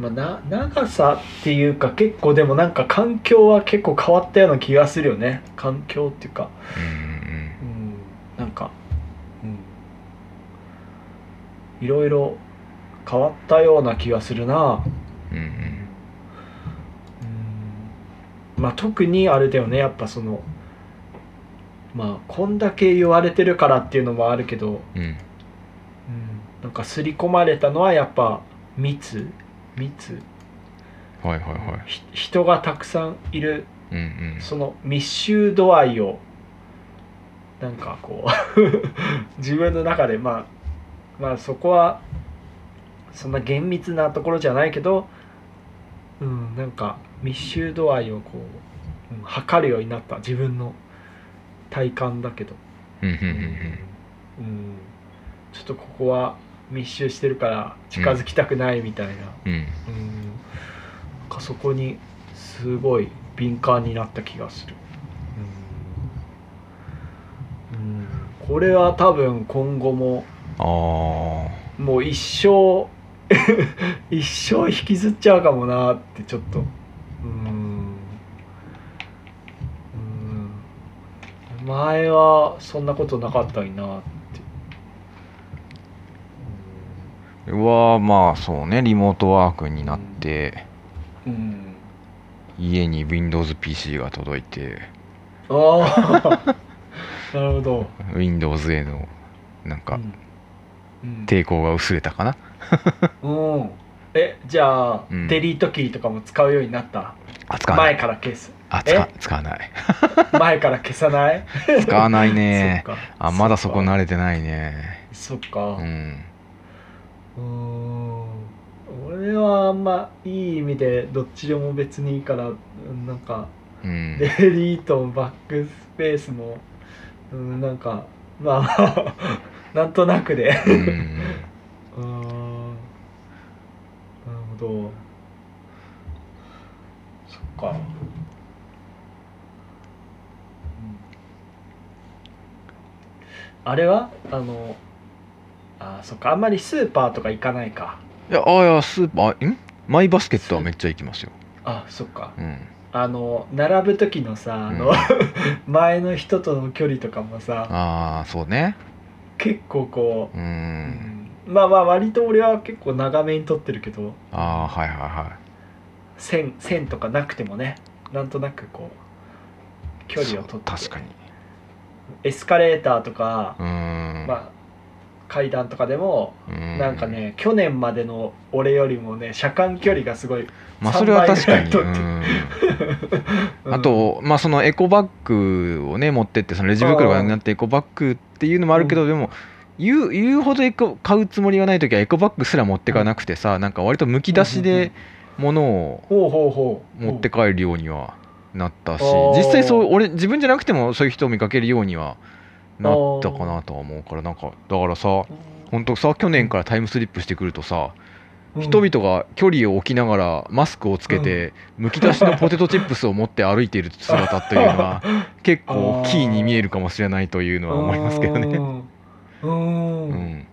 まあ、な長さっていうか結構でもなんか環境は結構変わったような気がするよね環境っていうか
うん
うんなんか、いろいろ変わったような気がするな
うんうん
まあ特にあれだよねやっぱそのまあこんだけ言われてるからっていうのもあるけど、
うんうん
なんか刷り込まれたのはやっぱ密密
はいはいはい
ひ人がたくさんいる
うんうん
その密集度合いをなんかこう 自分の中でまあまあそこはそんな厳密なところじゃないけど、うん、なんか密集度合いをこう、うん測るようになった自分の体感だけど、
うんうんうん
うんちょっとここは密集してるから近づきたくないみたいな。
うんうん
うんなんかそこにすごい敏感になった気がする、うんうんこれは多分今後も
あ
もう一生 一生引きずっちゃうかもなってちょっとうんうん前はそんなことなかったのになって
あはまあそうねリモートワークになって
うんうん
家に WindowsPC が届いて
ああ なるほど
Windows へのなんか
うん
抵抗が薄れたかな
うん。え、じゃあ、
うん
デリートキーとかも使うようになった。
あ使わな
前
い
から消す。
あ使わ使わない
前から消さない。
使わない ね
そっか
あまだそこ慣
れ。
れてないね
そっ
う
か。
ん
うーん。俺はあんまいい意味でどっちでも別にいいからうんなんか
うん
デリートもバックスペースもうんなんかまあまあ なんとなくで
うん
うーんなるほどそっか、うんあれはあのあそっかあんまりスーパーとか行かないか
いやあいやスーパーあんマイバスケットはめっちゃ行きますよ
あそっか
うん
あの並ぶ時のさあの、
うん
前の人との距離とかもさ
ああそうね
結構こ
う
う、
ん
まあまあ割と俺は結構長めに撮ってるけど
ああはいはいは
線線とかなくてもねなんとなくこう
い
距離を取って
そう確かに
エスカレーターとか、
うん
まあ、階段とかでも、
な
なんかね去年までの俺よりもね車間距離がすごい、
まあそれは確かに、
三倍ぐらい
うんあと、まあ、そのエコバッグをね持ってってそのレジ袋がなくなってエコバッグっていうのもあるけど、でも言う言うほどエコ買うつもりがない時はエコバッグすら持ってかなくてさ、なんか割とむき出しで物を
ほうほうほう
持って帰るようにはなったし
お
実際そう俺自分じゃなくてもそういう人を見かけるようにはなったかなとは思うからなんかだからさ本当さ去年からタイムスリップしてくるとさ、人
々
々が距離を置きながらマスクをつけてむき出しのポテトチップスを持って歩いている姿というの は結構キーに見えるかもしれないというのは思いますけどね。
うん、
うん、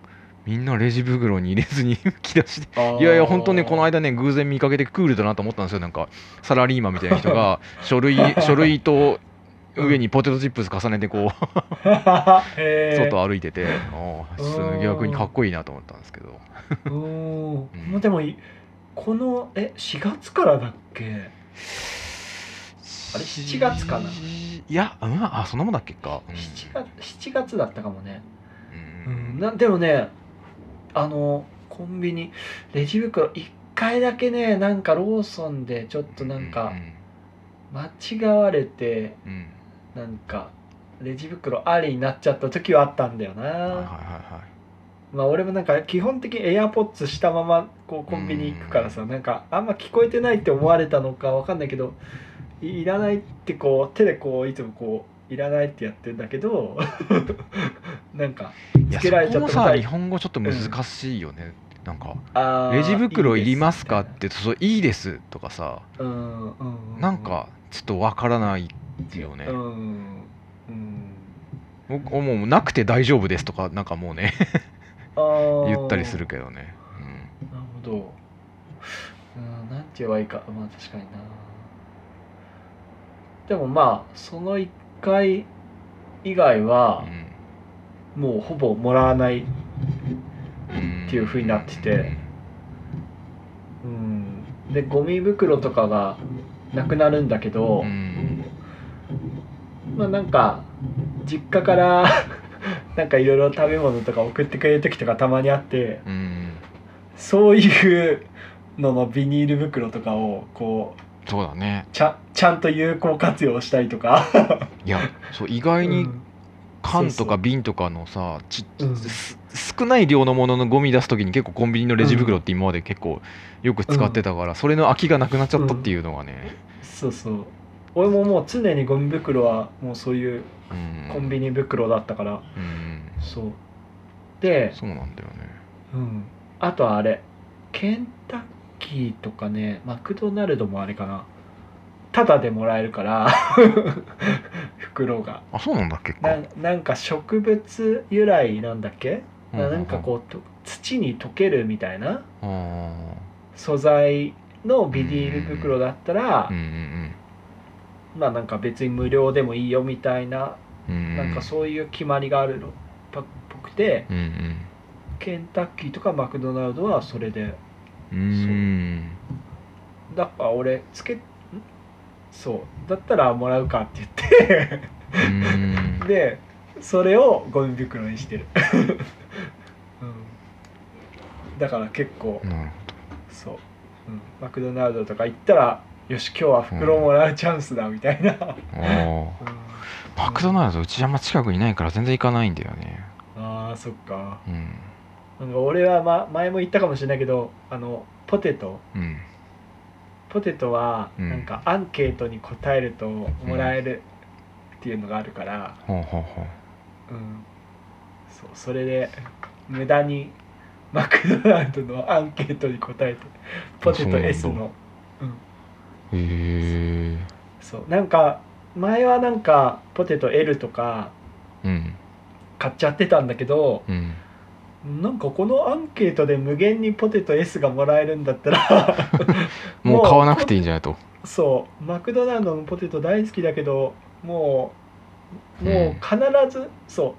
みんなレジ袋に入れずにむき出しでいやいや本当ね この間ね偶然見かけてクールだなと思ったんですよなんかサラリーマンみたいな人 が書類書類と上にポテトチップス重ねてこう
間えー、
外歩いててああすごい逆にかっこいいなと思ったんですけど
お
うん
ーまあでもいこのえ4月からだっけ
あ
れ7月かない
やうんあそんなもんだっけか、うん
7月 ,7 月だったかもね、
う
うんん、なでもねあのコンビニレジ袋1回だけねなんかローソンでちょっとなんか間違われて
うんうん
なんかレジ袋ありになっちゃった時はあったんだよ
うんはいはい
な
はいはい
まあ俺もなんか基本的にエアポッツしたままこうコンビニ行くからさなんかあんま聞こえてないって思われたのかわかんないけどいいらないってこう手でこういつもこういらないってやってんだ けどなんか
いや
つけられち
そ
ゃ
こ
っ
も
た
さ日本語ちょっと難しいよね、なんか
あー
レジ袋いりますか
いい
っ
です
てそういいですとかさ
うんうんう
なんかちょっとわからないよね、
うんうん
僕もうなくて大丈夫ですとかなんかもうね
あー
言ったりするけどね、
なるほど。うん、なんて言えばいいか、まあ確かにな。でもまあ、その1回以外
う
は
ん、
もうほぼもらわない。
うん
っていう風になっててうん。で、ゴミ袋とかがなくなるんだけど
う、ん
まあなんか、実家から、 なんかいろいろ食べ物とか送ってくれる時とかたまにあって、
うん
そういうののビニール袋とかを、こう、
そうだね
ちゃちゃんと有効活用したりとか。
いやそう意外に
うん
缶とか瓶とかのさち
うん
す少ない量のもののゴミ出す時に結構コンビニのレジ袋って今まで結構よく使ってたから、それの空きがなくなっちゃったっていうのがね、
そうそう俺ももう常にゴミ袋はもうそういう
うん
コンビニ袋だったから、
うん、
そうで、
そうなんだよね
うん、あとはあれケンタッキーとかねマクドナルドもあれかなタダでもらえるから 袋が
あそうなんだっけ
な
か
なんか植物由来なんだっけ、
う
なんかこうと土に溶けるみたいな
うんあ
素材のビニール袋だったら
ーう、んうん
まあなんか別に無料でもいいよみたいな
うんうん
なんかそういう決まりがあるのっぽくて
うんうん
ケンタッキーとかマクドナルドはそれで
うーん
だから俺つけんそうだったらもらうかって言って
うーん
でそれをゴミ袋にしてる、 うん、だから結構
なる
そう、うん、マクドナルドとか行ったらよし今日は袋もらうチャンスだみたいな、うん
ほどあーマクドナルドうちあんま近くにないから全然行かないんだよね
あーそっか
うん
なんか俺は、ま、前も言ったかもしれないけどあのポテト
うん
ポテトは
うん
なんかアンケートに答えるともらえるっていうのがあるから、
ほうほうほう
うん、そうそれで無駄にマクドナルドのアンケートに答えてポテ
そう
ト
なんだ
S の
へえ
そうなんか前はなんかポテト L とか
うん
買っちゃってたんだけど
うん
なんかこのアンケートで無限にポテト S がもらえるんだったら
もう買わなくていいんじゃないと
そうマクドナルドのポテト大好きだけどもうもう必ず、そ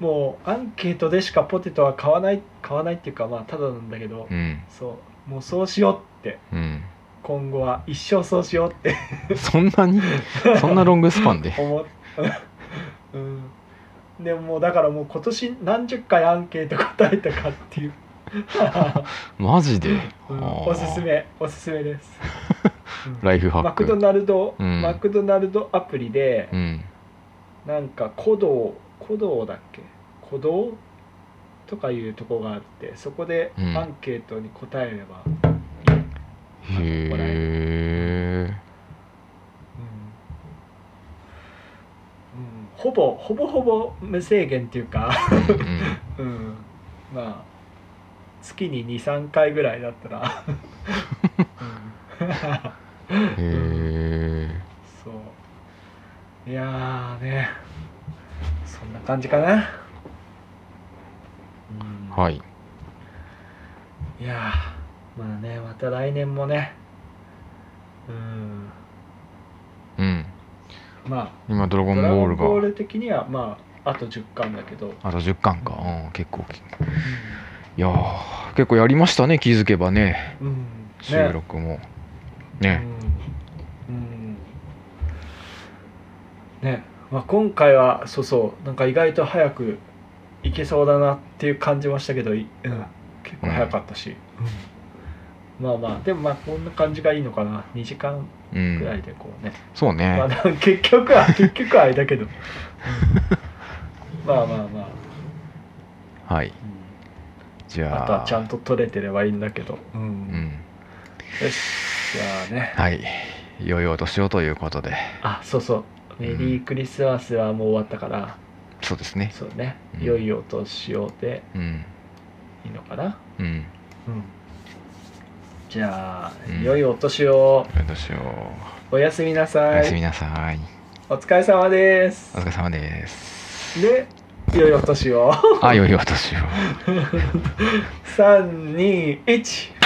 うもうアンケートでしかポテトは買わない買わないっていうかまあただなんだけど、
うん
そうもうそうしようって
うん
今後は一生そうしようって
そんなにそんなロングスパンで
思っうんでもうだからもう今年何十回アンケート答えたかっていう、
マジで、
う
あ
ん
ー
おすすめおすすめです、うん
ライフハック
マクドナルド、
うん
マクドナルドアプリで、
うん
なんか鼓動鼓動だっけ鼓動とかいうとこがあってそこで
うん
アンケートに答えれば、
へえ
うんうんほぼほぼほぼ無制限っていうか、
うん
うん、まあ月に23回ぐらいだっ たら、うん
うんへえ
そういやーねそんな感じかな、うん
はい
いやーまあねまた来年もねうん
うん
まあ
今ドラゴン
ド
ボ
ラゴ
ー
ンボー
ルが
ル的にはまああと10巻だけど、
あと10巻か、うん、結構きいやー結構やりましたね気づけばね
うん
収録も
ね
ね
うん、うんねまあ、今回はそうそうなんか意外と早くいけそうだなっていう感じもしたけど、いうん、結構早かったし、まあまあでもまあこんな感じがいいのかな2時間
うん、
くらいでこうね、
そうね、
まあ、 なん結局は結局はあれだけどまあまあまあ、
はいじ
あ
ゃあ
とはちゃんと取れてればいいんだけど、
う
う、
んん
よしじゃあね
はい良いお年をということで
あそうそうメリークリスマスはもう終わったから、
そうですね
そうね
うん
良いお年をで
うん
いいのかな、
うん
うん、じゃあ、
うん
良いお年を
良いお年を
おやすみな
お
さ
やすみ
い
なさい
お疲れ様です
お疲れ様 です
で良いお年を
あ良いお年を
321